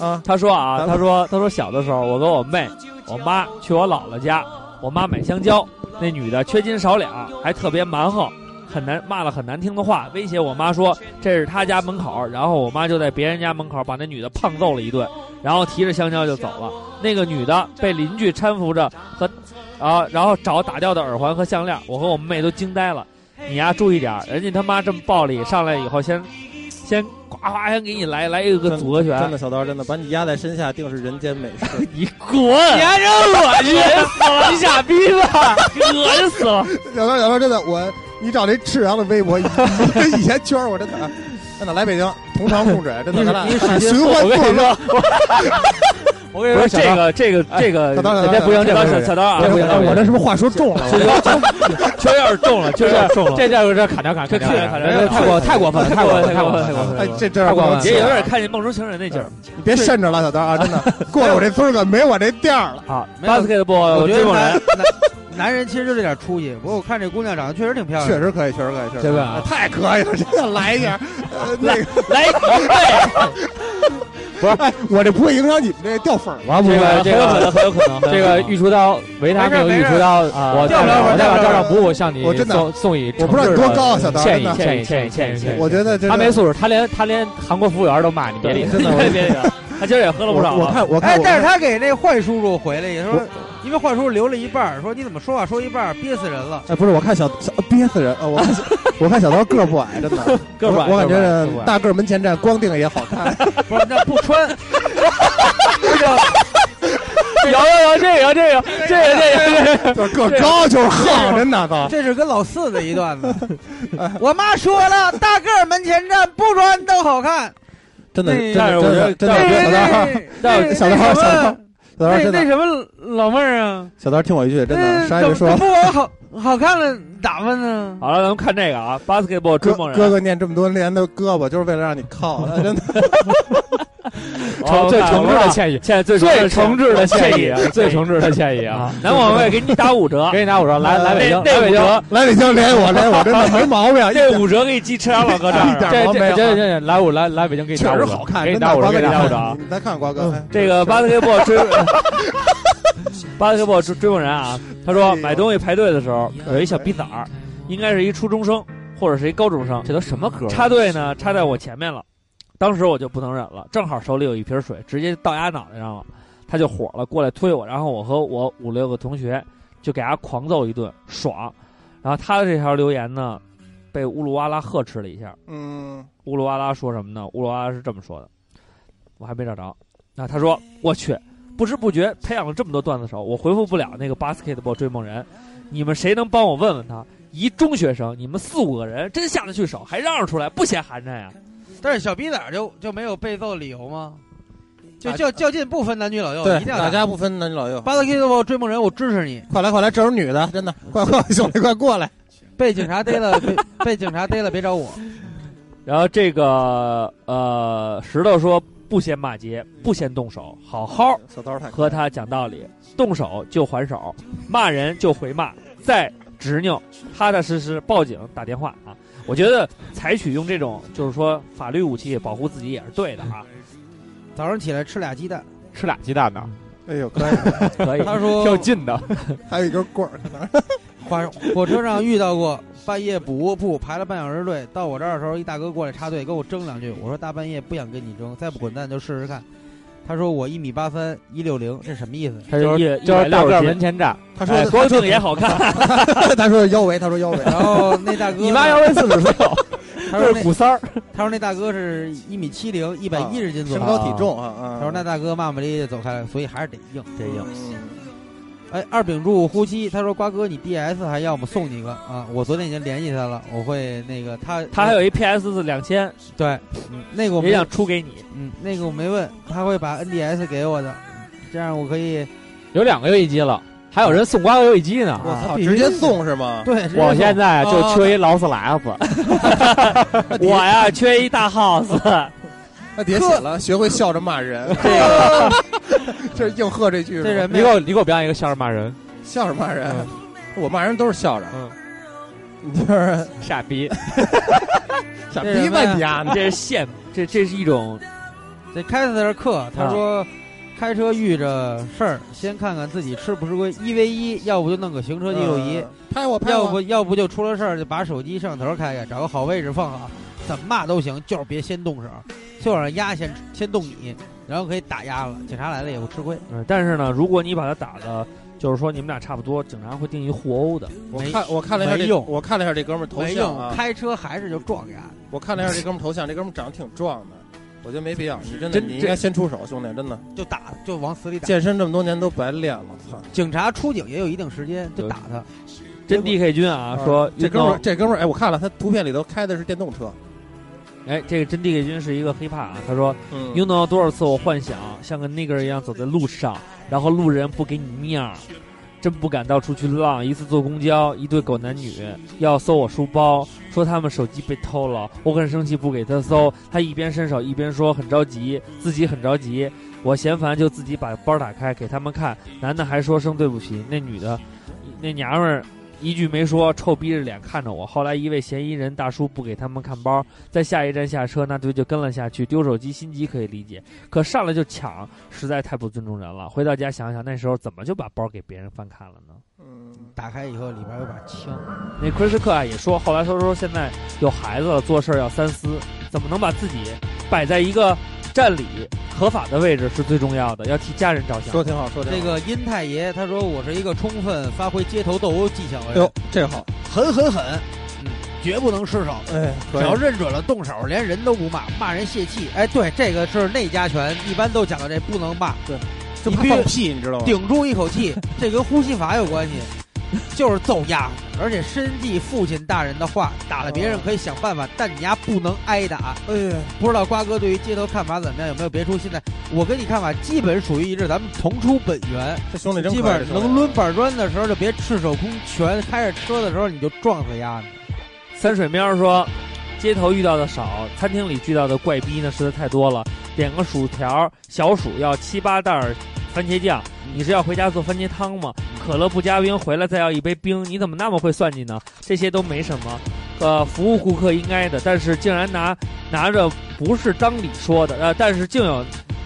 啊！他说啊，咱们他说他说小的时候，我跟我妹、我妈去我姥姥家，我妈买香蕉，那女的缺斤少两，还特别蛮横，很难骂了很难听的话，威胁我妈说这是她家门口，然后我妈就在别人家门口把那女的胖揍了一顿，然后提着香蕉就走了。那个女的被邻居搀扶着和啊，然后找打掉的耳环和项链，我和我妹都惊呆了。你呀、注意点儿，人家他妈这么暴力，上来以后先先呱呱先给你来来一个组合拳真，的，小刀真的把你压在身下，定是人间美食。 你滚！你还真恶心，恶心死了！你傻逼吧？恶心死了！小刀，小刀，真的，我你找那赤羊的微博，以以前圈儿我真的啊，真的来北京同床共枕，真的，咱俩 啊循环我跟做你乐说，我跟你说，这个这个这个，小刀小刀这不行，小这刀不行，小刀啊，哎这不行，我这是不是话说重了？我确实有点重了，确实有点重了，这这有点砍掉砍掉砍掉，太过太过分了，太过分了，太过分了，太过分了。哎，这这样不能也吃有啊点看见梦中情人那劲儿你别慎着了，小刀啊！ 真的，过了我这村儿可没我这店儿了。啊。没有呃 basketball 我觉追得梦男人，男男人其实就这点出息，不过我看这姑娘长得确实挺漂亮确的，实可以，确实可以，确实可以对吧？太可以了，真的来一 下。呃，那个，来一个，哎，我这不会影响你们这掉粉儿吧？这个这个很有可能，很有可能，这个御厨刀，维他命御厨刀，啊我代表我代表照常不误向你我真的送送以我不知道你多高啊，小刀，歉真意的，歉意歉意歉意歉意。我觉得真他没的，素质，他连他连韩国服务员都骂你， 别理他。真的，别我别别，他今儿也喝了不啊少我我了。看我看哎，我但是看，他给那坏叔叔回来也说我，因为坏叔叔留了一半儿，说你怎么说话说一半儿憋死人了。哎，不是，我看小小憋死人啊！我 看小我看小刀个儿不矮，真的，个啊儿不矮我感个儿不矮个儿不觉矮大个儿门前站，光腚也好 看。不是，那不穿，有有有，这个这个这 个这个。就是个儿高就是横，真的都。这是跟老四的一段子。 我妈说了，大个儿门前站，不穿都好看。哎真的，那真的，真的，真但是的，小刀，那那小刀，小刀那，小刀，哎那那真的，哎什么老妹儿啊，小刀，听我一句，真的，那怎啥也别么说了怎么。不往好好看了打扮呢？好了，咱们看这个啊，basketball 追哥梦人，哥哥念这么多年的胳膊，就是为了让你靠，那真的。诚最诚挚的歉意，现在最最诚挚的歉歉意，啊最诚挚的歉意啊啊！！南广卫给你打五折， 给你拿五折，啊来来北京，那来北京，那 来北京联系我，联系我，真 的没毛病。这五折给你寄吃羊老哥这一 儿。啊点这毛病这这这来五来来北京给你确打五 折，实好看，给你真打的。五折，哎瓜给哥，你打五折啊！你再看瓜嗯哥，这个 basketball 追 basketball 追追梦人啊，他说买东西排队的时候有一小逼崽儿，应该是一初中生或者是一高中生，这都什么歌？啊插队呢插在我前面了，当时我就不能忍了，正好手里有一瓶水，直接倒压脑袋上了，他就火了，过来推我，然后我和我五六个同学就给他狂揍一顿，爽。然后他的这条留言呢，被乌鲁哇拉呵斥了一下。嗯，乌鲁哇拉说什么呢？乌鲁哇拉是这么说的，我还没找着。那他说：“我去，不知不觉培养了这么多段子手，我回复不了那个 basketball 追梦人，你们谁能帮我问问他？一中学生，你们四五个人真下得去手，还嚷嚷出来，不嫌寒碜呀？但是小逼崽儿就就没有被揍理由吗？就较较劲不分男女老幼，啊对哦一，定要大打。家不分男女老幼，巴特 k i d 追梦人，我支持你。 快来快来，这是女的，真的， 快快兄弟快过来，被警察逮 了，被被警察逮了，别找我。然后这个呃，石头说不先骂街，不先动手，好好小刀太和他讲道理，动手就还手，骂人就回骂，再执拗，踏踏实实报警打电话啊！我觉得采取用这种就是说法律武器保护自己也是对的啊，早上起来吃俩鸡蛋，吃俩鸡蛋呢，哎呦，可以，可哎以。他说挺近的。还有一根棍儿，火火车上遇到过半夜补卧铺排了半小时队，到我这儿的时候，一大哥过来插队跟我争两句，我说大半夜不想跟你争，再不滚蛋就试试看。他说我一米八三一六零，这什么意思？他就是就是一就是一百大六十个斤门前站，他哎，说 光腚也好看，他说腰围，他说腰 围，然后那大哥， 你妈腰围四十啊六， 这他说是那古三儿。他说那大哥是一米七零，一百一十斤左右。身高体重啊啊，他说那大哥骂骂咧咧走开了，所以还是得硬。这硬，嗯哎，二饼柱呼吸，他说瓜哥你 DS 还要么送你一个啊！我昨天已经联系他了，我会那个他他还有一 PS 四两千，对，嗯那个我也没想出给你。嗯，那个我没问，他会把 NDS 给我的，这样我可以哦有两个游戏机了，还有人送瓜游戏机呢。我啊操，必须直接送是吗？对，直接我送现在就缺一劳斯莱斯， 我呀，缺一大 house，那底下写了，学会笑着骂 人，啊这是应和这句，这人你没给有我你给我表演一个笑着骂 人，笑着骂人，我骂人都是笑着，嗯，就是傻逼，这人傻逼哎吧呗你啊，这是羡慕，这这是一种这开斯特克啊他说，开车遇着事儿先看看自己吃不吃亏，一 v 一，要不就弄个行车记录呃仪，嗯拍我拍要我，不要不就出了事儿就把手机摄像头开开，找个好位置放好，怎么骂都行，就是别先动手，就让压先先动你，然后可以打压了，警察来了也不吃亏。嗯，但是呢，如果你把他打的，就是说你们俩差不多，警察会定义互殴的。我没看我看了一下没这，用我看了一下这哥们儿头没像用，啊，开车还是就撞呀。我看了一下这哥们儿头像，这哥们儿长得挺壮的，我觉得没必要，你真的真你应该先出手，兄弟，真的，就打，就往死里打。健身这么多年都白练了，操，警察出警也有一定时间，就打他。真 DK 君啊，说这运哥们儿动，这哥们儿，哎，我看了他图片里头开的是电动车，哎，这个真 DK 君是一个黑怕啊，他说嗯运动有多少次我幻想像个 nigger 一样走在路上，然后路人不给你面儿，真不敢到处去浪。一次坐公交，一对狗男女要搜我书包，说他们手机被偷了，我很生气不给他搜，他一边伸手一边说很着急，自己很着急。我嫌烦就自己把包打开给他们看，男的还说声对不起，那女的，那娘们儿一句没说，臭逼着脸看着我。后来一位嫌疑人大叔不给他们看包，在下一站下车，那队就跟了下去，丢手机心急可以理解，可上来就抢，实在太不尊重人了。回到家想想那时候怎么就把包给别人翻看了呢？嗯，打开以后里边有把枪，那奎斯克啊也说，后来他说现在有孩子了，做事儿要三思，怎么能把自己摆在一个占理合法的位置是最重要的，要替家人着想。说挺好，说挺好这。个殷太爷他说我是一个充分发挥街头斗殴技巧的哎人呦，，这好，狠狠狠，嗯，绝不能失手。哎，只可以要认准了动手，连人都不骂，骂人泄气。哎，对，这个是内家拳，一般都讲究这不能骂，这你怕必须放屁，你知道吗？顶住一口气，这跟呼吸法有关系，就是揍丫。而且深记父亲大人的话，打了别人可以想办法，但你丫不能挨打。哎呀，不知道瓜哥对于街头看法怎么样？有没有别出心裁？我跟你看法基本属于一致，咱们同出本源。这兄弟真基可以本能抡，板砖的时候就别赤手空拳，开着车的时候你就撞死丫的。三水喵说，街头遇到的少，餐厅里遇到的怪逼呢实在太多了。点个薯条，小薯要七八袋儿番茄酱，你是要回家做番茄汤吗？可乐不加冰，回来再要一杯冰，你怎么那么会算计呢？这些都没什么，呃，服务顾客应该的，但是竟然拿拿着不是当理说的，呃，但是竟有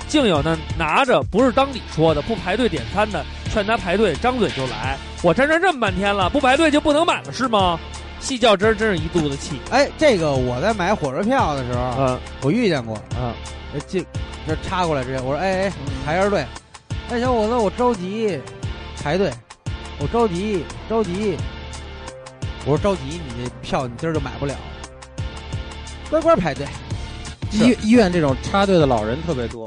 竟有呢拿着不是当理说的，不排队点餐的，劝他排队，张嘴就来，我站这儿这么半天了，不排队就不能买了是吗？细较真儿真是一肚子气。哎，这个我在买火车票的时啊候，啊嗯我遇见过，嗯，呃进这插过来直接，我说哎哎嗯排下队，哎小伙子我着急，排队，我着急着急，我说着急，你这票你今儿就买不了，乖乖排队。医医院这种插队的老人特别多，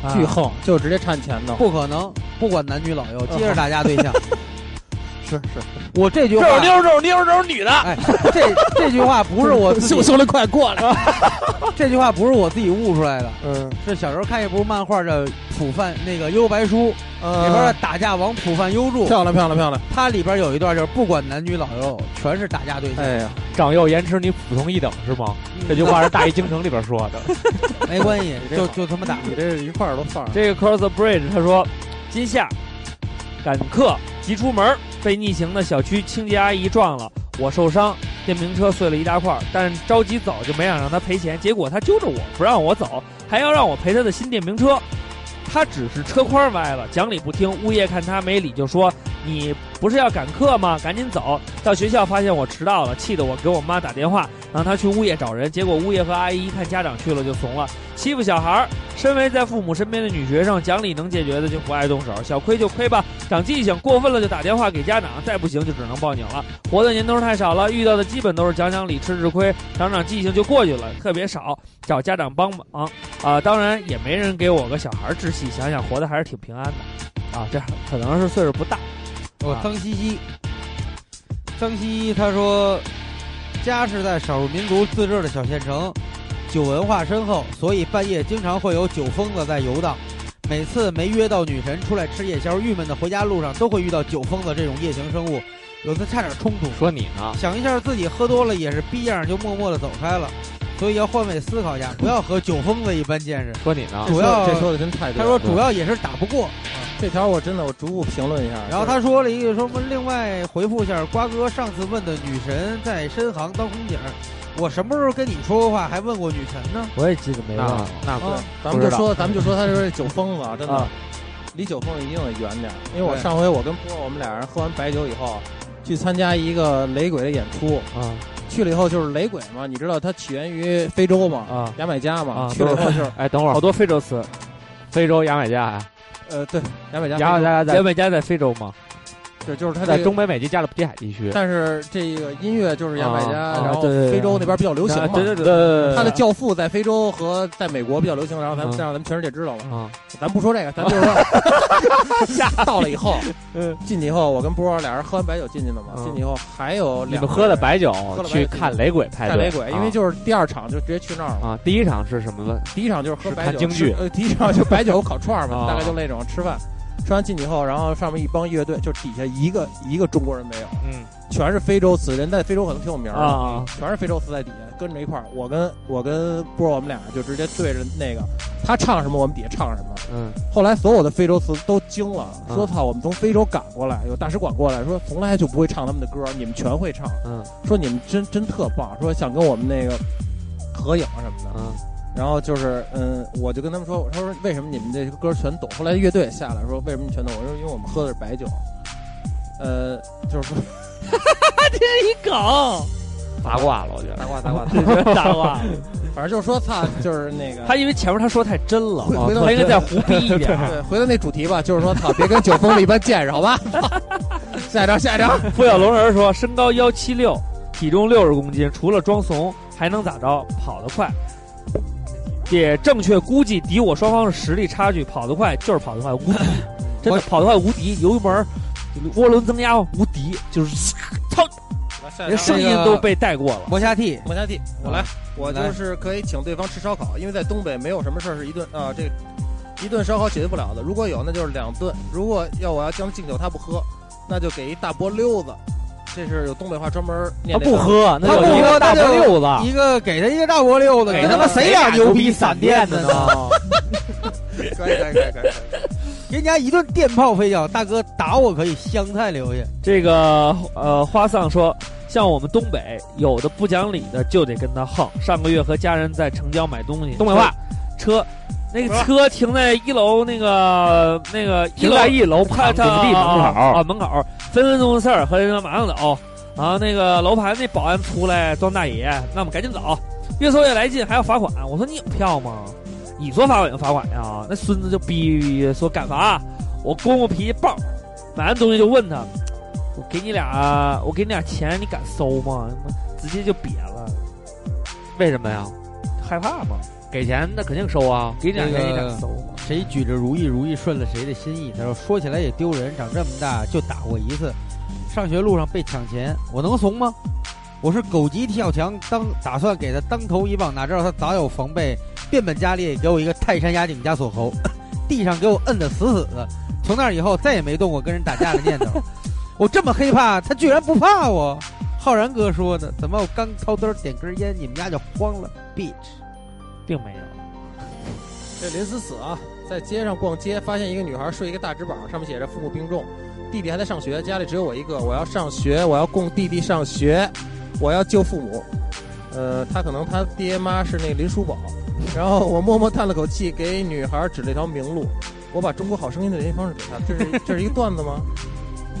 啊巨横，就直接掺钱的。啊不可能，不管男女老幼，接着大家对象。 是是，我这句话，这溜溜溜溜女的，哎，这这句话不是我自己，兄弟快过来！ 这句话不是我自己悟出来的，嗯，是小时候看一部漫画叫《普范》，那个《幽白书》嗯里边的打架王普范幽助，啊漂亮漂亮漂亮！它里边有一段就是不管男女老幼，全是打架对象。哎呀，长幼延迟你普通一等是吗？这句话是《大一京城》里边说的。嗯没关系，这就好就他妈打。你这一块儿都放上。这个 Cross the Bridge 他说，今夏赶课急出门儿，被逆行的小区清洁阿姨撞了，我受伤，电瓶车碎了一大块儿，但着急走就没想让他赔钱，结果他揪着我不让我走，还要让我赔他的新电瓶车。他只是车筐歪了，讲理不听。物业看他没理，就说：“你不是要赶课吗？赶紧走！”到学校发现我迟到了，气得我给我妈打电话，让她去物业找人。结果物业和阿姨一看家长去了，就怂了，欺负小孩儿。身为在父母身边的女学生，讲理能解决的就不爱动手，小亏就亏吧，长记性，过分了就打电话给家长，再不行就只能报警了。活的年头太少了，遇到的基本都是讲讲理、吃吃亏，长长记性就过去了，特别少找家长帮忙啊、当然也没人给我个小孩治气，想想活的还是挺平安的啊。这可能是岁数不大，我啊曾西西，曾西西他说，家是在少数民族自治的小县城，酒文化深厚，所以半夜经常会有酒疯子在游荡。每次没约到女神出来吃夜宵，郁闷的回家路上都会遇到酒疯子这种夜行生物，有次差点冲突。说你呢？想一下自己喝多了也是逼样儿就默默的走开了，所以要换位思考一下，不要和酒疯子一般见识。说你呢？主要啊这说的真太对他了。说主要也是打不过，这条我真的我逐步评论一下。然后他说了一个说，另外回复一下瓜哥上次问的女神在深航当空姐儿，我什么时候跟你说过话还问过女神呢？我也记得没那那啊，咱不知们就道说，咱们就说他是酒疯子啊，真的啊，离酒疯子一定得远点儿。因为我对上回我跟波儿我们俩人喝完白酒以后，去参加一个雷鬼的演出，啊去了以后就是雷鬼嘛，你知道它起源于非洲嘛，啊，牙买加嘛，啊去了以后就是哎，等会好儿，多非洲词，非洲牙买加啊，呃，对，牙买加，牙买加在牙买加在非洲吗？对，就是它在这个中北美及加勒比海地区。但是这个音乐就是牙买加，啊啊然后对对对啊非洲那边比较流行嘛。对对对呃他的《教父》在非洲和在美国比较流行，然后咱嗯们让咱们全世界知道了。啊，咱不说这个，咱 就是说嗯到了以 后，进去以后，我跟波儿俩人喝完白酒进去的嘛。嗯进去以后还有你们两个喝的白酒了白酒去看雷鬼派看对，雷鬼，因为就是第二场就直接去那儿了。啊，第一场是什么了？第一场就是喝是白看酒，京剧吃呃，第一场就白酒烤串儿嘛， 啊大概就那种吃饭。吃完进去以后，然后上面一帮乐队，就底下一个一个中国人没有，嗯，全是非洲词，人在非洲可能挺有名儿的啊，全是非洲四在底下跟着一块儿。我跟我跟波儿我们俩就直接对着那个他唱什么，我们底下唱什么。嗯，后来所有的非洲词都惊了，嗯说操，我们从非洲赶过来，有大使馆过来，说从来就不会唱他们的歌，你们全会唱。嗯，说你们真真特棒，说想跟我们那个合影什么的。嗯，然后就是嗯，我就跟他们说，我说为什么你们这歌全懂？后来乐队下来说为什么你全懂？我说因为我们喝的是白酒。呃，就是说 八卦了，我觉得。大话大话，大话，反正就是说操，就是那个他因为前面他说太真了，回回到他应该再胡逼一点，啊对，回到那主题吧，就是说，操，别跟酒疯子一般见识，好吧？下一条，下一 条。付小龙人说，身高幺七六，体重六十公斤，除了装怂还能咋着？跑得快。也正确估计敌我双方是实力差距，跑得快就是跑得快， 无敌，真的跑得快无敌，油门儿涡轮增压无敌，就是人声音都被带过了。磨下 T，我下地，我来，啊我来就是可以请对方吃烧烤，因为在东北没有什么事儿是一顿啊、这一顿烧烤解决不了的，如果有那就是两顿。如果要我要将敬酒他不喝，那就给一大波溜子，这是有东北话专门念、他这不个喝，那他就不一个喝大那波就溜子，一个给他一个大波溜子，给给他他妈妈谁谁俩俩牛牛逼逼闪闪电电的的呢？ 呢？可以可以可以可以。人家一顿电炮飞脚，大哥打我可以香菜留下。这个呃，花丧说，像我们东北有的不讲理的就得跟他横。上个月和家人在城郊买东西，东北话，车，那个车停在一楼那个那个一停楼在一楼他旁他土地门口啊，门口分分钟的事儿，和人家马上走。然后那个楼盘那保安出来装大爷，那我们赶紧走，越搜越来劲，还要罚款。我说你有票吗？你说罚款就罚款呀。那孙子就逼逼说敢罚，我公公脾气暴，买完东西就问他，我给你俩，我给你俩钱，你敢搜吗？他妈直接就瘪了，为什么呀？害怕吗？给钱那肯定收啊，给你俩钱，那个你敢搜吗？谁举着如意，如意顺了谁的心意。他说：“说起来也丢人，长这么大就打过一次，上学路上被抢钱，我能怂吗？我是狗急跳墙，当打算给他当头一棒，哪知道他早有防备，变本加厉，给我一个泰山压顶加锁喉， 地上给我摁得死死的。从那以后再也没动过跟人打架的念头。我这么黑怕，他居然不怕我。”浩然哥说的，怎么我刚掏兜点根烟，你们家就慌了？bitch，并没有。这林思思啊，在街上逛街，发现一个女孩睡一个大纸板，上面写着“父母病重”，弟弟还在上学，家里只有我一个，我要上学，我要供弟弟上学，我要救父母。呃，他可能他爹妈是那林叔宝，然后我默默叹了口气，给女孩指了一条明路。我把《中国好声音》的联系方式给他，这是这是一个段子吗？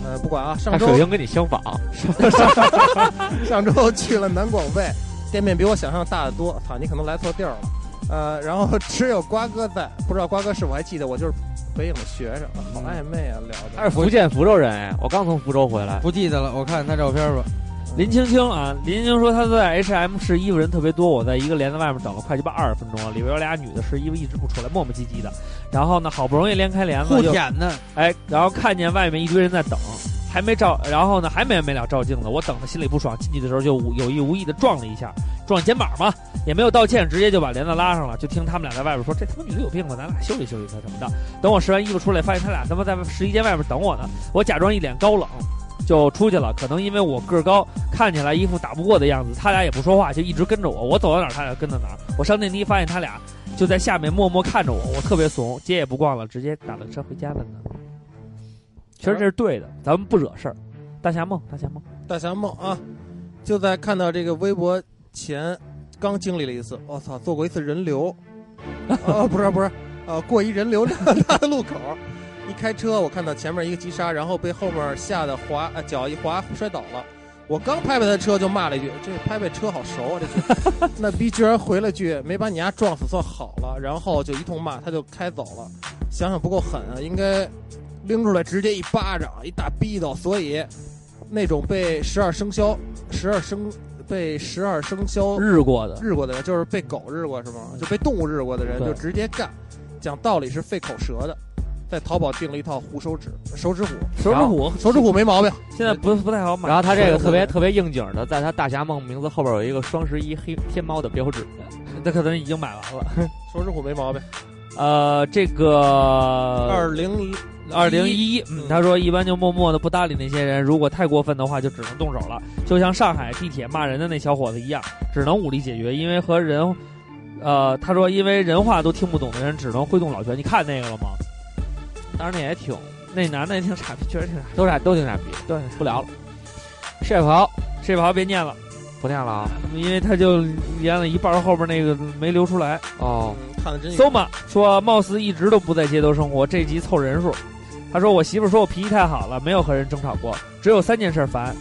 呃，不管啊，上那周水晶跟你相仿，上周去了南广卫，店面比我想象大得多。操，你可能来错地儿了。呃，然后只有瓜哥在，不知道瓜哥是否还记得我就是北影的学生，好暧昧啊，聊他是的。福建福州人哎，我刚从福州回来。不记得了，我看他照片吧。林青青啊，林青青说她在 H M 试衣服人特别多，我在一个帘子外面等了快鸡巴二十分钟啊了，里边有俩女的试衣服一直不出来，磨磨唧唧的。然后呢，好不容易连开帘子，互又舔呢，哎，然后看见外面一堆人在等，还没照，然后呢还没完没了照镜子，我等的心里不爽，进去的时候就无有意无意的撞了一下，撞肩膀嘛，也没有道歉，直接就把帘子拉上了，就听他们俩在外边说这他妈女的有病吧，咱俩修理修理她什么的。等我试完衣服出来，发现他俩他妈在试衣间外面等我呢，我假装一脸高冷。就出去了，可能因为我个儿高，看起来一副打不过的样子，他俩也不说话，就一直跟着我。我走到哪儿，他俩跟到哪儿。我上电梯发现他俩就在下面默默看着我，我特别怂，街也不逛了，直接打了个车回家了呢。其实这是对的，咱们不惹事儿。大侠梦，大侠梦，大侠梦啊，就在看到这个微博前，刚经历了一次，我、嗯哦操，做过一次人流， 啊，不是不是，啊，过一 人流量大的路口，一开车，我看到前面一个急刹，然后被后面吓得滑，啊、脚一滑摔倒了。我刚拍拍他车，就骂了一句：“这拍拍车好熟啊！”这 句，那逼居然回了句：“没把你丫撞死算好了。”然后就一通骂，他就开走了。想想不够狠啊，应该拎出来直接一巴掌，一大逼斗。所以那种被十二生肖、十二生被十二生肖日过的，日过的人，就是被狗日过是吗？就被动物日过的人，对就直接干。讲道理是费口舌的，在淘宝订了一套护手指，呃手指虎，手指虎手指虎没毛病。现在不不太好买。然后他这个特别对，特别应景的，在他大侠梦名字后边有一个双十一黑天猫的标志。 他可能已经买完了。手指虎没毛病。呃，这个二零二零一，嗯，他说一般就默默的不搭理那些人，如果太过分的话，就只能动手了，就像上海地铁骂人的那小伙子一样，只能武力解决，因为和人，呃，他说因为人话都听不懂的人，只能挥动老拳。你看那个了吗？当然那也挺，那男的也挺傻逼，确实挺傻逼。都傻都挺傻逼。对，不聊了，晒袍这把别念了，不念了啊。因为他就连了一半儿后边那个没流出来。哦，看的真有。搜嘛说，貌似一直都不在街头生活，这集凑人数。他说我媳妇说我脾气太好了，没有和人争吵过，只有三件事烦。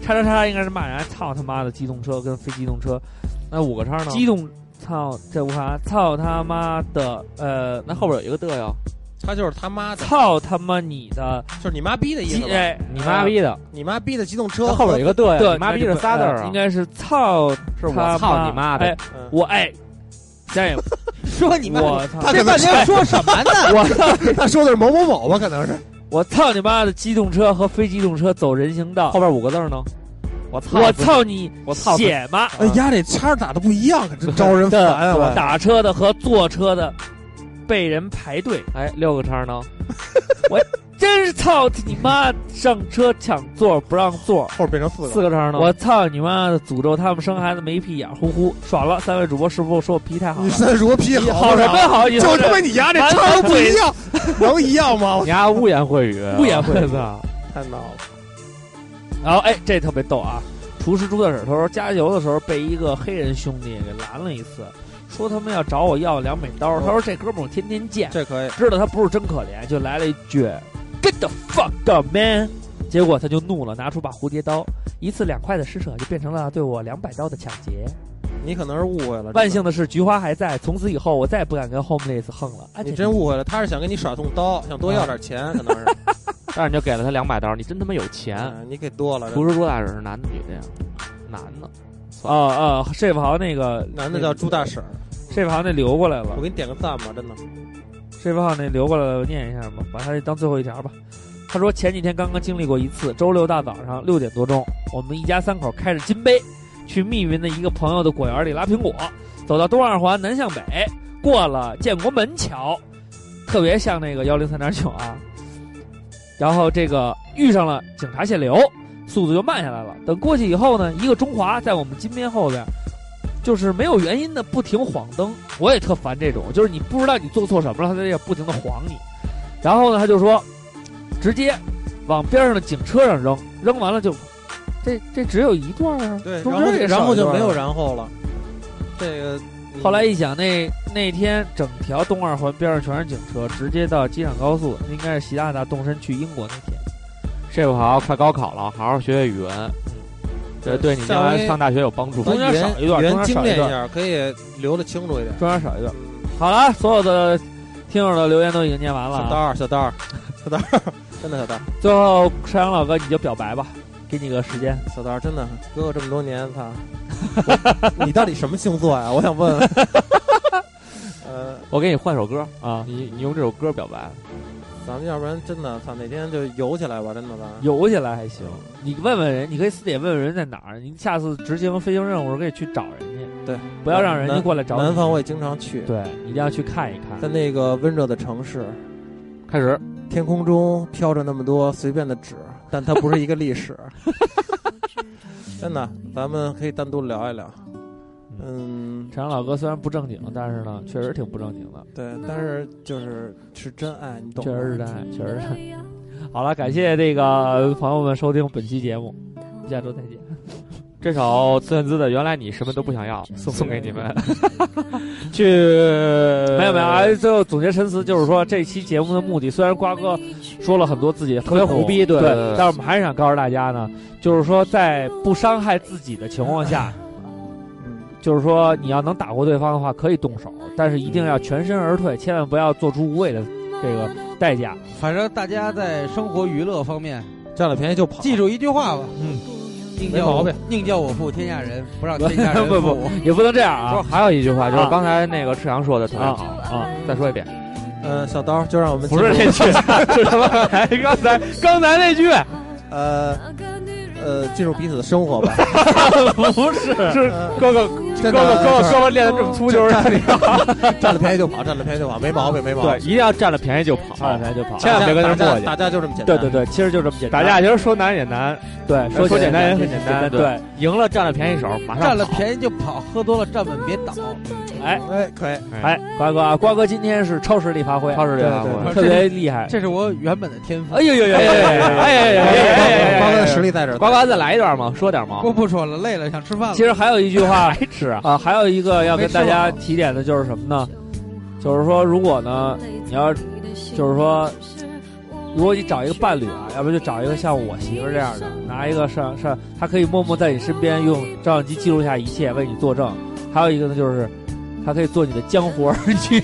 叉叉叉应该是骂人，操他妈的机动车跟非机动车，那五个叉呢？机动操这无啥，操他妈的呃，那后边有一个的哟，他就是他妈的，操他妈你的就是你妈逼的意思机吧？哎，你妈逼的，你妈逼的机动车那后边有一个的呀，对呃你妈逼是仨字儿啊应，该是操是我他操你妈的哎，我哎，加油！说你们我操！这半天说什么呢？我操！他说的是某某某吧？可能是我操你妈的！机动车和非机动车走人行道后，边五个字儿呢？我操！我！操你我操！血妈！哎呀，这叉打的不一样，可真招人烦哎啊！我打车的和坐车的被人排队，哎，六个叉呢？真是操你妈！上车抢座不让座，后边变成四个四个叉呢？我操你妈的！诅咒他们生孩子没屁眼儿，呼呼爽了！三位主播是不是说我脾气太好你了？三叔屁好什么好？就你说他这妈你丫这叉都不一样，能一样吗？我你丫 污言秽语，啊不言啊会子。太闹了。然后哎，这特别逗啊！厨师猪大婶儿他说加油的时候被一个黑人兄弟给拦了一次，说他们要找我要两美刀。他说这哥们儿我天天见，这可以，知道他不是真可怜，就来了一句 “Get the fuck up, man”。结果他就怒了，拿出把蝴蝶刀，一次两块的施舍就变成了对我两百刀的抢劫。你可能是误会了。万幸的是，菊花还在，从此以后我再也不敢跟 homeless 横了。哎你真误会了，他是想跟你耍动刀，想多要点钱，可能是。但是你就给了他两百刀，你真他妈有钱。嗯你给多了，厨师多大婶是男的女的呀？男的。啊啊！这房那个男的叫朱大婶儿，这房那流过来我了，给你点个赞吧，真的。这房那流过来了，我念一下吧，把它当最后一条吧。他说前几天刚刚经历过一次，周六大早上六点多钟，我们一家三口开着金杯去密云的一个朋友的果园里拉苹果，走到东二环南向北，过了建国门桥，特别像那个幺零三点九啊。然后这个遇上了警察限流，速度就慢下来了。等过去以后呢，一个中华在我们金边后边，就是没有原因的不停晃灯，我也特烦这种，就是你不知道你做错什么了，他在这不停的晃你。然后呢，他就说，直接往边上的警车上扔，扔完了就，这这只有一段啊，对，中然间后也然后少一就段没啊有然后了。这个嗯后来一想，那那天整条东二环边上全是警车，直接到机场高速，应该是习大大动身去英国那天。这不好，快高考了，好好学学语文，这对你将下来回上大学有帮助。把中间语少一段言语言中间精少一炼段啊一下，可以留的清楚一点。中间少一段。嗯好了，所有的听友的留言都已经念完了小啊，刀儿，小刀儿， 小刀儿，真的小刀儿，最后山羊老哥你就表白吧，给你个时间。小刀儿，真的，哥哥这么多年，操，我你到底什么星座呀？我想问问。呃，我给你换首歌啊，你你用这首歌表白。咱们要不然真的，操，哪天就游起来吧，真的吧。游起来还行，嗯你问问人，你可以私底下问问人在哪儿。你下次执行飞行任务的时候可以去找人家，对，不要让人家南过来找南你。方我也经常去，对，一定要去看一看。在那个温热的城市，开始，天空中飘着那么多随便的纸，但它不是一个历史。真的，咱们可以单独聊一聊。嗯，陈老哥虽然不正经，但是呢，确实挺不正经的，对，但是就是是真爱，你懂确吗？实是真爱，确实是。好了，感谢这个朋友们收听本期节目，下周再 见。这首孙燕姿的《原来你什么都不想要》送给你 们。去没有没有，啊，最后总结陈词就是说，这期节目的目的，虽然瓜哥说了很多自己特别胡逼，对对对但是我们还是想告诉大家呢，就是说在不伤害自己的情况下，就是说你要能打过对方的话，可以动手，但是一定要全身而退，千万不要做出无谓的这个代 价。反正大家在生活娱乐方面，占了便宜就跑。记住一句话吧，嗯，宁没叫毛病我宁叫我负天下人，不让天 下人不负不我。也不能这样哎说啊还有一句话，就是啊刚才那个赤阳说的特别啊好，啊！再说一遍。嗯，小刀就让我们不是进这 入句，是他妈刚才刚才那句，呃呃进入彼此的生活吧。不是，是哥哥哥哥呃真的哥哥是胳膊练的这么粗，就是占占了便宜就跑，占了便宜就跑，没毛病，没毛对，病。一定要占了便宜就跑。差点就跑。啊千万别跟他打们架磨叽打架就这么简单。对对对，其实就这么简打单。架其实说难也难，对，说说简单也也很简单。对，，赢了占了便宜手，马上占了跑便宜就跑，喝多了站稳别倒。哎。哎，可以。哎，瓜哥啊，瓜哥今天是超时力发挥，超市里对啊对我特别厉害。这是我原本的天赋哎。呦呦呦呦呦！哎呦哎瓜哥的实力在这儿。呱呱再来一段吗？说点吗我？不说了，累了想吃饭了。其实还有一句话白痴啊！啊，还有一个要跟大家提点的就是什么呢？就是说，如果呢，你要就是说，如果你找一个伴侣啊，要不就找一个像我媳妇儿这样的，拿一个上上，她可以默默在你身边用照相机记录下一切，为你作证。还有一个呢，就是她可以做你的江湖儿女。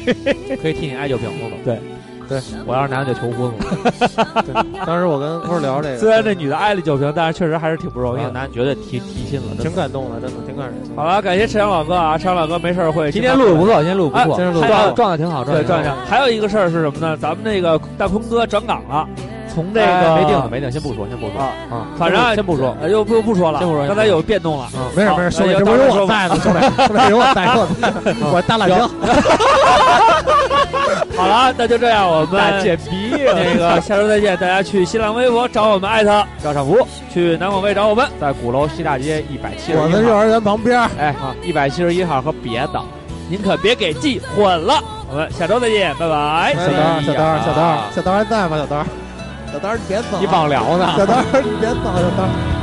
可以替你艾灸屏幕吗？对，对，我要是男的就求婚了，当时我跟坤儿聊这个，虽然这女的爱了酒瓶，但是确实还是挺不容我易要是。的男的绝对提提亲了。真的挺感动的，真的挺感人的。好了，感谢陈阳老哥啊，陈阳老哥没事儿会今天录的不错，今天录的不错，哎今天录得撞不错撞的挺好，对的挺转好一下。还有一个事儿是什么呢？咱们那个大坤哥转岗了，从这个哎没定，没定，先不说，先不说啊啊，反正先不说。呃又不又不说了，先不说嗯刚才有变动了。哎没事没事，兄弟，这不是有我在呢，兄弟，兄弟有我在，有我在，我是大懒鹰。 好了，那就这样，我大们姐逼，啊那个下周再见。大家去新浪微博找我们，艾特赵尚福去南广卫找我们。在鼓楼西大街一百七十我们一幼号，儿园旁边。哎，一百七十一号和别的，您可别给记混了。我们下周再见，拜拜。哎小刀，小刀，小刀，小刀还在吗？小刀，小刀，你别走，你网聊呢？小刀，你别走，小刀。